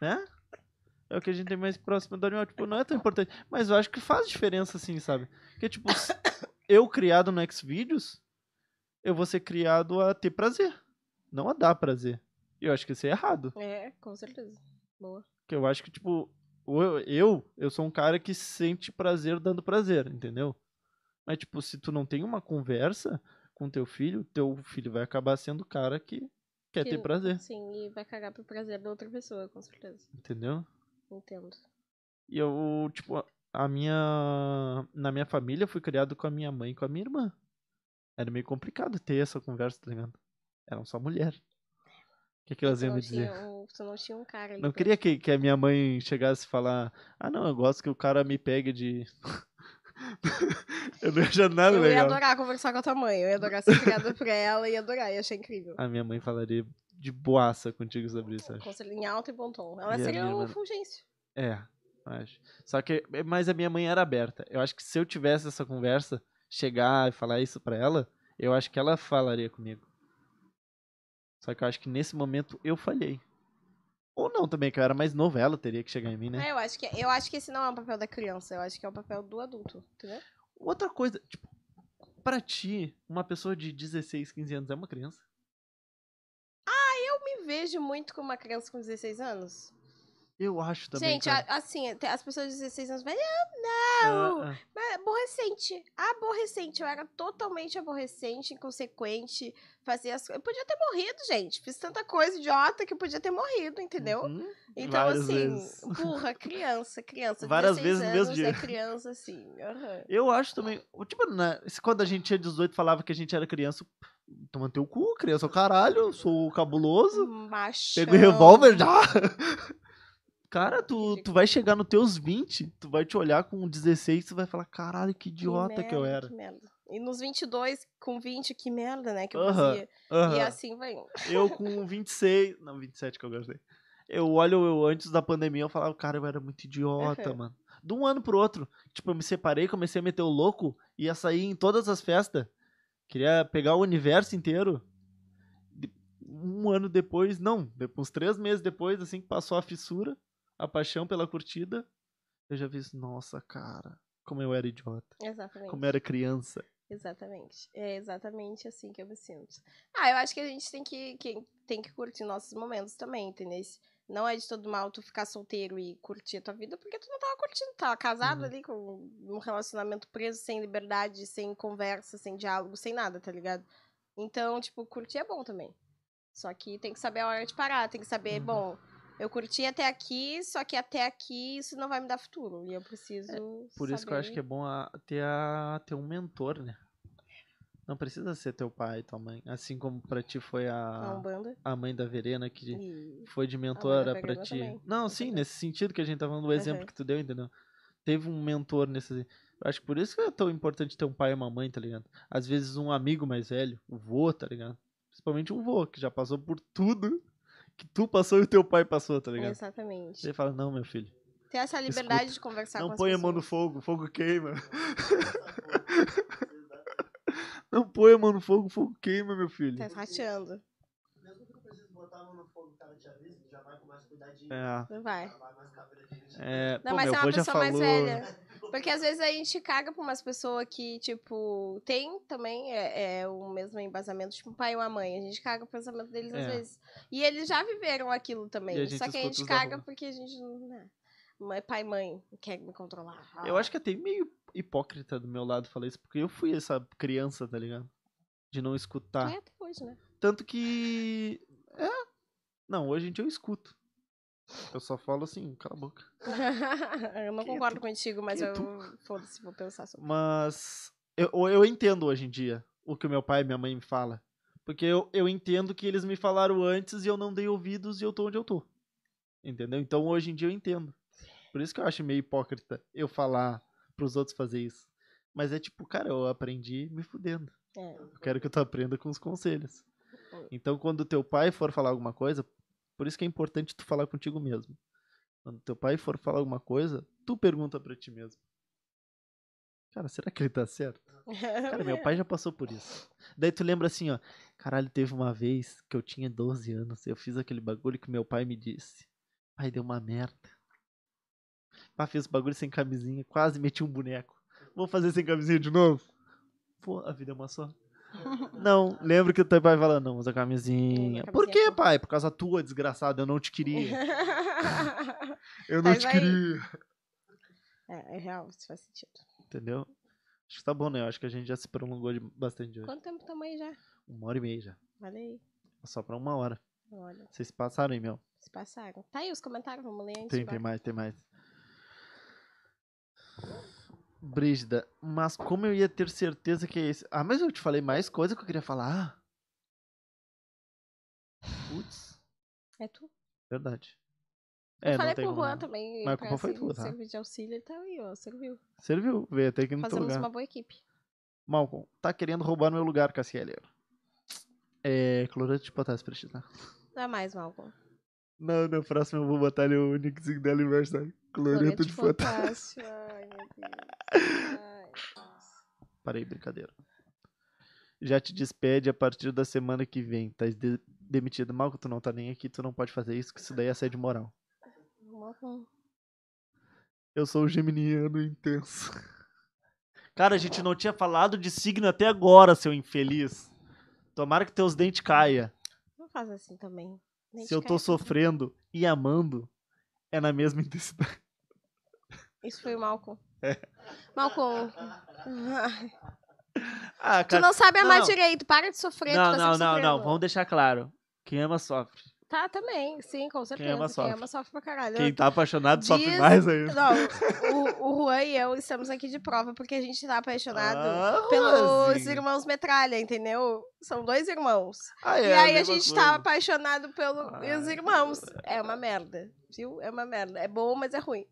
A: né? É o que a gente tem mais próximo do animal. Tipo, não é tão importante. Mas eu acho que faz diferença, assim, sabe? Porque, tipo, se eu criado no Xvideos, eu vou ser criado a ter prazer. Não a dar prazer. E eu acho que isso é errado.
B: É, com certeza.
A: Porque eu acho que, tipo, ou eu, eu, eu sou um cara que sente prazer dando prazer, entendeu? Mas, tipo, se tu não tem uma conversa com teu filho, teu filho vai acabar sendo o cara que quer
B: Que-
A: ter prazer,
B: Sim, e vai cagar pro prazer da outra pessoa, com certeza.
A: entendeu?
B: Entendo.
A: E eu, tipo, a- a minha. Na minha família, eu fui criado com a minha mãe e com a minha irmã. Era meio complicado ter essa conversa, tá ligado? Eram só mulher. O que, que elas
B: Tu
A: iam
B: não,
A: me
B: tinha
A: dizer?
B: um, tu não tinha um cara ali.
A: Não
B: pra-
A: queria que, que a minha mãe chegasse e falar: Ah, não, eu gosto que o cara me pegue de. eu não ia nada
B: Eu ia
A: legal.
B: adorar conversar com a tua mãe, eu ia adorar ser criada pra ela, ia adorar, ia achar incrível.
A: A minha mãe falaria de boaça contigo sobre isso,
B: Com
A: acho.
B: certeza, em alto e bom tom. Ela
A: E a
B: seria
A: minha
B: o
A: irmã-
B: Fulgêncio.
A: É. Acho. Só que, eh, mas a minha mãe era aberta. Eu acho que se eu tivesse essa conversa, chegar e falar isso pra ela, eu acho que ela falaria comigo. Só que eu acho que nesse momento eu falhei. Ou não também, que eu era mais novo, ela teria que chegar em mim, né?
B: É, eu, acho que, eu acho que esse não é um papel da criança, eu acho que é um papel do adulto, entendeu?
A: Outra coisa, tipo, pra ti, uma pessoa de 16, 15 anos é uma criança?
B: Eu me vejo muito como uma criança com 16 anos.
A: Eu acho também. tá.
B: Gente, é
A: cara.
B: a- assim, te- as pessoas de 16 anos velhas,
A: Ah,
B: não!
A: ah.
B: Mas Aborrecente. Aborrecente. Eu era totalmente aborrecente, inconsequente. Fazia as... Eu podia ter morrido, gente. Fiz tanta coisa idiota que eu podia ter morrido, entendeu?
A: Uhum.
B: Então,
A: várias
B: assim,
A: vezes.
B: burra, criança, criança.
A: Várias
B: 16
A: vezes no
B: anos
A: mesmo dia.
B: É criança, assim. aham.
A: Eu acho também. o Tipo, né, se quando a gente tinha 18 falava que a gente era criança. Toma teu cu, criança, o caralho, eu sou cabuloso.
B: Macho.
A: Pega o revólver já. Cara, tu, tu vai chegar nos teus 20, tu vai te olhar com 16, tu vai falar, caralho, que idiota que, eu
B: merda,
A: era.
B: Que merda. E nos 22, com 20, que merda, né? Que eu
A: Aham,
B: fazia.
A: Aham.
B: E assim vai indo.
A: Eu com 26. Não, 27 que eu gostei. Eu olho eu antes da pandemia, eu falava, cara, eu era muito idiota,
B: Aham.
A: mano. De um ano pro outro, tipo, eu me separei, comecei a meter o louco, ia sair em todas as festas. Queria pegar o universo inteiro. De- Um ano depois, não, de- uns três meses depois, assim que passou a fissura, a paixão pela curtida, eu já vi isso, nossa, cara, como eu era idiota,
B: Exatamente.
A: como eu era criança.
B: Exatamente. É exatamente assim que eu me sinto. Ah, eu acho que a gente tem que, que- tem que curtir nossos momentos também, entendeu? Não é de todo mal tu ficar solteiro e curtir a tua vida, porque tu não tava curtindo, tava casado
A: Uhum.
B: ali com um relacionamento preso, sem liberdade, sem conversa, sem diálogo, sem nada, tá ligado? Então, tipo, curtir é bom também. Só que tem que saber a hora de parar, tem que saber,
A: Uhum.
B: bom, eu curti até aqui, só que até aqui isso não vai me dar futuro. E eu preciso.
A: Por isso que eu acho que é bom a- ter, a- ter um mentor, né? Não precisa ser teu pai, tua mãe. Assim como pra ti foi
B: A
A: a,
B: Umbanda.
A: a mãe da Verena que
B: E...
A: foi de mentora pra
B: Verena
A: ti.
B: também,
A: Não,
B: com
A: sim,
B: certeza.
A: nesse sentido que a gente tá falando, o exemplo
B: Aham.
A: que tu deu, entendeu? Teve um mentor nesse. Eu acho que por isso que é tão importante ter um pai e uma mãe, tá ligado? Às vezes um amigo mais velho, o vô, tá ligado? Principalmente um vô, que já passou por tudo que tu passou e o teu pai passou, tá ligado?
B: Exatamente.
A: Ele fala, não, meu filho,
B: Ter essa liberdade
A: Escuta.
B: de conversar Tá com
A: não
B: as
A: põe a
B: pessoas.
A: mão no fogo, o fogo queima.
D: Exatamente.
A: Não põe a mão no fogo, o fogo queima, meu filho.
B: Tá rateando.
D: Mesmo que não precise botar a mão no fogo, o cara te avisa, tu já vai com mais cuidadinho.
A: É.
B: Não vai.
D: Vai mais cabelo de
A: É,
B: Não,
A: pô,
B: mas
A: meu
B: é uma
A: avô já
B: pessoa mais
A: falou.
B: velha. Porque às vezes a gente caga pra umas pessoas que, tipo, tem também é, é, o mesmo embasamento, tipo, um pai e uma mãe. A gente caga o pensamento deles às
A: É.
B: vezes. E eles já viveram aquilo também.
A: E a gente
B: Só que a
A: escuta
B: gente
A: os da
B: caga
A: rua.
B: porque a gente não. né? Mãe- Pai e mãe quer me controlar.
A: Eu acho que até meio hipócrita do meu lado falar isso, porque eu fui essa criança, tá ligado? De não escutar.
B: É até hoje, né?
A: Tanto que. É. Não, hoje em dia eu escuto. Eu só falo assim, cala a boca.
B: eu não
A: Quieto.
B: concordo contigo, mas
A: Quieto.
B: eu. Foda-se, vou pensar sobre.
A: Mas. Eu, eu entendo hoje em dia o que o meu pai e minha mãe me falam. Porque eu, eu entendo que eles me falaram antes e eu não dei ouvidos e eu tô onde eu tô. Entendeu? Então hoje em dia eu entendo. Por isso que eu acho meio hipócrita eu falar pros outros fazer isso. Mas é tipo, cara, eu aprendi me fudendo.
B: É.
A: Eu quero que tu aprenda com os conselhos. Então quando teu pai for falar alguma coisa, por isso que é importante tu falar contigo mesmo. Quando teu pai for falar alguma coisa, tu pergunta pra ti mesmo. Cara, será que ele tá certo? Cara,
B: É.
A: meu pai já passou por isso. Daí tu lembra assim, ó. Caralho, teve uma vez que eu tinha 12 anos. Eu fiz aquele bagulho que meu pai me disse. Pai, deu uma merda. Pá, fiz o bagulho sem camisinha. Quase meti um boneco. Vou fazer sem camisinha de novo? Pô, a vida é uma só. Não, lembro que o teu pai falou, não usa camisinha.
B: Não usa
A: Por
B: camisinha,
A: quê,
B: pô.
A: pai? Por causa tua, desgraçado. Eu não te queria. Eu não
B: Mas
A: te
B: aí-
A: queria.
B: é, é real, isso faz sentido.
A: Entendeu? Acho que tá bom, né? Eu acho que a gente já se prolongou de- bastante hoje.
B: Quanto tempo estamos aí já?
A: Uma hora e meia já.
B: Olha aí.
A: Só pra uma hora.
B: Olha,
A: Vocês passaram, hein, meu?
B: se passaram. Tá aí os comentários, vamos ler antes.
A: Tem,
B: de
A: tem
B: bar-
A: mais, tem mais. Brígida, mas como eu ia ter certeza que é esse. Ah, mas eu te falei mais coisa que eu queria falar. Putz,
B: É tu?
A: verdade.
B: Eu
A: É,
B: falei
A: não tem
B: pro
A: como.
B: Juan também.
A: Mas a
B: pra
A: culpa foi
B: servir-
A: tua, tá?
B: Servir de auxílio, ele tá aí, ó. Serviu.
A: Serviu, veio até aqui no teu
B: Fazemos
A: lugar.
B: uma boa equipe.
A: Malcolm, tá querendo roubar meu lugar, Cassielio. É, cloreto de potássio pra tá? te dar.
B: Dá mais, um Malcolm.
A: Não, no próximo eu vou botar ali o né? nickzinho dela e o aniversário.
B: Cloreto de
A: fantasma.
B: potássio. Ai, meu Deus. Ai.
A: Parei, brincadeira. Já te despede a partir da semana que vem. Tá de- demitido. Mal que tu não tá nem aqui, tu não pode fazer isso, que isso daí é assédio moral.
B: Vamos lá.
A: Eu sou o geminiano intenso. Cara, a gente não tinha falado de signo até agora, seu infeliz. Tomara que teus dentes caia.
B: Não faz assim também. Nem
A: Se eu
B: te
A: tô
B: cai-
A: sofrendo e amando, é na mesma intensidade.
B: Isso foi o Malcolm.
A: É.
B: Malcolm.
A: Ah,
B: tu não sabe amar
A: Não.
B: direito. Para de sofrer.
A: Não,
B: tu tá
A: não,
B: sempre
A: não, não.
B: sofrendo.
A: Vamos deixar claro. Quem ama sofre.
B: Tá, também. Sim, com certeza. Quem
A: ama,
B: ama
A: sofre.
B: sofre, pra caralho.
A: Quem tá apaixonado sofre
B: Diz-
A: mais ainda.
B: Não, o, o Juan e eu estamos aqui de prova porque a gente tá apaixonado
A: Ah,
B: pelos
A: Rosinha.
B: irmãos Metralha, entendeu? São dois irmãos.
A: Ah,
B: e
A: é,
B: aí a,
A: mesma
B: gente
A: coisa. Ah,
B: tá apaixonado pelos
A: Ai,
B: irmãos. É uma merda, viu? É uma merda. É bom, mas é ruim.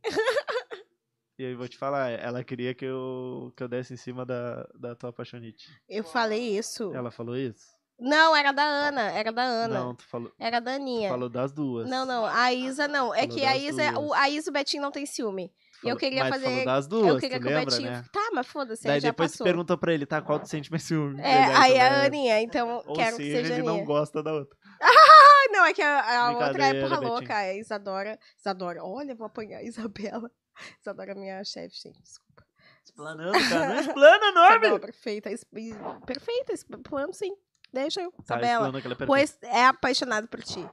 A: E aí, vou te falar, ela queria que eu, que eu desse em cima da, da tua apaixonite.
B: Eu falei isso.
A: Ela falou isso?
B: Não, era da Ana. Era da Ana.
A: Não, tu falou,
B: Era da
A: tu
B: Aninha.
A: falou das duas.
B: É. Não, não. A Isa não. É
A: Falou
B: que a
A: das
B: Isa,
A: duas.
B: o, a Isa e o Betinho não tem ciúme.
A: Tu
B: eu
A: falou-
B: queria
A: mas tu
B: fazer-
A: falou das duas,
B: eu queria
A: tu
B: que
A: lembra,
B: É o Betinho.
A: né?
B: Tá, mas foda-se,
A: Daí
B: aí já
A: depois tu
B: passou.
A: pergunta pra ele, tá? Qual tu sente mais ciúme?
B: É,
A: Daí tu
B: aí é
A: lembra.
B: a Aninha, então
A: Ou seja,
B: quero que seja
A: ele
B: Aninha.
A: não gosta da outra.
B: Ah, não, é que a, a outra é
A: Brincadeira,
B: porra
A: Betinho.
B: louca, é Isadora. Isadora, olha, vou apanhar a Isabela. Isadora é minha chefe, gente, desculpa.
A: Explanando, cara. Não explana nome!
B: Isabela, perfeita, es- e- perfeita, esse plano sim. Deixa eu,
A: Tá,
B: Isabela.
A: explana que ela é perfeita.
B: Pois é apaixonado por ti.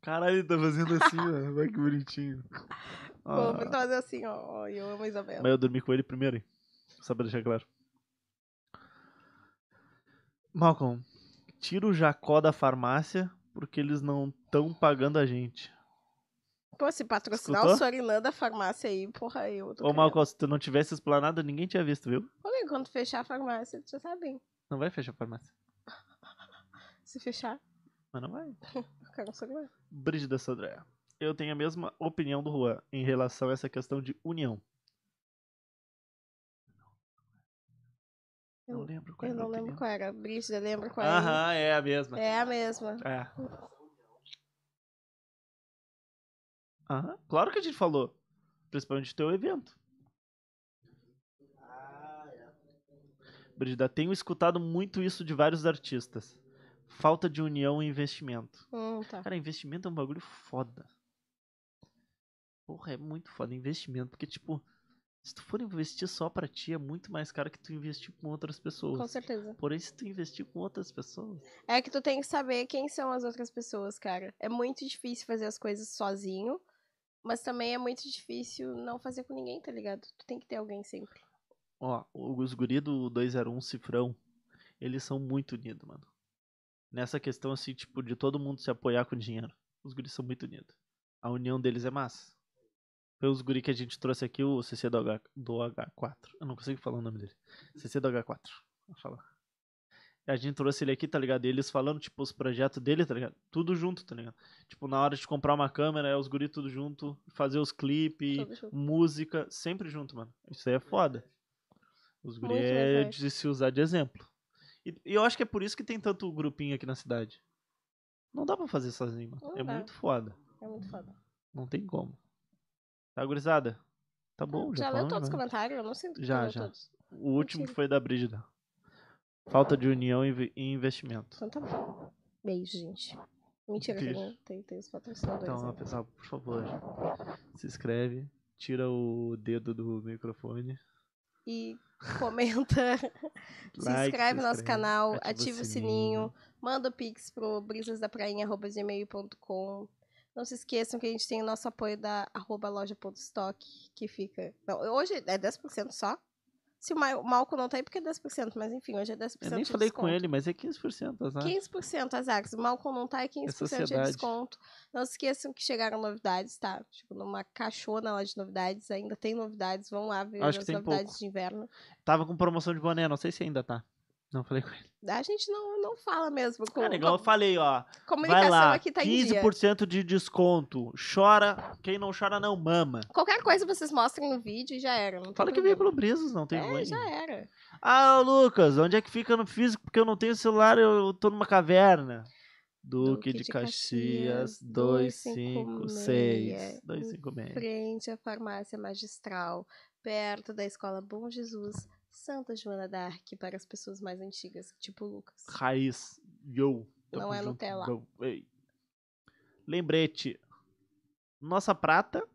A: Caralho, ele tá fazendo assim, ó. Vai que bonitinho.
B: Vou
A: Ah,
B: vou fazer assim, ó, ó, eu amo a Isabela.
A: mas eu dormi com ele primeiro, hein? Só pra deixar claro. Malcolm, tira o Jacó da farmácia porque eles não estão pagando a gente.
B: Pô, se patrocinar
A: Escutou?
B: o Sorinã da farmácia aí, porra, eu tô
A: Ô,
B: querendo.
A: Malcolm, se tu não tivesse explanado, ninguém tinha visto, viu?
B: Ô, amigo, quando fechar a farmácia, tu já sabe bem.
A: Não vai fechar a farmácia.
B: Se fechar,
A: Mas não vai.
B: eu quero um Sorinã.
A: Brígida Sodré. Eu tenho a mesma opinião do Juan em relação a essa questão de união. Não
B: Eu-
A: lembro qual
B: Eu
A: era a
B: não lembro
A: opinião.
B: qual era. Brígida, lembra qual era?
A: Aham, é a mesma.
B: É a mesma.
A: É. Aham, Claro que a gente falou. Principalmente do teu evento. Brigida, tenho escutado muito isso de vários artistas. Falta de união e investimento.
B: Hum, tá.
A: Cara, investimento é um bagulho foda. Porra, é muito foda investimento. Porque, tipo, se tu for investir só pra ti, é muito mais caro que tu investir com outras
B: Com
A: pessoas.
B: certeza.
A: Porém, se tu investir com outras pessoas.
B: É que tu tem que saber quem são as outras pessoas, cara. É muito difícil fazer as coisas sozinho, mas também é muito difícil não fazer com ninguém, tá ligado? Tu tem que ter alguém sempre.
A: Ó, os guri do 201 Cifrão, eles são muito unidos, mano. Nessa questão, assim, tipo, de todo mundo se apoiar com dinheiro. Os guris são muito unidos. A união deles é massa. Foi os guri que a gente trouxe aqui, o CC do, H, do H4. Eu não consigo falar o nome dele. CC do H4. Vou falar. A gente trouxe ele aqui, tá ligado? E eles falando, tipo, os projetos dele, tá ligado? Tudo junto, tá ligado? Tipo, na hora de comprar uma câmera, é os guri tudo junto, fazer os clipes,
B: Tudo junto.
A: música, sempre junto, mano. Isso aí é foda. Os guri
B: Muito
A: é
B: mais
A: de se usar de exemplo. E, e eu acho que é por isso que tem tanto grupinho aqui na cidade. Não dá pra fazer sozinho, mano.
B: Não
A: é
B: dá.
A: muito foda.
B: É muito foda.
A: Não tem como. Tá, gurizada? Tá bom, já,
B: já leu
A: falamos
B: todos os
A: demais.
B: comentários? Eu não sinto que tu
A: Já,
B: leu
A: já.
B: todos.
A: O último
B: Mentira.
A: foi da Brígida. Falta de união e vi- e investimento.
B: Então tá bom. Beijo, gente. Mentira,
A: Beijo.
B: tem, tem, tem os patrocinadores.
A: Então, ó,
B: Então,
A: pessoal, por favor, se inscreve, tira o dedo do microfone.
B: e comenta, se
A: like,
B: inscreve no nosso
A: inscreve,
B: canal,
A: ativa
B: ativa o sininho. Manda o pix pro brisasdaprainha.gmail.com. Não se esqueçam que a gente tem o nosso apoio da arroba loja.stock, que fica. Não, hoje é 10% só. Se o Ma- o Malco não tá aí, porque é 10%, mas enfim, hoje é 10%
A: Eu nem
B: de
A: falei com
B: desconto.
A: ele, mas é 15%, azar.
B: 15% azar, se o Malcolm não tá, é 15% de
A: sociedade.
B: desconto. Não se esqueçam que chegaram novidades, tá? Tipo, numa caixona lá de novidades, ainda tem novidades, vão lá ver
A: Acho que
B: as
A: tem
B: novidades
A: pouco.
B: de inverno.
A: Tava com promoção de boné, não sei se ainda tá. Não falei com ele.
B: A gente não, não fala mesmo com
A: Cara, igual eu falei, ó. Vai
B: comunicação
A: lá,
B: aqui tá em dia.
A: 15% de desconto. Chora, quem não chora não mama.
B: Qualquer coisa vocês mostrem no vídeo e já era. Não
A: Fala que veio
B: veio
A: pelo Brisas, não tem
B: É,
A: ruim.
B: já era.
A: Ah, ô Lucas, onde é que fica no físico? Porque eu não tenho celular, eu tô numa caverna. Duque de Caxias, 256. 256.
B: Frente à farmácia magistral, perto da escola Bom Jesus, Santa Joana d'Arc, para as pessoas mais antigas, tipo o Lucas.
A: Raiz. Yo.
B: Não é Nutella.
A: go. Ei. Lembrete. Nossa Prata,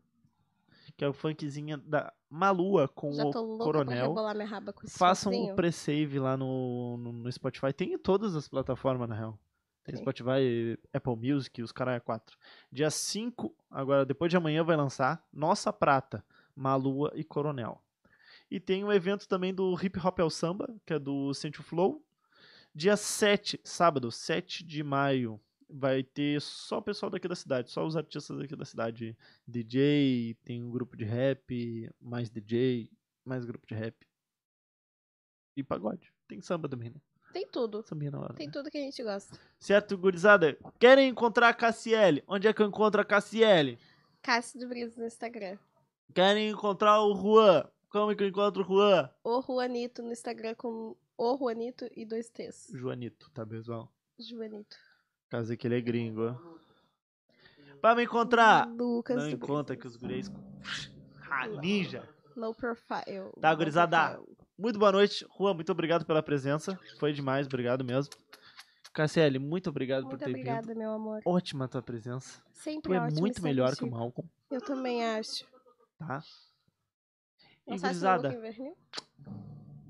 A: que é o funkzinha da Malua com
B: Já
A: o
B: tô louca pra
A: Coronel.
B: rebolar minha raba com esse
A: Façam um
B: sozinho.
A: o pre-save lá no, no, no Spotify. Tem em todas as plataformas, na real. Tem
B: Tem.
A: Spotify, Apple Music, os caras é 4. Dia 5, agora depois de amanhã vai lançar Nossa Prata, Malua e Coronel. E tem um evento também do Hip Hop ao Samba, que é do Sente o Flow. Dia 7, sábado, 7 de maio, vai ter só o pessoal daqui da cidade, só os artistas daqui da cidade. DJ, tem um grupo de rap, mais DJ, mais grupo de rap. E pagode. Tem samba também, né?
B: Tem tudo.
A: Sambinha na hora.
B: Tem
A: né?
B: tudo que a gente gosta.
A: Certo, gurizada? Querem encontrar a Cassiele? Onde é que eu encontro a Cassiele?
B: Cássio do Brito no Instagram.
A: Querem encontrar o Juan? Como é que eu encontro o Juan?
B: O Juanito no Instagram com o Juanito e dois T's.
A: Joanito, tá bezão?
B: Juanito.
A: Caso que ele é gringo. ó. Pra me
B: Hum,
A: encontrar!
B: Lucas
A: Não
B: do
A: encontra
B: Brisas.
A: que os guris. Ah, ninja!
B: Low profile.
A: Tá,
B: Low
A: gurizada.
B: profile.
A: Muito boa noite. Juan, muito obrigado pela presença. Foi demais, obrigado mesmo. Cassiele, muito obrigado por
B: Muito
A: ter vindo.
B: obrigada, meu amor.
A: Ótima a tua presença. Tu
B: Sempre
A: é
B: ótimo
A: muito
B: estar
A: melhor que o
B: contigo.
A: Malcolm,
B: Eu também acho.
A: tá? E
B: Não sabe se o
A: gurizada,
B: Luca Invernil?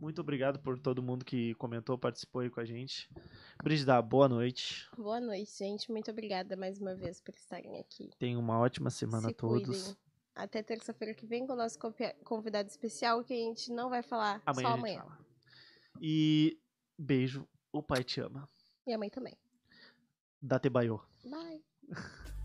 A: Muito obrigado por todo mundo que comentou, participou aí com a gente. Brigida, boa noite.
B: Boa noite, gente. Muito obrigada mais uma vez por estarem aqui.
A: Tenham uma ótima semana
B: Se
A: a todos.
B: cuidem. Até terça-feira que vem com o nosso convi- convidado especial, que a gente não vai falar
A: Amanhã
B: só
A: a gente
B: amanhã.
A: fala. E beijo. O pai te ama.
B: E a mãe também.
A: Date baiô.
B: Bye.